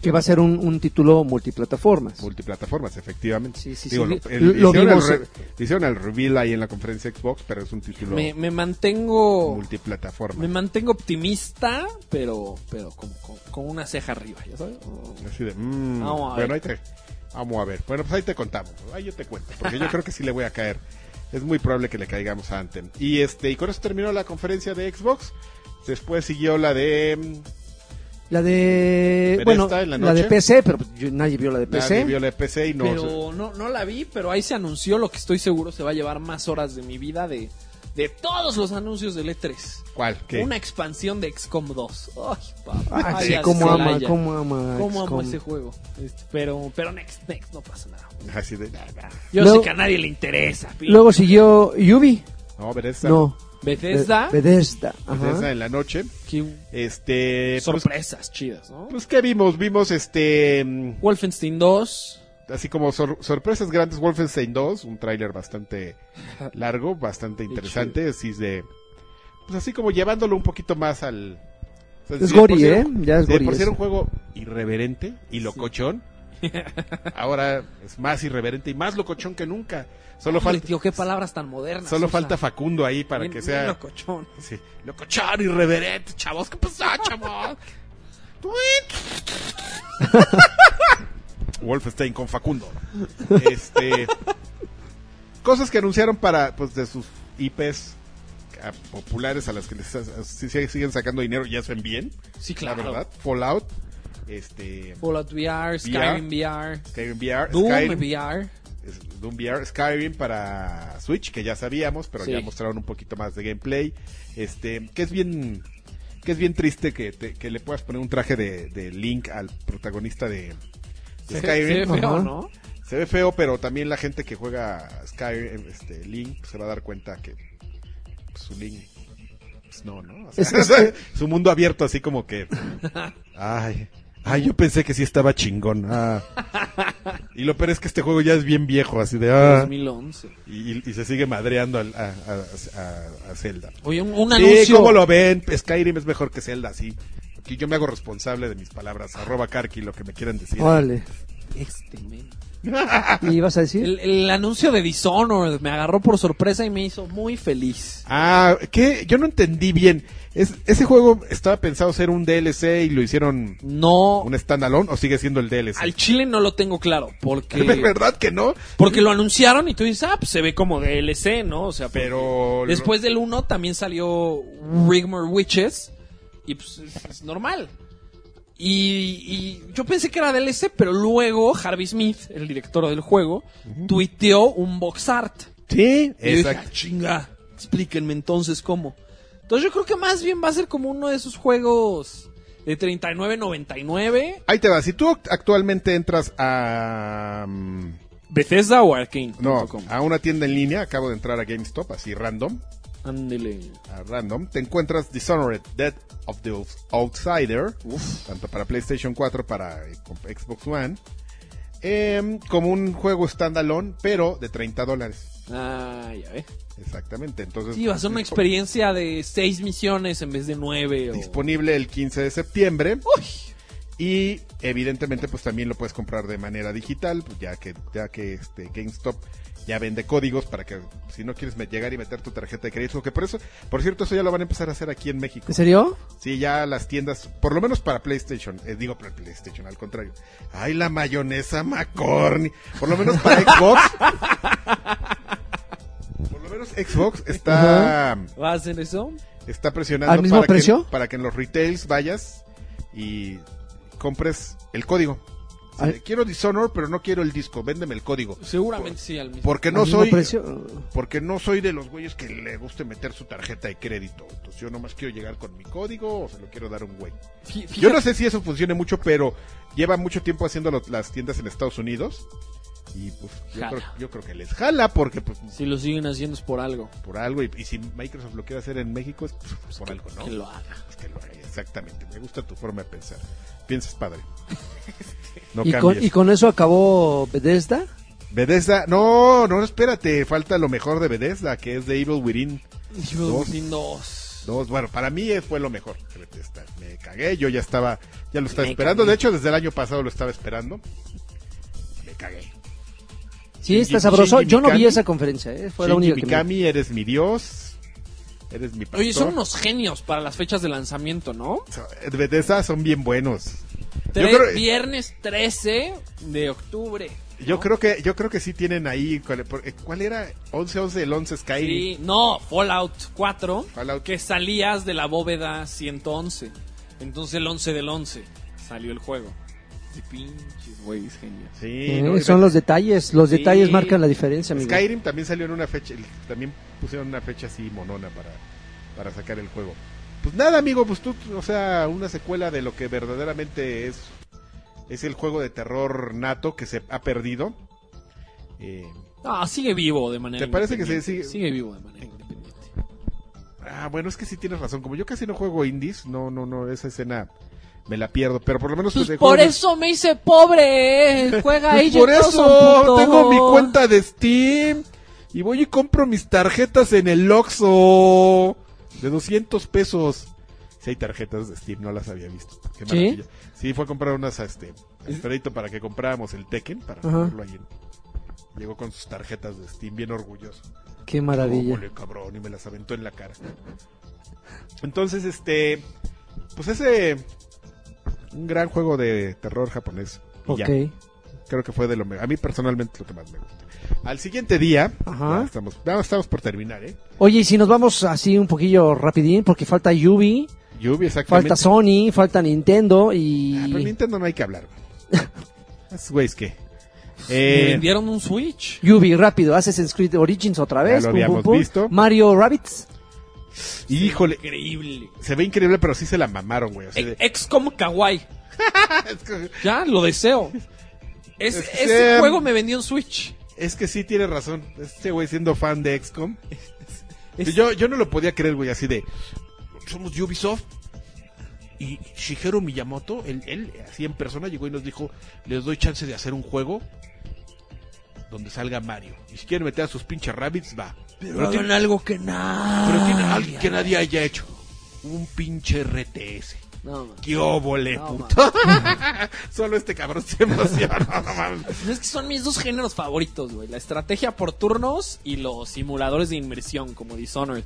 Que va a ser un, un título multiplataformas.
multiplataformas, efectivamente.
Sí, sí,
Digo,
sí,
lo,
lo-
el-
lo
hicieron, el,
vimos,
re- hicieron el reveal ahí en la conferencia Xbox, pero es un título
Me, me mantengo
multiplataforma.
me mantengo optimista, pero pero con, con- con una ceja arriba, ¿ya sabes?
Así de, mm,
Vamos a
bueno,
ver.
ahí te, vamos a ver. Bueno, pues ahí te contamos. Ahí yo te cuento, porque yo creo que sí le voy a caer. Es muy probable que le caigamos a Anthem. Y este, y con eso terminó la conferencia de Xbox. Después siguió la de mm,
La de.
Pero
Bueno,
esta en la
la de
noche.
PC, pero pues, yo- nadie vio la de
la
PC.
review de la PC y no.
pero no, no la vi, pero ahí se anunció lo que estoy seguro se va a llevar más horas de mi vida de, de todos los anuncios del E3.
¿Cuál? ¿Qué?
Una expansión de XCOM 2. Ay, papá.
Ay,
Ay,
Ah, cómo ama,
Celaya.
cómo ama.
¿Cómo amo
XCOM.
ese juego? Este, pero, pero next, next, no pasa nada.
Así de, "Ah, nah, nah.
Yo
Luego-
sé que a nadie le interesa. pi-
Luego siguió Yubi.
No, Bethesda.
No.
Bethesda,
Be- Bethesda. ajá.
Bethesda pues, en la noche.
qué
Este, pues,
sorpresas chidas, ¿no?
pues qué vimos? Vimos este mm,
Wolfenstein 2.
así como sor- sorpresas grandes Wolfenstein 2, un tráiler bastante largo, bastante interesante, así de pues así como llevándolo un poquito más al o sea,
Es
de por
gori,
sí era-
¿eh? Ya es
de
gori
por sí era
eso.
un juego irreverente y locochón. Ahora es más irreverente y más locochón que nunca. Solo
Híjole,
falta
tío, qué palabras tan modernas.
solo
usa.
falta Facundo ahí para
Bien-
que
bien
sea
locochón.
sí, locochón irreverente, chavos, ¿qué pasó, chavos? Wolfenstein con Facundo. Este, cosas que anunciaron para, pues, de sus IPs a- populares a las que les a- si- si- siguen sacando dinero y hacen bien,
Sí, claro.
la verdad. Fallout, este,
Fallout VR, Skyrim VR,
Skyrim VR,
Doom
Skyrim,
VR.
es- Doom VR, Skyrim para Switch, que ya sabíamos, pero
Sí.
ya mostraron un poquito más de gameplay. Este, que es bien, que es bien triste que, te- que le puedas poner un traje de, de Link al protagonista de, de
Se-
Skyrim.
se ve feo,
Ajá.
¿no?
Se ve feo, pero también la gente que juega Skyrim, este, Link, se va a dar cuenta que pues, su Link, pues no, ¿no? O sea, su mundo abierto así como que, ay, ay, yo pensé que sí estaba chingón. ah. Y lo peor es que este juego ya es bien viejo, así de, ah,
2011.
y, y- y se sigue madreando al- a, a- a- a Zelda.
Oye, un, un
Sí,
anuncio.
¿cómo lo ven? Skyrim es mejor que Zelda, sí. Aquí yo me hago responsable de mis palabras, arroba Karki, lo que me quieran decir.
Órale.
Este, men.
¿Y ibas a decir?
El, el anuncio de Dishonored me agarró por sorpresa y me hizo muy feliz.
Ah, ¿qué? Yo no entendí bien. Es, ¿Ese juego estaba pensado ser un DLC y lo hicieron
No,
un standalone o sigue siendo el DLC?
al chile no lo tengo claro.
¿De
Porque,
verdad que no?
porque lo anunciaron y tú dices, ah, pues se ve como DLC, ¿no? O sea, porque-
Pero...
Después del 1 también salió Rigmore Witches. Y pues es, es normal. Y, y yo pensé que era DLC, pero luego Harvey Smith, el director del juego, tuiteó un box art.
Sí,
Y yo dije,
exacto.
"Ah, chinga, explíquenme entonces cómo. Entonces yo creo que más bien va a ser como uno de esos juegos de 39.99.
Ahí te va. Si tú actualmente entras a... mm,
Bethesda o Arkane.
No,
punto com.
a una tienda en línea, acabo de entrar a GameStop, así random,
Ándele.
a random, te encuentras Dishonored, Death of the Outsider, tanto para PlayStation 4 para eh, con Xbox One, em, como un juego standalone, pero de 30 dólares.
Ah, ya ve.
Exactamente, entonces...
Sí, va a ser una
dispo-
experiencia de seis misiones en vez de nueve. o-
Disponible el 15 de septiembre
Uy,
y evidentemente pues también lo puedes comprar de manera digital, pues, ya que ya que este GameStop ya vende códigos para que si no quieres me- llegar y meter tu tarjeta de crédito, que por eso, por cierto, eso ya lo van a empezar a hacer aquí en México.
¿En serio?
Sí, ya las tiendas, por lo menos para PlayStation, eh, digo para PlayStation, al contrario. Ay, la mayonesa McCorney. Por lo menos para Xbox. por lo menos Xbox está,
¿va a hacer eso?
está presionando
¿Al mismo
para,
precio?
Que, para que en los retails vayas y compres el código. Sí,
Al-
Quiero Dishonor, pero no quiero el disco. Véndeme el código.
Seguramente sí, al mismo.
Porque
¿Al
no
mismo
soy
precio?
porque no soy de los güeyes que le guste meter su tarjeta de crédito. Entonces yo nomás quiero llegar con mi código o se lo quiero dar a un güey.
Fí- fíjate-
Yo no sé si eso funcione mucho, pero lleva mucho tiempo haciendo lo- las tiendas en Estados Unidos. Y pues yo,
Jala.
creo, yo creo que les jala porque pues,
Si lo siguen haciendo es por algo.
por algo. Y, y si Microsoft lo quiere hacer en México es pues, por algo, ¿no?
Que lo haga.
Pues que lo haga, Exactamente. Me gusta tu forma de pensar. Piensas padre. No
y,
cambies.
con, y con eso acabó Bethesda.
Bethesda, no, no, espérate, falta lo mejor de Bethesda, que es de Evil Within
Evil Within 2.
2. Bueno, para mí eh, fue lo mejor de Bethesda. Me cagué, yo ya estaba, ya lo estaba
Me
esperando.
cagué.
De hecho, desde el año pasado lo estaba esperando. Me cagué.
Sí,
Y-
está
y-
sabroso.
Shinji
Yo no vi
Mikami.
esa conferencia, eh, fue la
Shinji
única que me...
Mikami, eres mi dios, eres mi pastor.
Oye, son unos genios para las fechas de lanzamiento, ¿no?
So- eh, Bethesda son bien buenos. Yo
Tre-
creo-
Viernes 13 de octubre.
Yo creo que yo creo que sí tienen ahí cuál, por- eh, ¿cuál era 11 11 el 11 Sky.
Sí, no, Fallout 4,
Fallout.
que salías de la bóveda 111. Entonces el 11 del 11 salió el juego. Sí, pinches güeyes genios.
Sí,
Eh,
¿no? Y
son los detalles, los
Sí.
detalles marcan la diferencia, amigo.
Skyrim también salió en una fecha, el- también pusieron una fecha así monona para, para sacar el juego. Pues nada, amigo, pues tú, o sea, una secuela de lo que verdaderamente es es el juego de terror nato que se ha perdido. Eh,
Ah, sigue vivo de manera
¿Te parece que se
independiente.
sigue-
Sigue vivo de manera independiente.
ah, bueno, es que sí tienes razón. Como yo casi no juego indies, no, no, no, esa escena me la pierdo. Pero por lo menos
Pues
pues, de
por
juegos-
eso me hice pobre. eh. Juega ahí.
Pues por eso tengo mi cuenta de Steam y voy y compro mis tarjetas en el Oxxo de 200 pesos. Si hay tarjetas de Steam, no las había visto. Qué
¿Sí?
maravilla. ¿Sí? fue a comprar unas a este Alfredito para que compráramos el Tekken para
Ajá.
ponerlo ahí. en- Llegó con sus tarjetas de Steam, bien orgulloso.
Qué maravilla.
Tómale, cabrón, y me las aventó en la cara. Entonces, este. Pues ese. Un gran juego de terror japonés. Y ya.
Ok.
Creo que fue de lo mejor. A mí personalmente lo que más me gusta. Al siguiente día,
Ajá.
ya estamos, ya estamos por terminar, ¿eh?
Oye, y si nos vamos así un poquillo rapidín, porque falta Yubi,
Yubi, exactamente.
falta Sony, falta Nintendo
Ah, pero
y
Nintendo no hay que hablar. güey. Esos güeyes que.
Me
Eh,
vendieron un Switch.
Yubi rápido, Assassin's Creed Origins otra
Ya
vez,
lo
pum, pum,
habíamos
pum.
visto.
Mario Rabbits,
y híjole,
Increíble.
se ve increíble, pero sí se la mamaron, güey. o
Eh,
sea, de-
E- XCOM Kawaii. ya, lo deseo. Es-
Es que
ese
sea-
juego me vendió un Switch.
es que sí tiene razón. Este güey siendo fan de XCOM.
Es-
Yo, yo no lo podía creer, güey, así de.
Somos Ubisoft. Y Shigeru Miyamoto, él, él así en persona llegó y nos dijo, les doy chance de hacer un juego donde salga Mario. Y si quieren meter a sus pinches rabbits, va. Pero, tiene,
algo que nada.
pero tiene algo que nadie haya hecho. Un pinche RTS.
No, man.
¡Qué óvole,
No,
puto!
man.
Solo este cabrón se emociona. no mames.
Pues Es que son mis dos géneros favoritos, güey. La estrategia por turnos y los simuladores de inmersión, como Dishonored.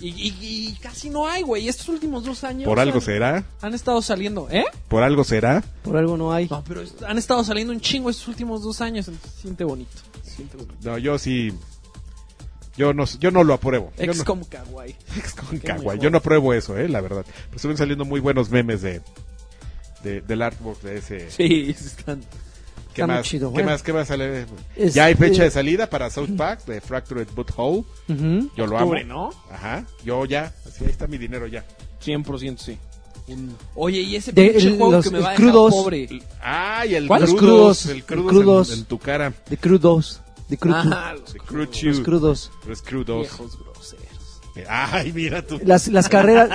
Y, y- y casi no hay, güey. Estos últimos dos años.
Por algo
han-
será.
Han estado saliendo, ¿eh?
Por algo será.
por algo no hay.
No, pero est- han estado saliendo un chingo estos últimos dos años. Entonces, siente bonito. Siente bonito.
No, yo sí. Yo no, yo no lo apruebo. Yo no-
XCOM Kawaii.
XCOM
Qué
Kawaii.
mejor.
Yo no apruebo eso, eh, la verdad. Pero estuvieron saliendo muy buenos memes de, de- del artwork de ese.
Sí, están.
¿Qué,
está muy
más,
chido,
¿Qué
bueno.
más? ¿Qué más sale?
Es-
ya hay fecha
eh,
de salida para South Park de Fractured Butthole.
Ujú.
Yo lo amo.
Octubre, ¿no?
Ajá. Yo ya. Así ahí está mi dinero ya.
100% sí. Oye, y ese
De-
pinche
el-
juego
los-
que me
el
va a dejar
crudos.
pobre.
Ay, el
¿Cuál? Los
crudos,
crudos,
El
el
crudos,
crudos.
En, en tu cara.
De Crew 2, de Crew
Ajá, Ah, los
The Crew
crudos.
Chew.
Los Crew 2.
Los crudos.
Viejos groseros.
Ay, mira tú.
Las, las carreras,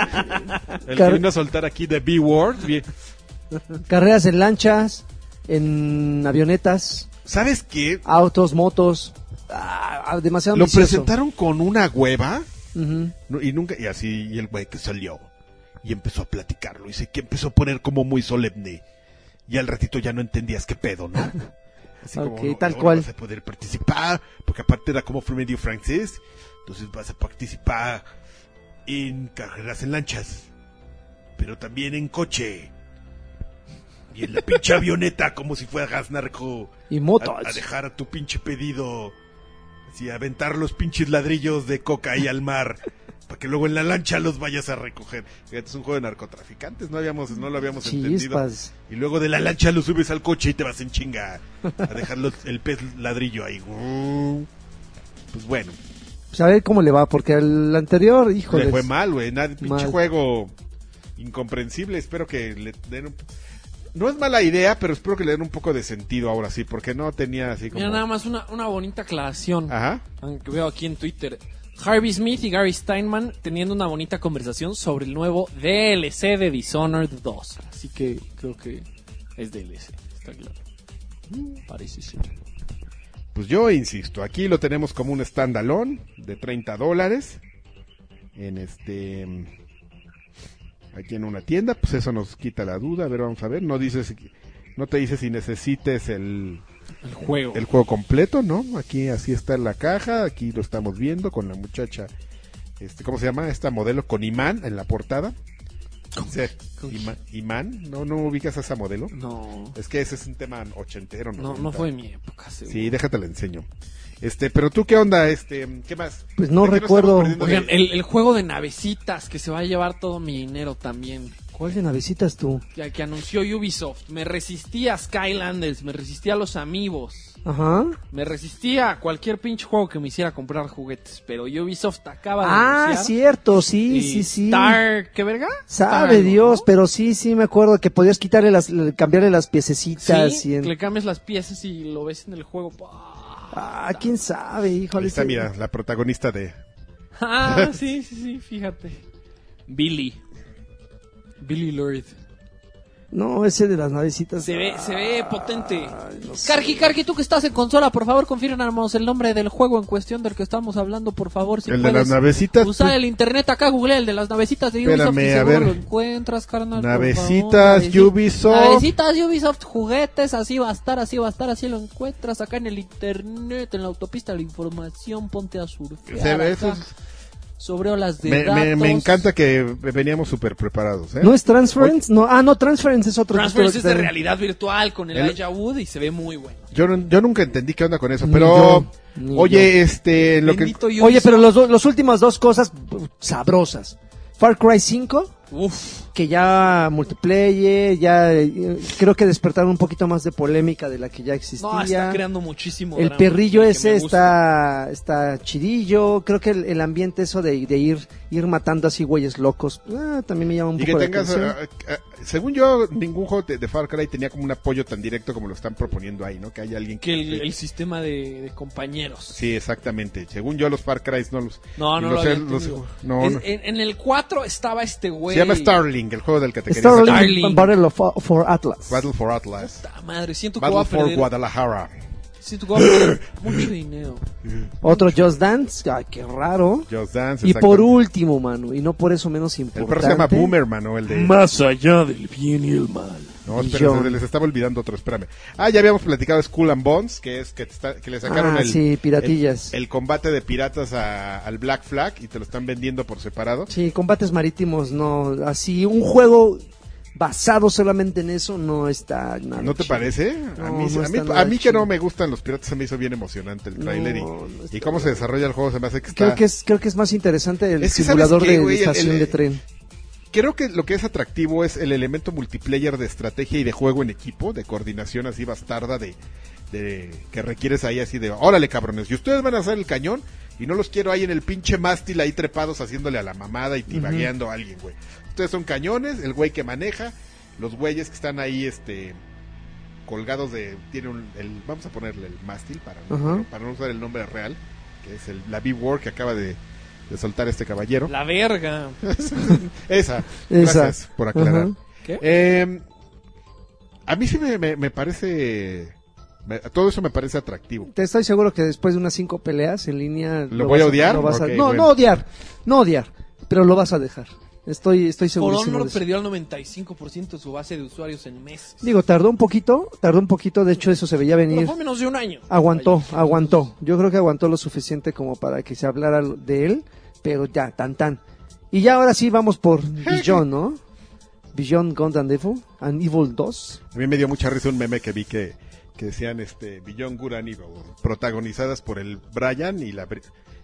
El que
Car-
vino a soltar aquí de B-Word. bien.
carreras en lanchas, en avionetas,
¿Sabes qué?
autos, motos, ah, ah, demasiado
Lo
ambicioso.
presentaron con una hueva.
Ujú.
No, y nunca, y así, y el güey que salió y empezó a platicarlo, y sé que empezó a poner como muy solemne. Y al ratito ya no entendías qué pedo, ¿no? Así
Ok,
no,
tal
no
cual.
Vas a poder participar, porque aparte era como fue medio francés, entonces vas a participar en carreras en lanchas, pero también en coche. Y en la pinche avioneta, como si fueras narco
Y motos.
a, a dejar a tu pinche pedido. Así, a aventar los pinches ladrillos de coca ahí al mar. para que luego en la lancha los vayas a recoger. Fíjate, es un juego de narcotraficantes, no, habíamos, no lo habíamos entendido.
Chispas.
Y luego de la lancha lo subes al coche y te vas en chinga. A dejar los- el pez ladrillo ahí. Pues bueno,
Pues a ver cómo le va, porque el anterior, híjole.
le fue mal, güey. Nada, pinche
Mal.
juego incomprensible. Espero que le den un... No es mala idea, pero espero que le den un poco de sentido ahora sí, porque no tenía así como.
Mira, nada más una, una bonita aclaración
Ajá.
que veo aquí en Twitter. Harvey Smith y Gary Steinman teniendo una bonita conversación sobre el nuevo DLC de Dishonored 2. Así que creo que es DLC, está claro. Parece ser.
Pues yo insisto, aquí lo tenemos como un standalone de 30 dólares. En este. mm, Aquí en una tienda, pues eso nos quita la duda. A ver, vamos a ver. No, dice si- no te dice si necesites el,
El juego.
el juego completo, ¿no? Aquí así está en la caja. Aquí lo estamos viendo con la muchacha. Este, ¿Cómo se llama? Esta modelo con imán en la portada. Sí,
con-
ima- imán. No, no ubicas a esa modelo.
No,
Es que ese es un tema ochentero,
no, no
Noventa.
fue de mi época. seguro.
Sí, déjate la enseño. Este, pero tú qué onda, este, ¿qué más?
Pues no
¿De qué nos
recuerdo.
estamos perdiendo
Oigan,
de-
el, el juego de navecitas que se va a llevar todo mi dinero también.
¿Cuál de navecitas tú?
Ya que anunció Ubisoft. Me resistí a Skylanders, me resistí a los amigos.
Ajá.
Me resistía a cualquier pinche juego que me hiciera comprar juguetes, pero Ubisoft acaba de
Ah,
anunciar
cierto, sí,
y
sí, sí.
Star, ¿qué verga? Star
Sabe
algo,
Dios,
¿no?
pero sí, sí me acuerdo que podías quitarle las, le- cambiarle las piececitas
Sí,
y en-
le cambias las piezas y lo ves en el juego. pa.
Ah, quién sabe, híjole.
Ahí está,
ese-
mira, la protagonista de...
Ah, sí, sí, sí, fíjate. Billy. Billy Lord.
No, ese de las navecitas.
Se ve, se ve potente.
no sé.
Carqui, Carqui, tú que estás en consola, por favor, confírmanos el nombre del juego en cuestión del que estamos hablando, por favor. Si
el de
puedes.
las navecitas. pues.
Usa el internet acá, google el de las navecitas de Ubisoft.
Espérame,
y
a
seguro
ver.
Lo encuentras, carnal. por
Navecitas,
favor, naveci-
Ubisoft.
Navecitas, Ubisoft, juguetes, así va a estar, así va a estar, así lo encuentras acá en el internet, en la autopista de la información, ponte a surfear.
Se ve,
acá,
eso es-
Sobre olas de
me, me- me
datos.
encanta que veníamos súper preparados, ¿eh?
¿No es Transference? No, ah, no, Transference es otro.
Transference es
otro-
de realidad virtual con el,
El-
Elijah Wood y se ve muy bueno.
Yo, no- yo nunca entendí qué onda con eso,
Ni
pero...
yo, ni
oye, este, lo que...
Bendito Ubisoft.
Oye, pero las los últimas dos cosas uh, sabrosas. Far Cry 5,
Uf,
que ya multiplayer, ya eh, creo que despertaron un poquito más de polémica de la que ya existía.
no, está creando muchísimo
El
drama,
perrillo
que me
ese está,
gusta.
está chidillo. Creo que el, el ambiente eso de, de ir, ir matando así güeyes locos, ah, también me llama un
Y que
poco la
tengas...
atención.
ah, ah, según yo, ningún juego de, de Far Cry tenía como un apoyo tan directo como lo están proponiendo ahí, ¿no? Que haya alguien
Que
que...
el, el sistema de, de compañeros.
Sí, exactamente. Según yo, los Far Cry no los...
No, no
los-
lo había
los-
entendido.
no,
Es-
no.
En, en el 4 estaba este güey.
Se llama Starling, el juego del que te querías
Starling,
sacar.
Starling.
Battle of, for Atlas.
Battle for Atlas.
Puta madre, siento que voy
Battle
a
for
perder.
Guadalajara.
siento que voy a perder mucho dinero.
Otro Just Dance, ay, qué raro.
Just Dance.
Y por
exactamente.
último, mano, y no por eso menos
El
importante.
perro se llama Boomer, mano, el de...
Más allá del bien y el mal.
No,
John.
espérate, les estaba olvidando otro, espérame. Ah, ya habíamos platicado de Skull and Bones, que es que, te está- que le sacaron
Ah,
el...
sí, piratillas.
El, el combate de piratas a- al Black Flag y te lo están vendiendo por separado.
Sí, combates marítimos, no, así un juego basado solamente en eso no está nada.
¿No te
chido.
parece?
No,
a mí,
no
a mí,
está nada
a mí que
chido.
no me gustan los piratas se me hizo bien emocionante el
No,
tráiler y,
no está
y cómo se desarrolla el juego se me hace que está...
Creo que es creo que es más interesante el
Es que, ¿sabes
simulador
qué,
de, de
güey? El-
estación
el-
de tren.
Creo que lo que es atractivo es el elemento multiplayer de estrategia y de juego en equipo, de coordinación así bastarda de, de que requieres ahí así de, órale cabrones, y ustedes van a hacer el cañón y no los quiero ahí en el pinche mástil ahí trepados haciéndole a la mamada y tibagueando a alguien, güey. Ustedes son cañones, el güey que maneja, los güeyes que están ahí este colgados de tiene un el, vamos a ponerle el mástil para no,
Ajá.
para no usar el nombre real, que es el, la B-Word que acaba de, de soltar este caballero.
La verga.
Esa.
Esa.
Gracias por aclarar.
Ajá.
¿Qué?
Eh, a mí sí me, me- me parece... me- todo eso me parece atractivo.
Te estoy seguro que después de unas cinco peleas en línea...
¿Lo voy a
vas
odiar?
lo vas a-
Ok,
no,
bueno.
no odiar, no odiar, pero lo vas a dejar. Estoy, estoy
Por
segurísimo
Honor
de eso.
perdió el 95% de su base de usuarios en meses.
Digo, tardó un poquito, tardó un poquito, de hecho eso se veía
Pero
venir.
fue menos de un año.
Aguantó, aguantó. Yo creo que aguantó lo suficiente como para que se hablara de él, pero ya, tan tan. Y ya ahora sí vamos por Beyond, ¿no? Beyond Gone and Evil, and Evil 2.
A mí me dio mucha risa un meme que vi que, que decían este, Beyond Good and Evil, protagonizadas por el Brian y la... Bri-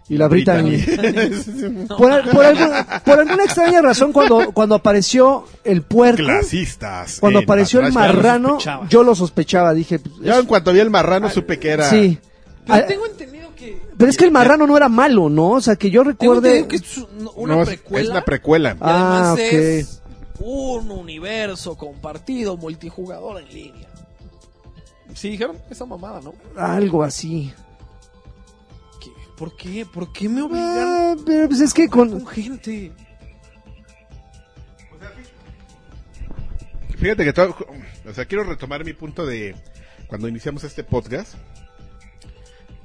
Y la Brittany.
Brittany.
Por, al- por alguna, por alguna extraña razón, cuando, cuando apareció el puerco,
Clasistas.
cuando
en
apareció
Batrash
el
Brothers.
marrano,
sospechaba.
yo lo sospechaba. Dije, pues,
Yo en cuanto vi el
Ah,
marrano supe que era...
sí.
Pero
Ah,
tengo entendido que.
Pero es que el marrano no era malo, ¿no? O sea, que yo
Tengo
recuerde.
entendido que es una
no, es-
precuela.
Es la precuela.
y además
Ah, ok.
es un universo compartido multijugador en línea. Sí, dijeron esa mamada, ¿no?
Algo así.
¿Qué? ¿Por qué? ¿Por qué me obligaron
Ah, pero pues es que con...
con gente?
Fíjate que todo, o sea, quiero retomar mi punto de cuando iniciamos este podcast,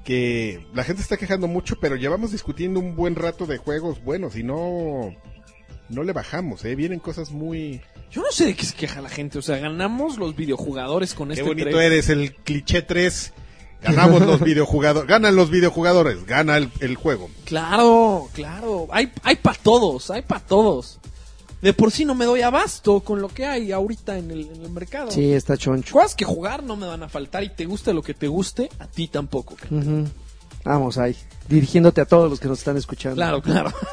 que la gente está quejando mucho, pero llevamos discutiendo un buen rato de juegos buenos y no, no le bajamos, ¿eh? Vienen cosas muy...
Yo no sé de qué se queja la gente. O sea, ganamos los videojugadores con este
Qué bonito
3.
eres, el cliché 3. Ganamos los videojugadores, ganan los videojugadores, gana el, el juego.
Claro, claro. Hay, hay para todos, hay para todos. De por sí no me doy abasto con lo que hay ahorita en el, en el mercado.
Sí, está choncho.
Cosas que jugar no me van a faltar y te guste lo que te guste, a ti tampoco. cara.
Ujú. Vamos ahí, dirigiéndote a todos los que nos están escuchando.
Claro, claro.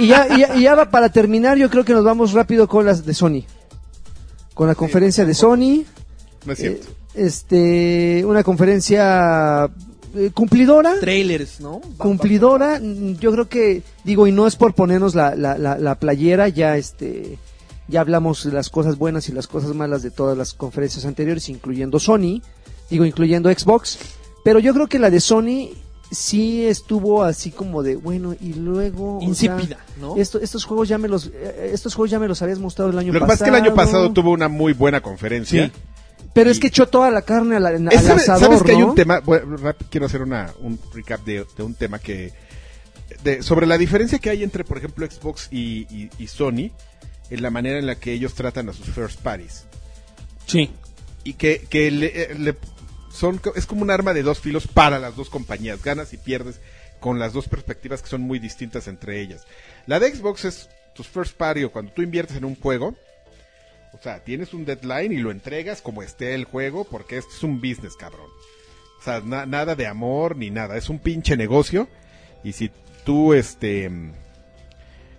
Y ya, y ya- y ya va- para terminar, yo creo que nos vamos rápido con las de Sony. Con la conferencia de Sony. eh,
No es cierto.
Este, una conferencia eh, cumplidora.
Trailers, ¿no? Va-
Cumplidora, mm, yo creo que, digo, y no es por ponernos la, la, la, la playera, ya este, ya hablamos de las cosas buenas y las cosas malas de todas las conferencias anteriores, incluyendo Sony, digo, incluyendo Xbox, pero yo creo que la de Sony sí estuvo así como de, bueno, y luego...
va-
o sea,
Insípida, ¿no?
esto- estos juegos ya me los eh, estos juegos ya me los habías mostrado el año
Lo que
pasado.
pasa es que el año pasado tuvo una muy buena conferencia.
Sí. Pero es que echó toda la carne al, al
Es- ¿sabe-
asador,
¿Sabes que hay
¿no?
un tema? Bueno, rap- quiero hacer una, un recap de, de un tema que... de- sobre la diferencia que hay entre, por ejemplo, Xbox y, y- y Sony en la manera en la que ellos tratan a sus first parties.
Sí.
Y que, que le- eh, le- son, co- es como un arma de dos filos para las dos compañías. Ganas y pierdes con las dos perspectivas que son muy distintas entre ellas. La de Xbox es tus first party o cuando tú inviertes en un juego. O sea, tienes un deadline y lo entregas como esté el juego porque esto es un business, cabrón. O sea, na- nada de amor ni nada. Es un pinche negocio. Y si tú, este... mm,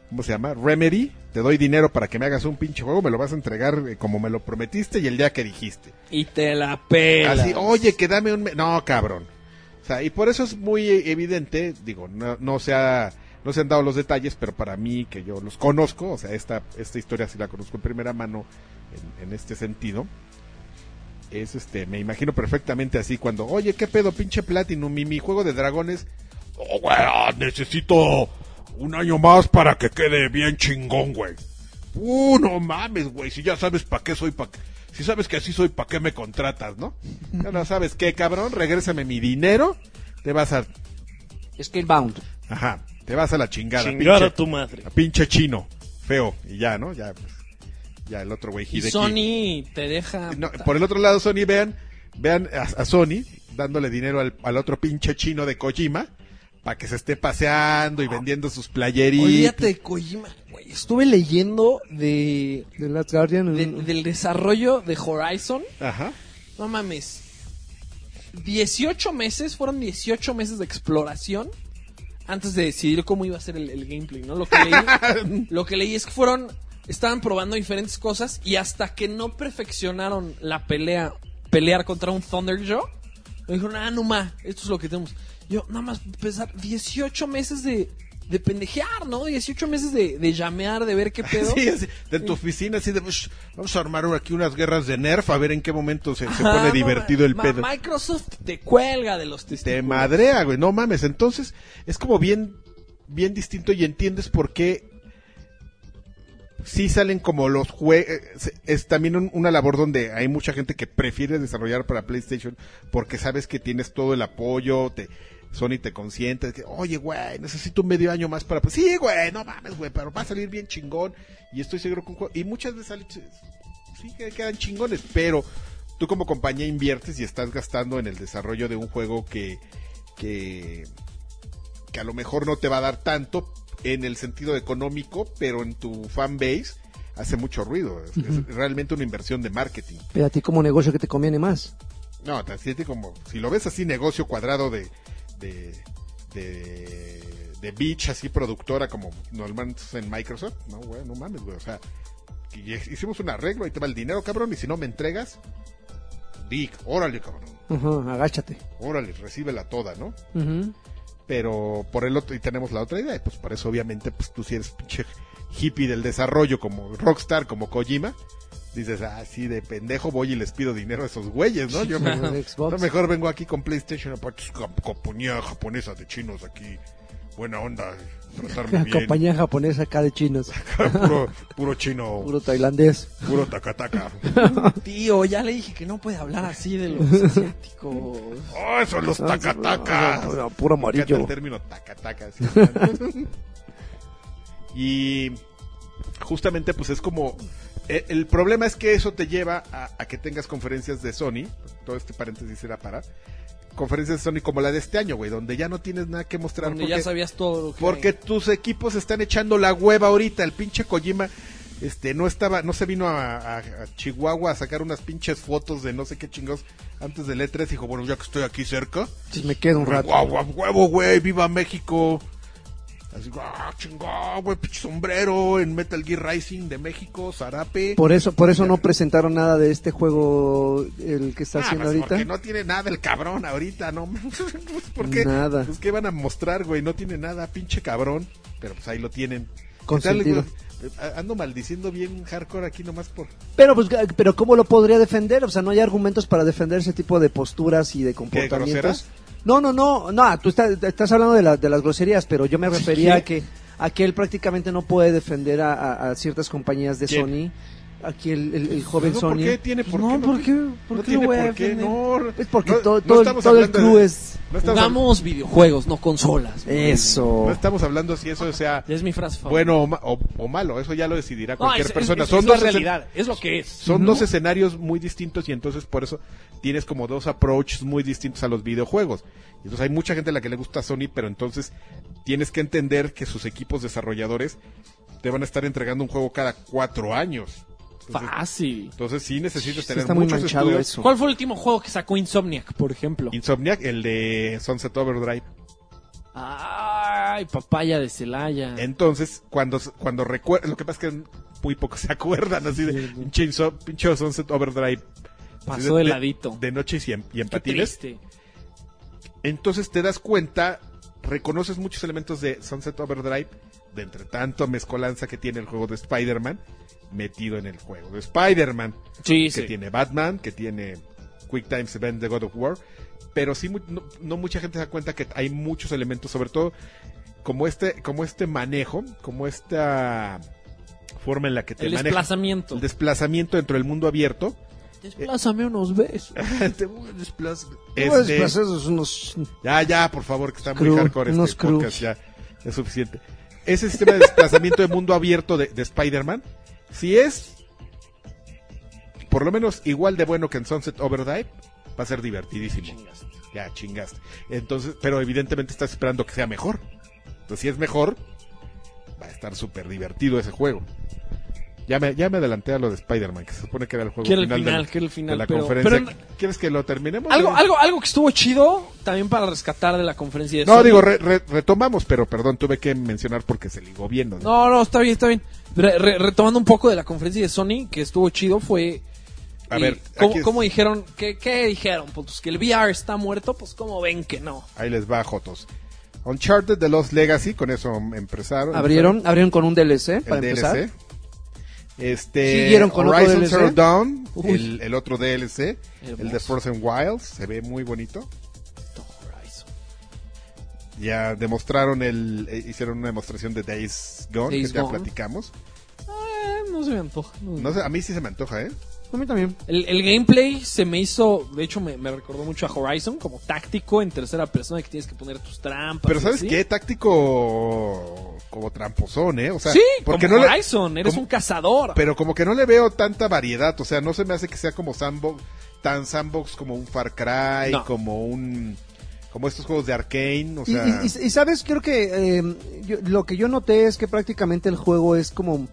¿Cómo se llama? Remedy. Te doy dinero para que me hagas un pinche juego. Me lo vas a entregar eh, como me lo prometiste y el día que dijiste.
Y te la pelas.
Así, oye, que dame un... me- No, cabrón. O sea, y por eso es muy evidente, digo, no, no, se ha- no se han dado los detalles, pero para mí, que yo los conozco, o sea, esta, esta historia sí la conozco en primera mano en, en este sentido. Es este, me imagino perfectamente así cuando, oye, qué pedo, pinche Platinum, mi, mi juego de dragones.
Oh, güey, ah, necesito un año más para que quede bien chingón, güey. Uh, no mames, güey. Si ya sabes para qué soy, pa' qué- Si sabes que así soy, ¿para qué me contratas, no?
No, no, ¿sabes qué, cabrón? Regrésame mi dinero, te vas a...
Scalebound.
Ajá, te vas a la chingada.
Chingar a
pinche-
tu madre.
a pinche chino, feo, y ya, ¿no? Ya, pues, ya el otro güey
Y
Hideki.
Sony te deja.
No, por el otro lado, Sony, vean, vean a, a Sony dándole dinero al, al otro pinche chino de Kojima para que se esté paseando y vendiendo sus playeritas.
Olvídate de Kojima, güey. Estuve leyendo de,
De Last Guardian.
de-
un-
del desarrollo de Horizon.
Ajá.
No mames. 18 meses, fueron 18 meses de exploración antes de decidir cómo iba a ser el, el gameplay, ¿no? Lo que, leí, lo que leí es que fueron, estaban probando diferentes cosas y hasta que no perfeccionaron la pelea, pelear contra un Thunderjaw, me dijeron, ah, no ma, esto es lo que tenemos. Yo, nada más pensar, 18 meses de, de pendejear, ¿no? 18 meses de, de llamear, de ver qué pedo.
Sí, así,
De tu oficina, así de, "Ush, vamos a armar aquí unas guerras de nerf, a ver en qué momento se, se
Ah,
pone
no
divertido el
ma-
pedo.
Microsoft te cuelga de los
Te
testículos.
madrea, güey, no mames. Entonces, es como bien, bien distinto y entiendes por qué sí salen como los juegos. Es también un- una labor donde hay mucha gente que prefiere desarrollar para PlayStation porque sabes que tienes todo el apoyo, te. Sony te consiente, que, oye, güey, necesito un medio año más para... pues, Sí, güey, no mames, güey, pero va a salir bien chingón. Y estoy seguro que un juego... Y muchas veces sale ch- sí que quedan chingones, pero tú como compañía inviertes y estás gastando en el desarrollo de un juego que, que, que a lo mejor no te va a dar tanto en el sentido económico, pero en tu fan base hace mucho ruido. Es, es realmente una inversión de marketing.
Pero a ti como negocio que te conviene más.
No, te sientes como, si lo ves así, negocio cuadrado de, de, de, de Beach, así productora como normalmente es en Microsoft, no, güey, no mames, güey, o sea, y- hicimos un arreglo, ahí te va el dinero, cabrón, y si no me entregas, Dick, órale, cabrón,
Ajá, Ah, agáchate.
órale, recíbela toda, ¿no?
Ujú.
Pero por el otro, y tenemos la otra idea, y pues por eso obviamente, pues tú si eres pinche hippie del desarrollo, como Rockstar, como Kojima, dices, así de pendejo voy y les pido dinero a esos güeyes, ¿no? Yo me-
De Xbox.
no, mejor vengo aquí con PlayStation, aparte es com- compañía japonesa de chinos aquí. Buena onda, tratarme
La
bien.
compañía japonesa acá de chinos,
puro, puro chino,
puro tailandés.
puro tacataca.
Tío, ya le dije que no puede hablar así de los asiáticos.
¡Oh, son los
Ah,
tacatacas!
Puro- Puro
Me encanta
amarillo.
el término tacataca. sí. y justamente pues es como... eh, El problema es que eso te lleva a, a que tengas conferencias de Sony, todo este paréntesis era para, conferencias de Sony como la de este año, güey, donde ya no tienes nada que mostrar.
Donde ya sabías todo lo que...
Porque tus equipos están echando la hueva ahorita. El pinche Kojima este, no estaba, no se vino a, a- a Chihuahua a sacar unas pinches fotos de no sé qué chingados antes del E3. Dijo, bueno, ya que estoy aquí cerca.
Entonces me quedo un rato.
Guau, a huevo, güey, viva México. Así, ah, chingado, güey, pinche sombrero en Metal Gear Rising de México, Zarape.
Por eso, por eso no presentaron nada de este juego, el que está
Ah,
haciendo
pues,
ahorita.
Porque no tiene nada el cabrón ahorita, ¿no? Pues, ¿Por qué?
Nada.
Pues qué van a mostrar, güey, no tiene nada, pinche cabrón. Pero pues ahí lo tienen.
Con
¿Qué tal,
sentido.
güey? Eh, Ando maldiciendo bien hardcore aquí nomás por...
Pero, pues, ga- pero ¿cómo lo podría defender? O sea, no hay argumentos para defender ese tipo de posturas y de comportamientos.
groseras?
No, no, no, no, tú estás, estás hablando de, la- de las groserías, pero yo me refería a que a que él prácticamente no puede defender a, a- a ciertas compañías de
¿Quién?
Sony. Aquí el, el- el joven
Pues, No,
Sony.
¿Por qué tiene por
No,
qué?
¿por qué? ¿Por
no
qué lo
tiene
voy a
por qué,
defender?
no.
Es porque
No-
todo,
no
todo,
estamos
todo el
hablando de-
club es...
No estamos,
Jugamos videojuegos, no consolas. güey.
Eso.
no estamos hablando si eso sea
Es mi frase favorita.
bueno o, ma- o- o malo, eso ya lo decidirá
No,
cualquier
es- es-
persona.
es- es la
dos escen-
realidad, es lo que es.
Son dos escenarios muy distintos y entonces por eso tienes como dos approaches muy distintos a los videojuegos. Entonces hay mucha gente a la que le gusta Sony, pero entonces tienes que entender que sus equipos desarrolladores te van a estar entregando un juego cada cuatro años.
Fácil.
Entonces sí necesitas
Sí
tener
está muy
muchos
manchado
estudios.
eso.
¿Cuál fue el último juego que sacó Insomniac, por ejemplo?
Insomniac, el de Sunset Overdrive.
Ay, papaya de Celaya.
Entonces, cuando, cuando recuerda, lo que pasa es que muy pocos se acuerdan así de pinche, Inso- pinche Sunset Overdrive. así
Pasó de ladito.
De, noche y, si en- y en
Qué
patines.
triste.
Entonces te das cuenta, reconoces muchos elementos de Sunset Overdrive, de entre tanto mezcolanza que tiene el juego de Spider-Man, metido en el juego de Spider-Man,
Sí,
que
sí.
tiene Batman, que tiene Quick Times Event de God of War, pero sí mu- no, no mucha gente se da cuenta que hay muchos elementos, sobre todo como este, como este manejo, como esta forma en la que te
El
maneja
desplazamiento.
el desplazamiento dentro del mundo abierto.
Desplázame unos besos.
Te voy a desplaz-
Pues,
Este-
pues, esos unos-
ya, ya, por favor, que está muy
Crew,
hardcore
unos
este
crew.
podcast, ya es suficiente. Ese sistema de desplazamiento de mundo abierto de, de Spider-Man, si es por lo menos igual de bueno que en Sunset Overdrive, va a ser divertidísimo. Ya chingaste. Entonces, pero evidentemente estás esperando que sea mejor. Entonces, si es mejor, va a estar súper divertido ese juego. Ya me, ya me adelanté a lo de Spider-Man, que se supone que era el juego
Que era
final,
el final,
de,
que era el
de
final,
la
pero-
conferencia.
pero-
¿Quieres que lo terminemos?
Algo,
Ya-
algo, algo que estuvo chido también para rescatar de la conferencia de
No,
Sony.
digo, re- re- retomamos, pero perdón, tuve que mencionar porque se ligó bien. ¿no?
No, no, está bien, está bien. Re- re- retomando un poco de la conferencia de Sony, que estuvo chido, fue...
A
y
ver,
¿cómo,
aquí es-
cómo dijeron? ¿Qué, qué dijeron? Pues que el VR está muerto, pues ¿cómo ven que no?
Ahí les va, Jotos. Uncharted The Lost Legacy, con eso empezaron.
Abrieron, abrieron con un DLC
el
para empezar.
DLC. Este,
Siguieron con otro
Horizon
DLC.
Zero Dawn,
Uy.
el, el otro DLC, el de
Hermoso.
Frozen Wilds, se ve muy bonito.
Horizon.
Ya demostraron el, eh, hicieron una demostración de Days Gone,
Days
que ya
Gone.
platicamos.
Eh, no se me antoja. no se me
No sé, a mí sí se me antoja, ¿eh?
A mí también.
El, el gameplay se me hizo, de hecho me, me recordó mucho a Horizon, como táctico en tercera persona que tienes que poner tus trampas.
Pero
y
¿sabes
así.
qué? Táctico como tramposón, ¿eh? O sea,
sí,
porque
como
no le-
Horizon, eres
como-
un cazador.
Pero como que no le veo tanta variedad, o sea, no se me hace que sea como sandbox, tan sandbox como un Far Cry,
No.
como un como estos juegos de Arkane, o
Y,
sea,
y- y- y sabes, creo que eh, yo- lo que yo noté es que prácticamente el juego es como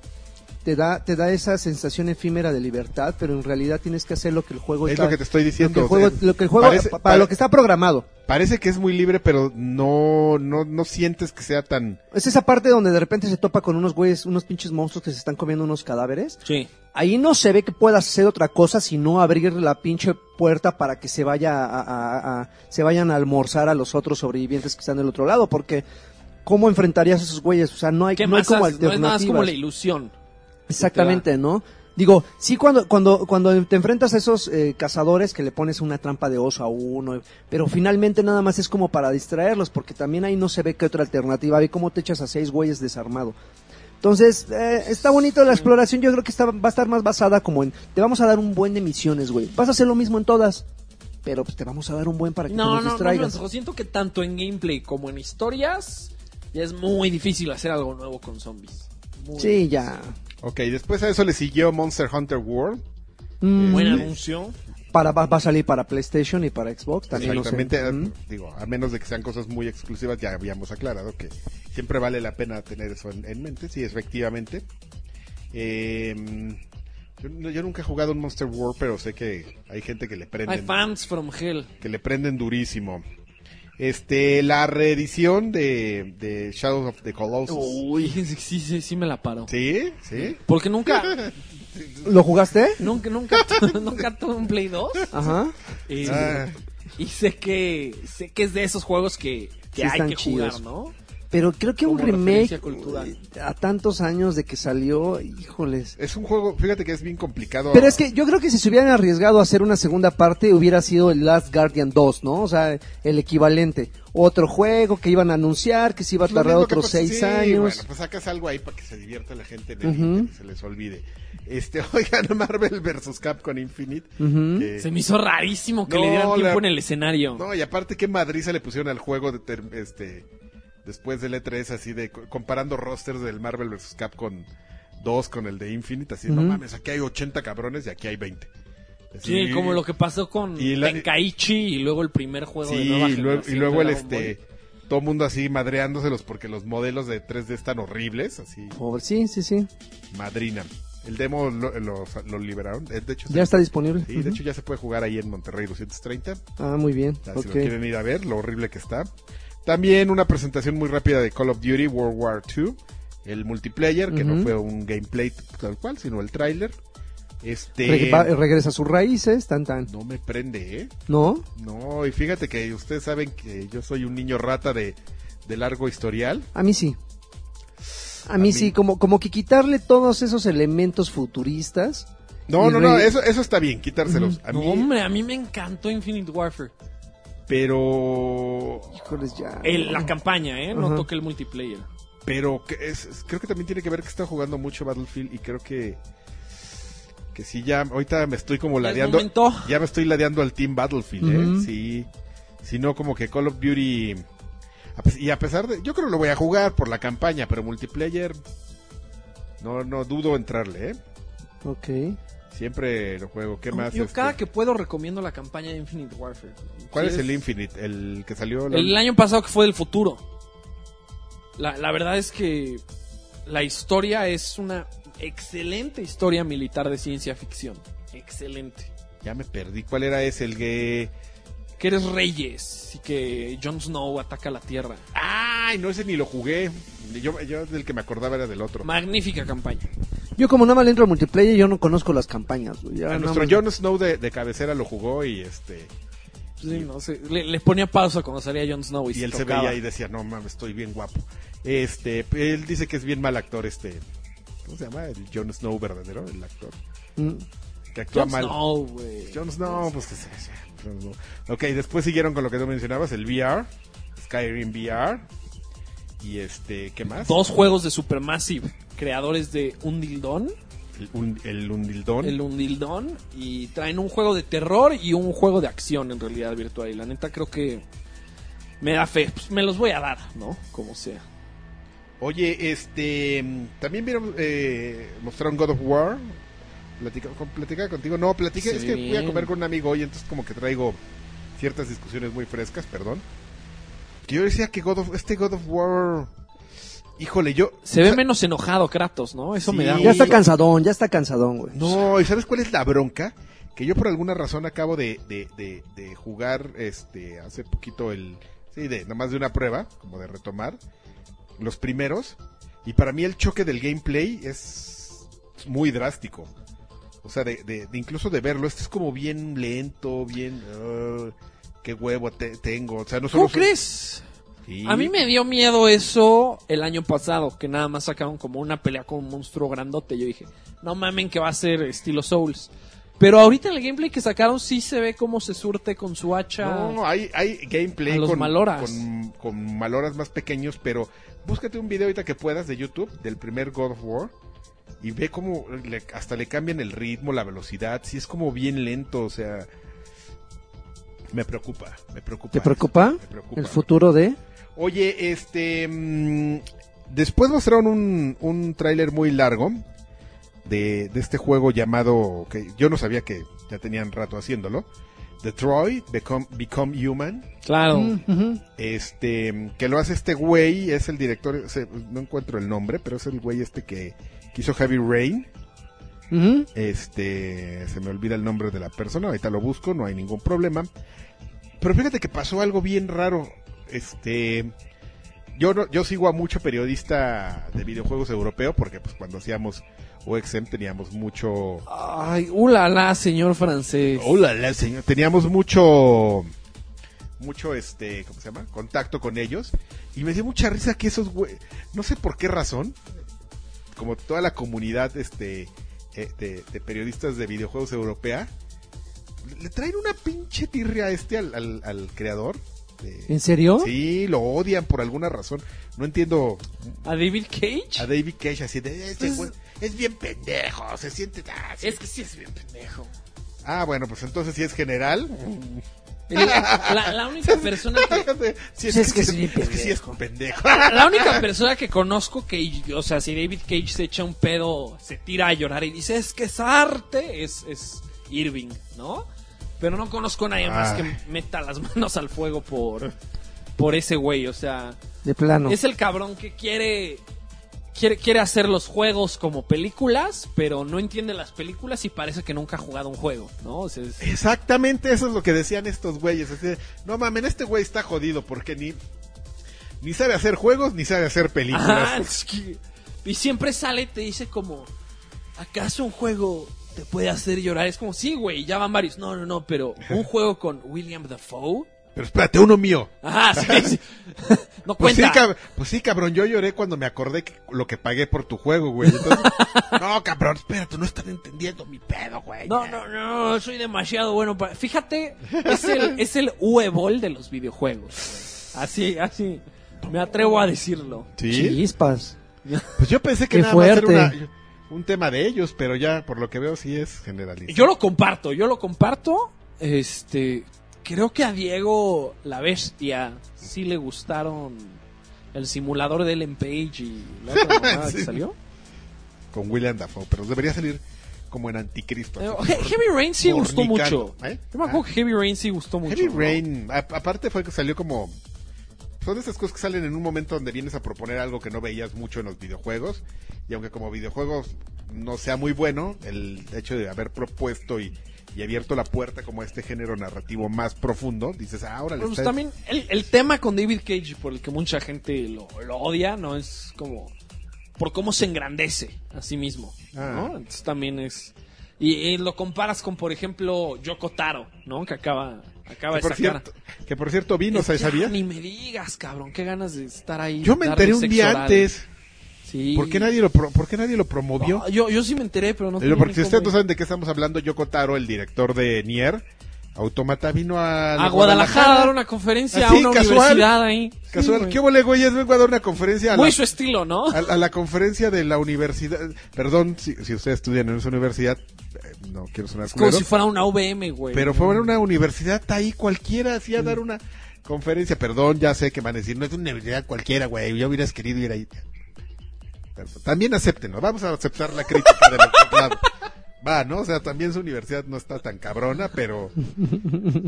te da te da esa sensación efímera de libertad, pero en realidad tienes que hacer lo que el juego
es
está-
lo que te estoy
lo que
diciendo.
el juego,
o sea,
lo que el juego-
parece,
pa- para
pare-
lo que está programado.
parece que es muy libre, pero no no no sientes que sea tan
Es esa parte donde de repente se topa con unos güeyes, unos pinches monstruos que se están comiendo unos cadáveres.
Sí.
Ahí no se ve que puedas hacer otra cosa sino abrir la pinche puerta para que se vaya a, a- a- se vayan a almorzar a los otros sobrevivientes que están del otro lado, porque ¿cómo enfrentarías a esos güeyes? O sea, no hay,
¿Qué
no hay
más
como
haces? No es nada más como
alternativas.
la ilusión.
Exactamente, ¿no? Digo, sí cuando, cuando, cuando te enfrentas a esos eh, cazadores que le pones una trampa de oso a uno, pero finalmente nada más es como para distraerlos, porque también ahí no se ve qué otra alternativa, ve cómo te echas a seis güeyes desarmado. Entonces, eh, está bonito la exploración, yo creo que está, va a estar más basada como en, te vamos a dar un buen de misiones, güey. Vas a hacer lo mismo en todas, pero pues, te vamos a dar un buen para que te
No,
nos
no, no, me
distraigas.
antojó. Siento que tanto en gameplay como en historias ya es muy difícil hacer algo nuevo con zombies. Muy
sí, ya.
Ok, después a eso le siguió Monster Hunter World.
Mm,
Buen anuncio.
para, va, va a salir para PlayStation y para Xbox también. no sé.
Exactamente,
Mm.
a- digo, a menos de que sean cosas muy exclusivas, ya habíamos aclarado que siempre vale la pena tener eso en, en mente, sí, efectivamente. Eh, yo, no- yo nunca he jugado un Monster War, pero sé que hay gente que le
Hay
prenden,
fans from hell.
que le prenden durísimo. Este, la reedición de, de Shadows of the Colossus.
Uy, sí, sí, sí, sí me la paro.
¿Sí? ¿Sí?
Porque nunca,
¿Lo jugaste?
nunca, nunca, tu- nunca tuve un Play 2.
Ajá.
Y,
Ah,
y sé que sé que es de esos juegos que,
Sí
que hay
están
que
chidos.
jugar, ¿no?
Pero creo que un
Como
remake
referencia cultural.
eh, a tantos años de que salió, híjoles.
es un juego, fíjate que es bien complicado.
Pero es que yo creo que si se hubieran arriesgado a hacer una segunda parte hubiera sido el Last Guardian 2, ¿no? O sea, el equivalente. Otro juego que iban a anunciar, que se iba a
Pues lo
tardar
mismo que
otros
pasa-
seis
sí,
años.
Bueno, pues sacas algo ahí para que se divierta la gente en el
Ujú.
Inter, que se les olvide. Este, oigan, Marvel versus Capcom Infinite.
Ujú.
que-
Se me hizo rarísimo que le
No,
dieran tiempo
la-
en el escenario.
No, y aparte qué madrid se le pusieron al juego de ter- este después del E3 así de co- comparando rosters del Marvel versus Capcom 2 con el de Infinite, así no
Ujú.
mames, aquí hay 80 cabrones y aquí hay 20.
Sí, como lo que pasó con
Y la-
Tenkaichi y luego el primer juego
Sí,
de nueva
y luego, y
generación
luego
de
el
Dragon Ball.
este todo mundo así madreándoselos porque los modelos de 3D están horribles, así
Pobre- sí, sí, sí.
madrina. El demo lo, lo- lo liberaron, eh, de hecho
Ya está disponible.
Sí,
Ujú.
de hecho ya se puede jugar ahí en Monterrey 230. O
Ah, muy bien.
sea, Si
Ok.
lo quieren ir a ver, lo horrible que está. También una presentación muy rápida de Call of Duty World War II. El multiplayer, que no
Ujú.
fue un gameplay tal cual, sino el tráiler. Este...
Re- va- regresa a sus raíces, tan tan.
No me prende, ¿eh?
¿No?
No, y fíjate que ustedes saben que yo soy un niño rata de, de largo historial.
A mí sí. A mí sí, como, como que quitarle todos esos elementos futuristas.
No,
Y
no, no,
re-
eso, eso está bien, quitárselos. A
No,
mí,
hombre, a mí me encantó Infinite Warfare.
pero...
Híjoles, ya.
El- la campaña, ¿eh? No
Ajá.
toqué el multiplayer.
Pero que es- es- creo que también tiene que ver que está jugando mucho Battlefield y creo que que sí ya ahorita me estoy como
Ya es
ladeando
momento.
ya me estoy ladeando al team Battlefield, eh.
Ujú.
Sí. Si no como que Call of Duty a pes- y a pesar de yo creo que lo voy a jugar por la campaña, pero multiplayer no no dudo entrarle, eh.
Ok.
Siempre lo juego. ¿Qué más?
Yo
este?
cada que puedo recomiendo la campaña de Infinite Warfare.
¿Cuál
Sí,
es el Infinite? El que salió la-
El año pasado que fue del futuro. La, la verdad es que la historia es una excelente historia militar de ciencia ficción. Excelente.
ya me perdí. ¿Cuál era ese el que
Que eres reyes y que Jon Snow ataca la Tierra.
Ay, no ese ni lo jugué. Yo yo del que me acordaba era del otro.
Magnífica campaña.
Yo como nada más le entro al multiplayer, yo no conozco las campañas. güey. Ya
A
nada
nuestro
más-
Jon Snow de, de cabecera lo jugó y este
Sí, no sé, le, le ponía pausa cuando salía Jon Snow y,
y
se
él
Pues tocaba.
se veía y decía no mames estoy bien guapo este él dice que es bien mal actor este cómo se llama el Jon Snow verdadero el actor
Mm.
que actúa
Jon
mal
Snow, güey.
Jon Snow pues que se Jon Snow. Ok, después siguieron con lo que tú mencionabas el VR Skyrim VR y este qué más
Dos juegos de Supermassive, creadores de Undildon,
el, un, el Undildón
el Undildon, y traen un juego de terror y un juego de acción en realidad virtual. Y la neta creo que me da fe, Pues, me los voy a dar, ¿no? Como sea.
Oye, este. mm, También vieron. Eh, mostraron God of War. Platica, con- platicaba contigo. No, platiqué.
Se
es
ve
que fui a
bien.
comer con un amigo hoy, entonces como que traigo ciertas discusiones muy frescas, perdón. Que yo decía que God of, este God of War. Híjole, yo.
Se ve
o sea,
menos enojado Kratos, ¿no? Eso me
Sí.
da...
Ya está
Y-
cansadón, ya está cansadón, güey.
No, ¿y sabes cuál es la bronca? Que yo por alguna razón acabo de, de, de, de jugar este hace poquito el. Sí, de, nomás de una prueba, como de retomar. Los primeros. Y para mí el choque del gameplay es muy drástico. O sea, de, de- de incluso de verlo, este es como bien lento, bien. ah, qué huevo te- tengo. O sea, no solo
¿Cómo
soy-
crees?
Sí.
A mí me dio miedo eso el año pasado, que nada más sacaron como una pelea con un monstruo grandote. Yo dije, no mamen que va a ser estilo Souls. Pero ahorita en el gameplay que sacaron sí se ve cómo se surte con su hacha.
No, no, hay, hay gameplay
A los
con,
maloras.
con- con maloras más pequeños, pero búscate un video ahorita que puedas de YouTube del primer God of War y ve cómo le- hasta le cambian el ritmo, la velocidad, si es como bien lento, o sea... Me preocupa, me preocupa.
¿Te preocupa
Me preocupa.
el futuro de...?
Oye, este... mm, después mostraron un, un tráiler muy largo de, de este juego llamado... que Yo no sabía que ya tenían rato haciéndolo. Detroit, Become, Become Human.
Claro.
Mm.
Ujú.
Este, que lo hace este güey, es el director, se- no encuentro el nombre, pero es el güey este que, que hizo Heavy Rain.
Ujú.
Este, se me olvida el nombre de la persona, ahorita lo busco, no hay ningún problema. Pero fíjate que pasó algo bien raro. Este, yo no- yo sigo a mucho periodista de videojuegos europeo porque pues cuando hacíamos OXM teníamos mucho
Ay, ulala, señor francés.
Pues,
Hola, la señor. Teníamos mucho, mucho este, ¿cómo se llama? Contacto con ellos y me dio mucha risa que esos güey, no sé por qué razón, como toda la comunidad este eh, de, de periodistas de videojuegos europea, le traen una pinche tirria a este al, al- al creador. de-
¿En serio?
Sí, lo odian por alguna razón. No entiendo
¿A David Cage?
a David Cage así de este
Pues-
güey es bien pendejo, se siente ah, sí.
Es que sí es bien pendejo.
Ah, bueno, pues entonces si es general,
El- La, la única persona que,
Sí,
Pues es que sí,
es que sí es
pendejo.
pendejo.
la única persona que conozco que, o sea, si David Cage se echa un pedo, se tira a llorar y dice, es que es arte, es, es Irving, ¿no? Pero no conozco a nadie más
Ay.
que meta las manos al fuego por, por ese güey, o sea,
De plano.
es el cabrón que quiere, quiere, quiere hacer los juegos como películas, pero no entiende las películas y parece que nunca ha jugado un juego, ¿no? O sea, es-
Exactamente, eso es lo que decían estos güeyes. así de, no mamen, este güey está jodido porque ni, ni sabe hacer juegos ni sabe hacer
Ajá,
películas.
Ah, es que- y siempre sale y te dice como, ¿acaso un juego te puede hacer llorar? Es como, sí, güey, ya van varios. No, no, no, pero un juego con William Dafoe.
Pero espérate, uno mío.
Ajá, sí, sí. No
Pues sí,
cuenta.
cab- pues sí, cabrón, yo lloré cuando me acordé que- lo que pagué por tu juego, güey. Entonces, no, cabrón, espérate, no están entendiendo mi pedo, güey.
no, no, no, soy demasiado bueno para... Fíjate, es el, es el UE Ball de los videojuegos. güey. Así, así. Me atrevo a decirlo.
Sí,
Chispas.
pues yo pensé que
Qué
nada más era
fuerte.
una- un tema de ellos, pero ya por lo que veo sí es generalista.
Yo lo comparto, yo lo comparto. Este, creo que a Diego la bestia sí le gustaron el simulador del Page y la otra mamada que
Sí.
salió.
Con William Dafoe, pero debería salir como en Anticristo.
Eh,
así,
He- Heavy Rain sí gustó
Fornicando,
mucho.
¿eh?
Yo me acuerdo que Heavy Rain sí gustó mucho.
Heavy
¿no?
Rain, a- aparte fue que salió como... Son esas cosas que salen en un momento donde vienes a proponer algo que no veías mucho en los videojuegos. Y aunque como videojuegos no sea muy bueno, el hecho de haber propuesto y, y abierto la puerta como a este género narrativo más profundo, dices, ah, órale,
Pues
está-
también el, el tema con David Cage, por el que mucha gente lo, lo odia, ¿no? Es como. por cómo se engrandece a sí mismo.
Ah.
¿no? Entonces también es. Y, y lo comparas con, por ejemplo, Yoko Taro, ¿no? Que acaba, acaba
que, por
de sacar.
cierto, que por cierto vino,
Ya,
¿sabes? ¿sabías?
Ni me digas, cabrón, qué ganas de estar ahí.
Yo me
darle
enteré un
sexo
día
oral.
antes.
Sí.
¿Por qué nadie lo, pro- por qué nadie lo promovió?
No, yo, yo sí me enteré, pero no.
Pero
tenía
porque
ni
si ustedes no
cómo ir.
saben de qué estamos hablando, Yoko Taro, el director de Nier, Automata vino a,
A Guadalajara a dar una conferencia
Así,
a una
casual.
universidad ahí. Sí,
Casual,
güey.
¿qué hubo, güeyes? Vengo a dar una conferencia a la,
Muy su estilo, ¿no?
a- a la conferencia de la universidad. Perdón, si, si ustedes estudian en esa universidad, eh, no quiero sonar
Es como
culero,
si fuera una VM, güey.
pero fue en una universidad ahí cualquiera, así a dar una conferencia. Perdón, ya sé que van a decir, no es una universidad cualquiera, güey, yo hubieras querido ir ahí. Pero también acéptenlo, vamos a aceptar la crítica de los teclados. Va, ¿no? O sea, también su universidad no está tan cabrona, pero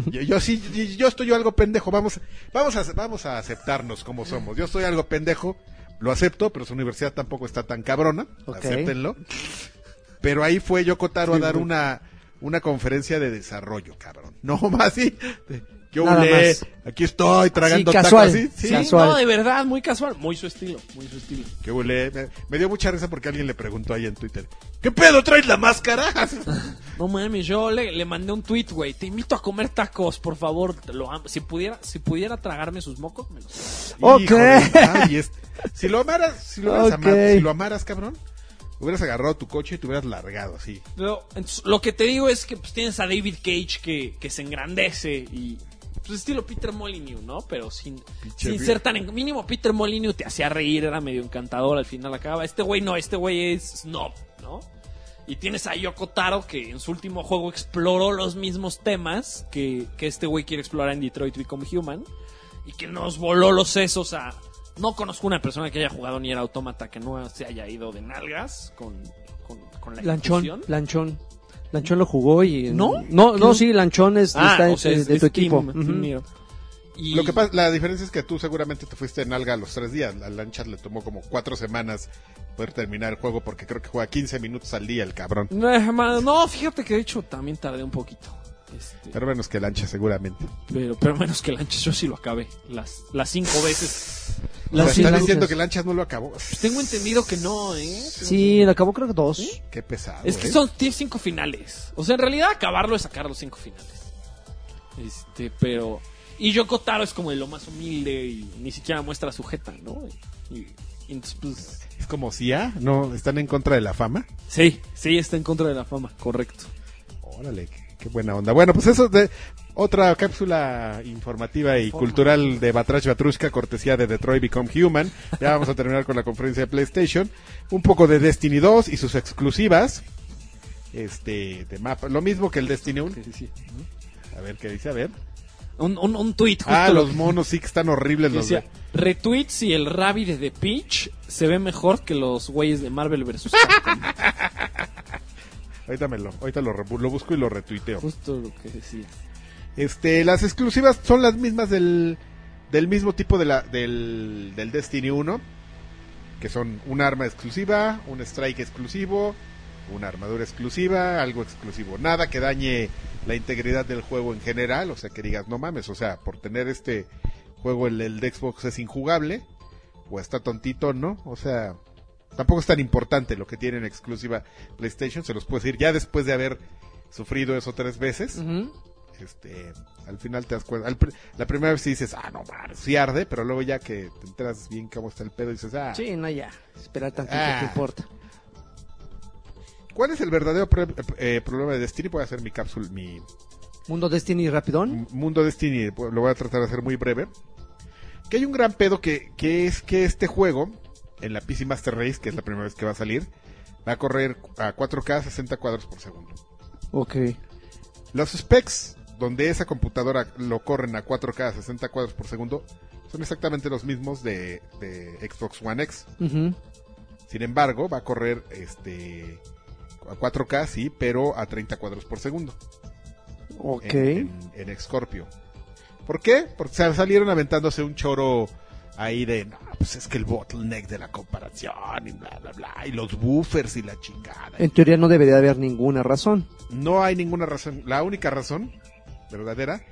yo, yo sí, yo- yo estoy yo algo pendejo, vamos, vamos a, vamos a aceptarnos como somos. Yo estoy algo pendejo, lo acepto, pero su universidad tampoco está tan cabrona,
Ok.
acéptenlo. Pero ahí fue Yoko Taro a dar una, una conferencia de desarrollo, cabrón. No más sí. Yo
Nada
volé,
más.
aquí estoy tragando
Así, casual.
tacos. Sí, sí.
Sí,
Casual.
no, de verdad, muy casual. Muy su estilo, muy su estilo.
¿Qué huele? Me, me dio mucha risa porque alguien le preguntó ahí en Twitter, ¿qué pedo traes la máscara?
No mames, yo le, le mandé un tweet, güey. Te invito a comer tacos, por favor. te Lo amo. Si pudiera, si pudiera tragarme sus mocos, me los-
Ok.
Híjole, ay, es- si lo amaras, si lo hubieras
Ok.
amado, si lo amaras, cabrón, hubieras agarrado tu coche y te hubieras largado así.
Pero, entonces, lo que te digo es que pues, tienes a David Cage que, que se engrandece y. Pues estilo Peter Molyneux, ¿no? Pero sin,
Pinche
sin
vie-
ser tan. en- Mínimo Peter Molyneux te hacía reír, era medio encantador, al final acaba. Este güey no, este güey es snob, ¿no? Y tienes a Yoko Taro que en su último juego exploró los mismos temas que, que este güey quiere explorar en Detroit Become Human y que nos voló los sesos a. No conozco una persona que haya jugado ni era autómata que no se haya ido de nalgas con, con, con la
Lanchón,
ejecución.
Lanchón. Lanchón lo jugó y...
¿No?
No, no,
¿No?
sí, Lanchón es,
Ah,
está
o sea,
de,
es-
de
es
tu
Team-
equipo.
Team
Ujú.
Nero. Y-
Lo que pasa, la diferencia es que tú seguramente te fuiste en alga a los tres días. La lancha le tomó como cuatro semanas poder terminar el juego porque creo que juega 15 minutos al día el cabrón.
No, hermano, no, fíjate que de hecho también tardé un poquito. Este,
Pero menos que lancha, seguramente.
pero, pero menos que Lanchas, yo sí lo acabé. Las, las cinco veces.
O sea,
sí,
están
lanchas.
diciendo que lanchas no lo acabó.
Pues tengo entendido que no, ¿eh?
Sí, la acabó creo que dos.
Qué pesado.
Es que
¿eh?
son tiene cinco finales. O sea, en realidad acabarlo es sacar los cinco finales. Este, pero. Y Yoko Taro es como de lo más humilde y ni siquiera muestra su jeta, ¿no? Y, y entonces, pues.
Es como si ah, no, están en contra de la fama.
Sí, sí, está en contra de la fama, correcto.
Órale, qué, qué buena onda. Bueno, pues eso de otra cápsula informativa y cultural de Batrash Batrushka, cortesía de Detroit Become Human. Ya vamos a terminar con la conferencia de PlayStation. Un poco de Destiny 2 y sus exclusivas. Este, de mapa. Lo mismo que el Destiny 1. A ver qué dice, a ver.
Un, un, un tweet justo
Ah,
lo
los monos sí que están horribles
que
los
decía,
de-
retweets y el Rabbi de The Peach se ve mejor que los güeyes de Marvel vs. Capcom.
Ahorita me lo, ahorita lo, rebu- lo busco y lo retuiteo.
Justo lo que decía.
Este, las exclusivas son las mismas del, del mismo tipo de la, del, del Destiny 1, que son un arma exclusiva, un strike exclusivo, una armadura exclusiva, algo exclusivo. Nada que dañe la integridad del juego en general, o sea, que digas, no mames, o sea, por tener este juego el, el de Xbox es injugable, o está tontito, ¿no? O sea, tampoco es tan importante lo que tienen exclusiva PlayStation, se los puedes decir ya después de haber sufrido eso tres veces
Ujú.
este al final te das cuenta al pr- la primera vez sí dices ah no mames sí arde pero luego ya que te enteras bien cómo está el pedo dices ah
Sí, no, ya. Esperar tantito,
Ah.
¿qué importa?
cuál es el verdadero pro- eh, problema de Destiny voy a hacer mi cápsula mi
Mundo Destiny Rapidón.
m- mundo Destiny lo voy a tratar de hacer muy breve que hay un gran pedo que que es que este juego en la PC Master Race que es la primera vez que va a salir va a correr a 4K 60 cuadros por segundo
Ok.
Los specs donde esa computadora lo corren a 4K a 60 cuadros por segundo son exactamente los mismos de, de Xbox One X.
Ujú.
Sin embargo, va a correr este a 4K, sí, pero a 30 cuadros por segundo
Ok.
en, en- en Scorpio. ¿Por qué? Porque sal- salieron aventándose un choro ahí de, no, pues es que el bottleneck de la comparación y bla, bla, bla, y los buffers y la chingada.
En teoría no debería haber ninguna razón.
no hay ninguna razón. La única razón verdadera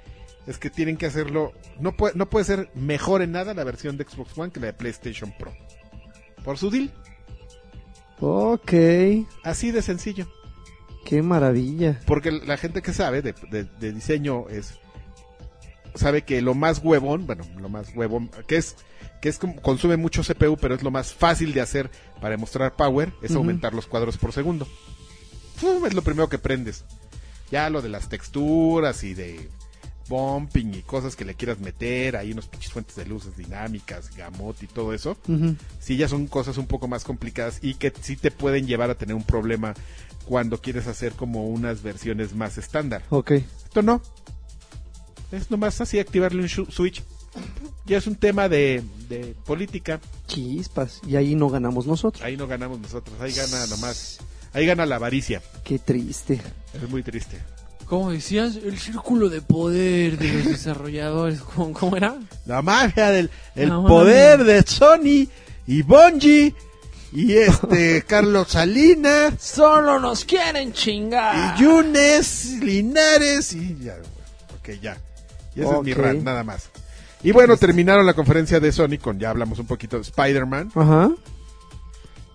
es que tienen que hacerlo. No puede, no puede ser mejor en nada la versión de Xbox One que la de PlayStation Pro. Por su deal.
Ok.
Así de sencillo.
Qué maravilla.
Porque la gente que sabe de, de- de diseño es. Sabe que lo más huevón, bueno, lo más huevón, que es que es como- consume mucho CPU, pero es lo más fácil de hacer para demostrar power, es
Ujú.
aumentar los cuadros por segundo. Fum, es lo primero que prendes. Ya lo de las texturas y de bumping y cosas que le quieras meter, ahí unos pinches fuentes de luces dinámicas, gamut y todo eso
Ujú.
sí ya son cosas un poco más complicadas y que sí te pueden llevar a tener un problema cuando quieres hacer como unas versiones más estándar.
Ok.
Esto no. Es nomás así activarle un shu- switch. Ya es un tema de, de política.
Chispas. Y ahí no ganamos nosotros.
Ahí no ganamos nosotros. Ahí gana nomás. Ahí gana la avaricia.
Qué triste.
Es muy triste.
Como decías, el círculo de poder de los desarrolladores. ¿Cómo, cómo era?
La magia del el
No,
poder de Sony y Bungie y este Carlos Salinas
Solo nos quieren chingar.
y Yunes, Linares y ya. güey. Ok, ya. Y ese es mi
Ok.
rant, nada más. Y bueno, terminaron la conferencia de Sony con, ya hablamos un poquito de Spider-Man,
Ajá.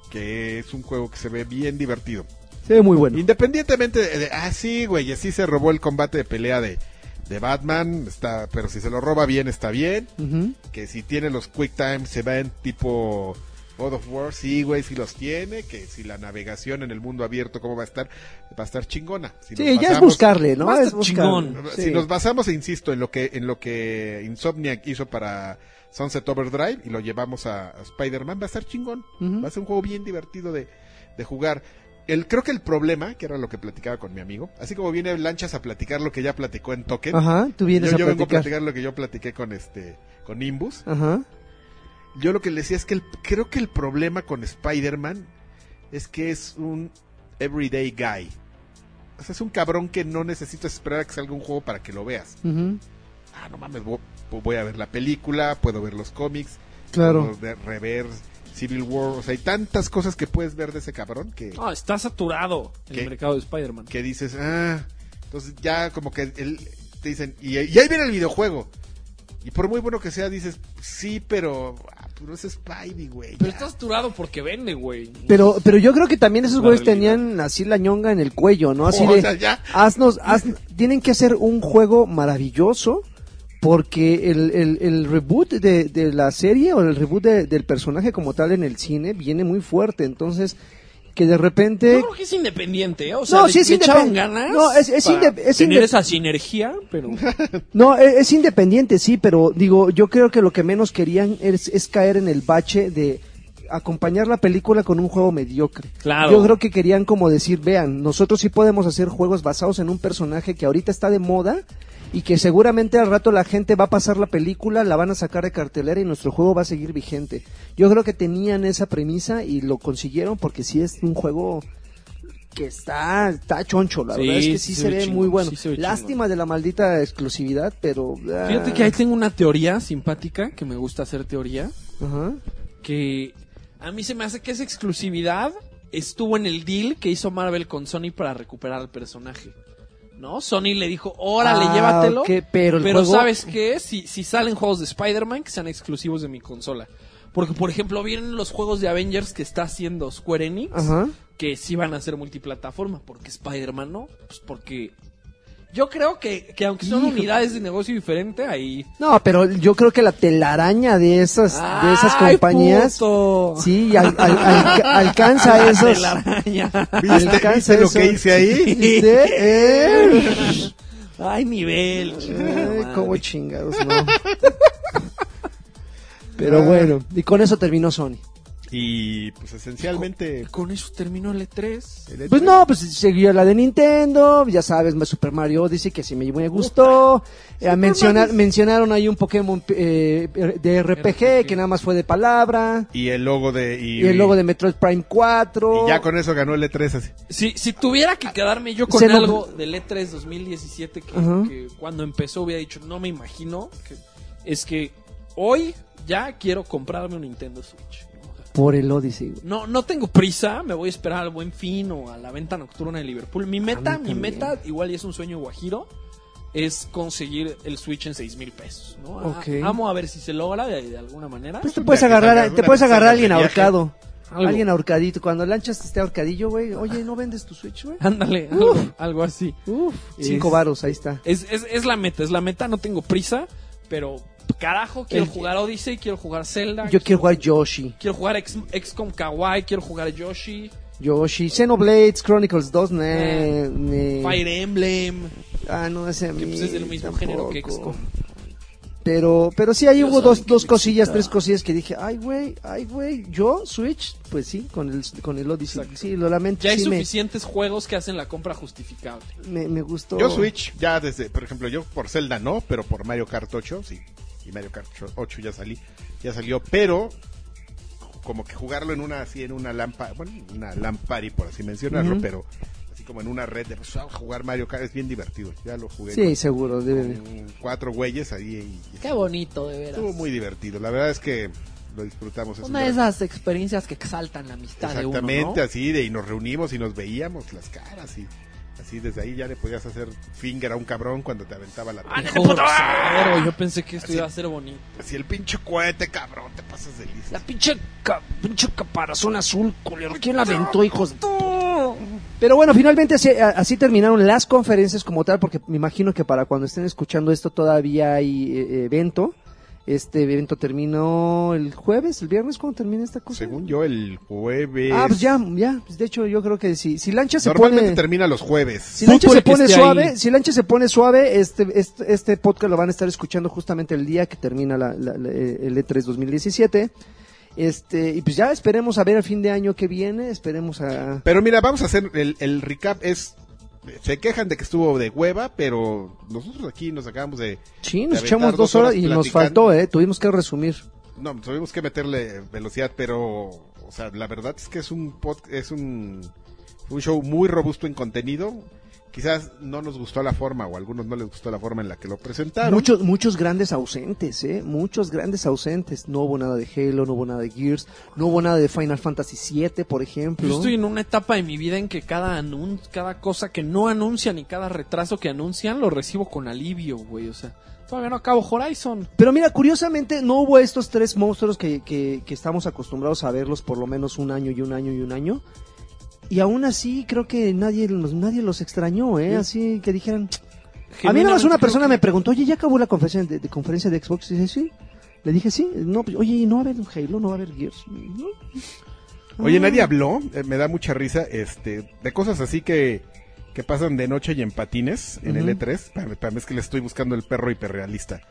que es un juego que se ve bien divertido.
Se ve muy bueno.
Independientemente de, de- ah sí, güey, así se robó el combate de pelea de, de Batman, está, pero si se lo roba bien está bien,
Ujú.
que si tiene los quick time se va en tipo God of War, sí, güey, si los tiene, que si la navegación en el mundo abierto cómo va a estar, va a estar chingona. Si
Sí,
nos
ya es
basamos-
buscarle, ¿no?
Basta
Es
chingón.
buscarle. Sí.
Si nos basamos, insisto, en lo que en lo que Insomniac hizo para Sunset Overdrive y lo llevamos a, a Spider-Man, va a estar chingón.
Ujú.
Va a ser un juego bien divertido de, de jugar. El, creo que el problema, que era lo que platicaba con mi amigo, así como viene Lanchas a platicar lo que ya platicó en Token,
Ajá, tú
yo,
vienes
yo
a
vengo a
platicar.
platicar lo que yo platiqué con este con Nimbus.
Ajá.
Yo lo que le decía es que el- creo que el problema con Spider-Man es que es un everyday guy. O sea, es un cabrón que no necesitas esperar a que salga un juego para que lo veas
ujú,
ah, no mames, vo- vo- voy a ver la película, puedo ver los cómics,
Claro.
puedo ver- rever Civil War, o sea, hay tantas cosas que puedes ver de ese cabrón que,
No, Ah, está saturado
¿Qué?
el mercado de Spider-Man.
que dices, ah, entonces ya como que el- te dicen, y, y ahí viene el videojuego. Y por muy bueno que sea, dices, sí, pero, ah, pero es Spidey, güey.
Pero
ya".
está saturado porque vende, güey.
Pero,
pues,
pero yo creo que también esos
La
güeyes
realidad.
tenían así la ñonga en el cuello, ¿no? Así
O
de,
sea, ya.
haznos, haz- tienen que hacer un juego maravilloso porque el, el- el reboot de, de la serie o el reboot de- del personaje como tal en el cine viene muy fuerte, entonces que de repente...
Yo creo que es independiente, ¿eh? O sea,
No,
le-
sí es
le
independ-
echaron ganas
no, es- es
para
inde- es
tener
inde-
esa sinergia, pero...
No, e- es, independiente, sí, pero digo, yo creo que lo que menos querían es, es caer en el bache de acompañar la película con un juego mediocre.
Claro.
Yo creo que querían como decir, vean, nosotros sí podemos hacer juegos basados en un personaje que ahorita está de moda y que seguramente al rato la gente va a pasar la película, la van a sacar de cartelera y nuestro juego va a seguir vigente. Yo creo que tenían esa premisa y lo consiguieron porque sí es un juego que está, está choncho, la
Sí,
verdad es que
sí
sí
se
se,
ve
ve
chingón,
muy bueno.
sí se ve chingón.
Lástima de la maldita exclusividad, pero... ah,
Fíjate que ahí tengo una teoría simpática, que me gusta hacer teoría,
Ajá.
que a mí se me hace que esa exclusividad estuvo en el deal que hizo Marvel con Sony para recuperar al personaje. ¿No? Sony le dijo, órale,
Ah,
llévatelo.
ok, pero el
pero
juego-
¿sabes qué? Si, si salen juegos de Spider-Man, que sean exclusivos de mi consola. Porque, por ejemplo, vienen los juegos de Avengers que está haciendo Square Enix,
Ajá.
que sí van a ser multiplataforma. porque Spider-Man no? Pues porque... Yo creo que, que aunque son
Hijo.
unidades de negocio diferente, ahí...
No, pero yo creo que la telaraña de esas, de esas
¡Ay,
compañías...
puto!
Sí, al- al- al- alcanza
La
esos...
telaraña.
¿Viste,
alcanza
viste lo
eso.
que hice ahí?
¿Viste? Eh.
Ay, nivel.
Ay,
chingada
como
madre.
chingados, no.
Ah.
Pero bueno, y con eso terminó Sony.
Y pues esencialmente...
Con eso terminó
E
el E3.
el-
Pues no, pues siguió la de Nintendo, ya sabes, Super Mario Odyssey, que sí me, me gustó. Eh, mencionar- mencionaron ahí un Pokémon eh, de RPG, que nada más fue de palabra.
Y el logo de... Y,
Y el logo de Oh. Metroid Prime 4.
y ya con eso ganó el E3 así.
Si, si tuviera que quedarme yo con
Se lo-
algo del E E3 2017 que,
Ajá.
que cuando empezó hubiera dicho, no me imagino, que- es que hoy ya quiero comprarme un Nintendo Switch.
Por el Odyssey. güey.
No, no tengo prisa, me voy a esperar al buen fin o a la venta nocturna de Liverpool. Mi meta, mi
Ah, también.
meta, igual y es un sueño guajiro, es conseguir el Switch en 6 mil pesos. ¿no? A-
Ok.
Vamos a ver si se logra de, de alguna manera.
Pues te
Una
puedes
Ah, que
agarrar,
salga-
a- te
una
puedes
que
agarrar
salga
a alguien
de viaje.
ahorcado.
Algo.
Alguien ahorcadito. Cuando lanchas esté ahorcadillo, güey. Oye, ¿no vendes tu Switch, güey?
Ándale, algo, algo así.
Uf, cinco
Es-
varos, ahí está.
Es, es, es la meta, es la meta, no tengo prisa, pero carajo, quiero
El-
jugar Odyssey, quiero jugar Zelda.
Yo quiero jugar Yoshi.
Quiero jugar X, XCOM Kawaii, quiero jugar Yoshi,
Yoshi. Xenoblades Chronicles 2, ne,
Eh,
ne.
Fire Emblem,
Ah, no, ese a
que
mí
pues es del mismo
tampoco.
género que XCOM.
Pero, pero sí, ahí
Yo
hubo
sabía
dos,
que
dos
me
cosillas,
excitaba.
tres cosillas que dije, ay, güey, ay, güey, yo, Switch, pues sí, con el, con el Odyssey.
Exacto.
Sí, lo lamento,
Ya hay
sí, me,
suficientes juegos que hacen la compra justificable.
me, me gustó.
Yo Switch, ya desde, por ejemplo, yo por Zelda no, pero por Mario Kart 8, sí. Y Mario Kart 8 ya salí, ya salió, pero como que jugarlo en una así en una lámpara, bueno, una lampari por así mencionarlo,
Ujú.
pero así como en una red de pues, vamos a jugar Mario Kart es bien divertido. Ya lo jugué
Sí, seguro, debe
con,
de-
con cuatro güeyes ahí y,
Qué bonito, de veras.
estuvo muy divertido. La verdad es que lo disfrutamos.
Pues
es un
Una de
gran-
esas experiencias que exaltan la amistad de uno, ¿no?
Exactamente, así de y nos reunimos y nos veíamos las caras y así desde ahí ya le podías hacer finger a un cabrón cuando te aventaba la
Ah,
pelota.
qué grosero, yo pensé que esto iba a ser bonito.
Si el pinche cohete, cabrón, te pasas de listo.
pinche, ca- pinche caparazón azul, culero. ¿Quién la aventó, hijos? de- Pero bueno, finalmente se- a- así terminaron las conferencias como tal, porque me imagino que para cuando estén escuchando esto todavía hay eh, evento. Este evento terminó el jueves, el viernes, ¿cuándo termina esta cosa?
Según yo, el jueves.
Ah, pues ya, ya. Pues de hecho, yo creo que si, si Lancha se
Normalmente
pone...
termina los jueves.
Si Lancha
Fútbol
se
que
pone
esté
suave,
ahí.
si Lancha se pone suave, este, este, este podcast lo van a estar escuchando justamente el día que termina la, la- la- el E E3 2017. Este, y pues ya esperemos a ver el fin de año que viene, esperemos a...
Pero mira, vamos a hacer el, el recap. Es se quejan de que estuvo de hueva, pero nosotros aquí nos acabamos de
Sí,
de
nos
aventar
echamos dos horas y nos
platicando.
faltó, eh, tuvimos que resumir.
No, tuvimos que meterle velocidad, pero o sea, la verdad es que es un pod- es un un show muy robusto en contenido. Quizás no nos gustó la forma o a algunos no les gustó la forma en la que lo presentaron.
Muchos, muchos grandes ausentes, ¿eh? Muchos grandes ausentes. No hubo nada de Halo, no hubo nada de Gears, no hubo nada de Final Fantasy VII, por ejemplo.
Yo estoy en una etapa de mi vida en que cada anun cada cosa que no anuncian y cada retraso que anuncian lo recibo con alivio, güey. O sea, todavía no acabo Horizon.
Pero mira, curiosamente no hubo estos tres monstruos que, que- que estamos acostumbrados a verlos por lo menos un año y un año y un año. Y aún así creo que nadie, los- nadie los extrañó, ¿eh? Así que dijeran... A mí nada más
Genuinamente
una
creo
persona
que-
me preguntó, oye, ¿ya acabó la conferencia de, de conferencia de Xbox? Y dije, sí. Le dije, sí. No, pues, oye, ¿y ¿no va a haber Halo? ¿No va a haber Gears? No.
Oye,
Ah.
nadie habló, eh, me da mucha risa, este, de cosas así que, que pasan de noche y en patines en
Ujú.
el E E3. Para, para mí es que le estoy buscando el perro hiperrealista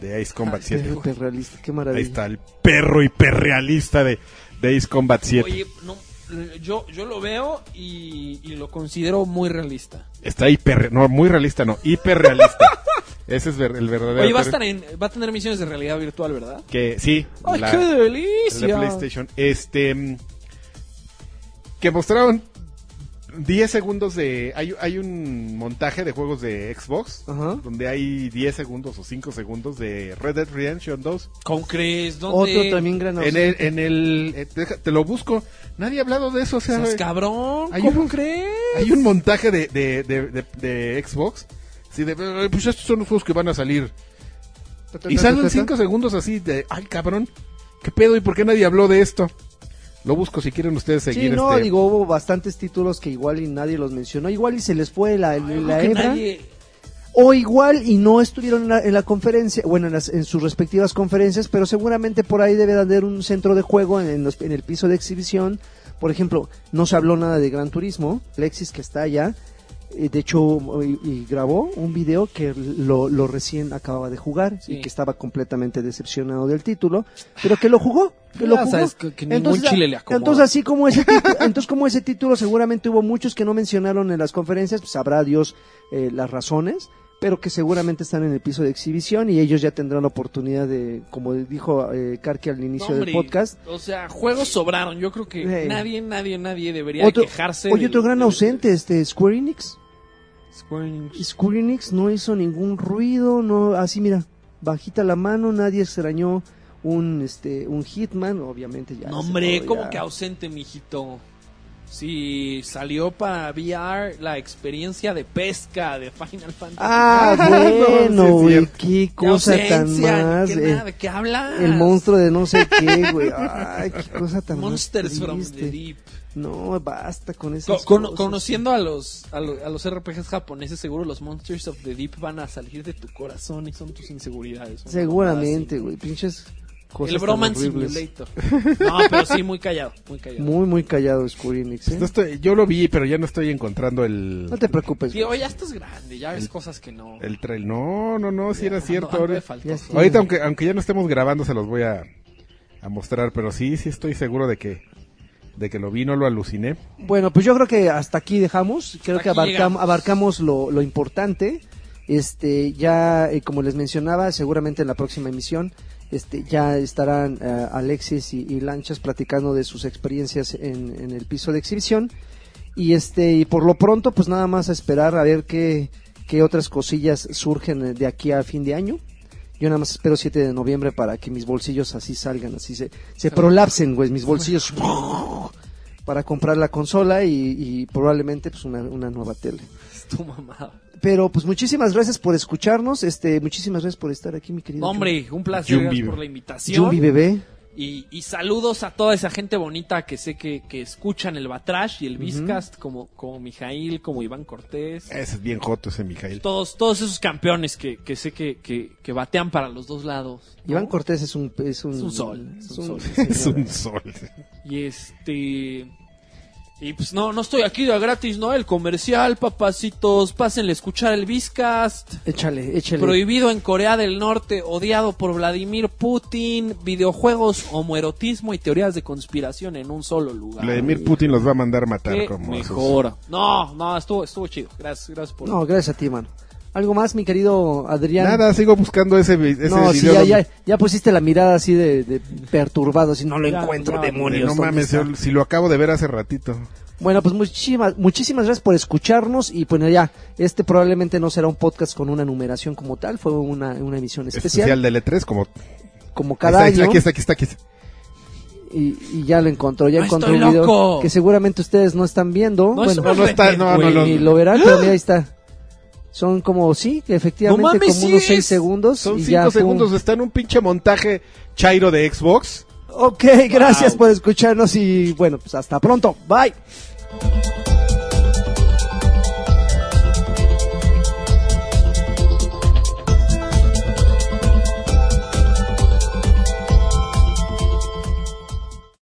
de Ace
Ah,
Combat 7.
Hiperrealista, pues, qué
Ahí
maravilla.
está el perro hiperrealista de, de Ace Combat 7.
Oye, no, eh, yo, yo lo veo y, y lo considero muy realista.
Está hiper, no, muy realista, no, hiperrealista. Ese es ver- el verdadero.
Oye, va a,
perro
estar en- va a tener misiones de realidad virtual, ¿verdad?
Que sí,
¡Ay,
la-
qué
el de
delicia!
PlayStation. Este. mm, Que mostraron 10 segundos de. Hay, hay un montaje de juegos de Xbox.
Ajá.
Donde hay 10 segundos o 5 segundos de Red Dead Redemption 2.
Con Chris, ¿dónde?
Otro también gran
en
ausente.
el. En el eh, deja- te lo busco. Nadie ha hablado de eso. O sea,
Seas
eh,
cabrón,
Hay
¿cómo
un-
crees?
hay un montaje de, de, de, de- de Xbox. Sí, de, eh, pues estos son los juegos que van a salir. Y salen 5 segundos así de. Ay, cabrón. ¿Qué pedo? ¿Y por qué nadie habló de esto? Lo busco si quieren ustedes
Sí,
seguir
no,
este.
digo, hubo bastantes títulos que igual y nadie los mencionó. Igual y se les fue la, la
Creo que
hebra.
nadie-
O igual y no estuvieron en la, en la conferencia, bueno, en, las- en sus respectivas conferencias, pero seguramente por ahí debe de haber un centro de juego en, en los- en el piso de exhibición. Por ejemplo, no se habló nada de Gran Turismo, Lexis que está allá, eh, de hecho, y, y grabó un video que lo, lo recién acababa de jugar
Sí.
y que estaba completamente decepcionado del título, pero que lo jugó. Que lo
Ya
jugó.
sabes que- que ningún chile le acomoda.
entonces, así como ese título, entonces como ese título seguramente hubo muchos que no mencionaron en las conferencias, pues sabrá Dios eh, las razones, pero que seguramente están en el piso de exhibición y ellos ya tendrán la oportunidad de, como dijo eh, Karki al inicio
Hombre,
del podcast,
O sea, juegos sobraron. Yo creo que
Eh.
nadie, nadie, nadie debería
Otro-
quejarse.
oye
del-
otro gran
del-
ausente, este Square Enix,
Square Enix.
Square Enix no hizo ningún ruido, no, así mira, bajita la mano, nadie extrañó un este un Hitman, obviamente ya.
No,
se
hombre,
todo
como
ya-
que ausente, mijito. Si salió para VR la experiencia de pesca de Final Fantasy.
Ah,
No, sí
bueno,
es
güey,
cierto.
qué
Qué
cosa tan
ausencia,
más.
¿Qué,
eh.
nada, ¿De qué hablas?
El monstruo de no sé qué, güey. Ay, qué cosa tan más
Monsters from
triste.
the Deep.
No, basta con
Co-
esas
cono-
cosas.
conociendo a los, a los a los RPGs japoneses, seguro los Monsters of the Deep van a salir de tu corazón y son tus inseguridades. una
Seguramente, güey.
mamada
Pinches
así.
cosas.
El Broman
tan horribles.
Simulator. No, pero sí, muy callado, muy callado.
Muy, muy callado, Square Enix. ¿eh?
pues, No estoy- yo lo vi, pero ya no estoy encontrando el.
No te preocupes.
Sí,
güey.
oye, ya estás grande, ya ves cosas que no.
El trail. No, no, no, si era
Ando-
cierto.
ando de
ahora-
faltoso.
Ya-
ahorita, aunque, aunque ya no estemos grabando, se los voy a, a mostrar. Pero sí, sí estoy seguro de que, de que lo vi, no lo aluciné.
Bueno, pues yo creo que hasta aquí dejamos. Creo
Hasta
que
aquí
abarcam-
llegamos.
abarcamos lo, lo importante. Este, ya, eh, como les mencionaba, seguramente en la próxima emisión, este, ya estarán eh, Alexis y, y Lanchas platicando de sus experiencias en, en el piso de exhibición. Y este, y por lo pronto, pues nada más a esperar a ver qué, qué otras cosillas surgen eh, de aquí a fin de año. Yo nada más espero 7 de noviembre para que mis bolsillos así salgan, así se, se prolapsen, güey, mis bolsillos para comprar la consola y, y probablemente pues una, una nueva tele.
Es tu mamada.
Pero pues muchísimas gracias por escucharnos, este, muchísimas gracias por estar aquí, mi querido.
Hombre, un placer
Yumbi.
gracias por la invitación.
Yumbi bebé.
Y, y saludos a toda esa gente bonita que sé que, que escuchan el Batrash y el Vizcast, como, como Mijail, como Iván Cortés.
Ese es bien joto ese Mijail.
Todos, todos esos campeones que, que sé que, que, que batean para los dos lados. ¿no?
Iván Cortés es un, es un...
Es un sol, es un sol.
Es un sol.
Y este. Y pues no, no estoy aquí de gratis, ¿no? El comercial, papacitos. Pásenle a escuchar el Vizcast.
Échale, échale.
Prohibido en Corea del Norte, odiado por Vladimir Putin, videojuegos, homoerotismo y teorías de conspiración en un solo lugar.
Vladimir Putin los va a mandar matar
Qué
como esos.
mejor. No, no, estuvo, estuvo chido. Gracias, gracias por.
No, gracias a ti, mano. ¿Algo más, mi querido Adrián?
Nada, sigo buscando ese, vi- ese
no, sí,
video.
ya,
donde-
ya, ya pusiste la mirada así de, de perturbado, si no lo
Ya,
encuentro,
ya,
demonios.
no
¿dónde
mames,
está?
yo- si lo acabo de ver hace ratito.
Bueno, pues muchísimas, muchísimas gracias por escucharnos y pues ya, este probablemente no será un podcast con una numeración como tal, fue una, una emisión especial,
Especial del E3, como
como cada
Ahí está,
año
Aquí está, aquí está, aquí está.
Y, y ya lo encontró, ya
¡No
encontró
estoy
un video
loco!
que seguramente ustedes no están viendo,
No,
bueno,
es una
no está, no, no,
güey.
no.
y lo verán, pero mira, ahí está. Son como, sí, efectivamente,
¡No mames,
como
sí
unos
es!
6 segundos.
Son
y ya,
5
pum.
segundos, está en un pinche montaje chairo de Xbox.
Ok, gracias por escucharnos y bueno, pues hasta pronto. Bye.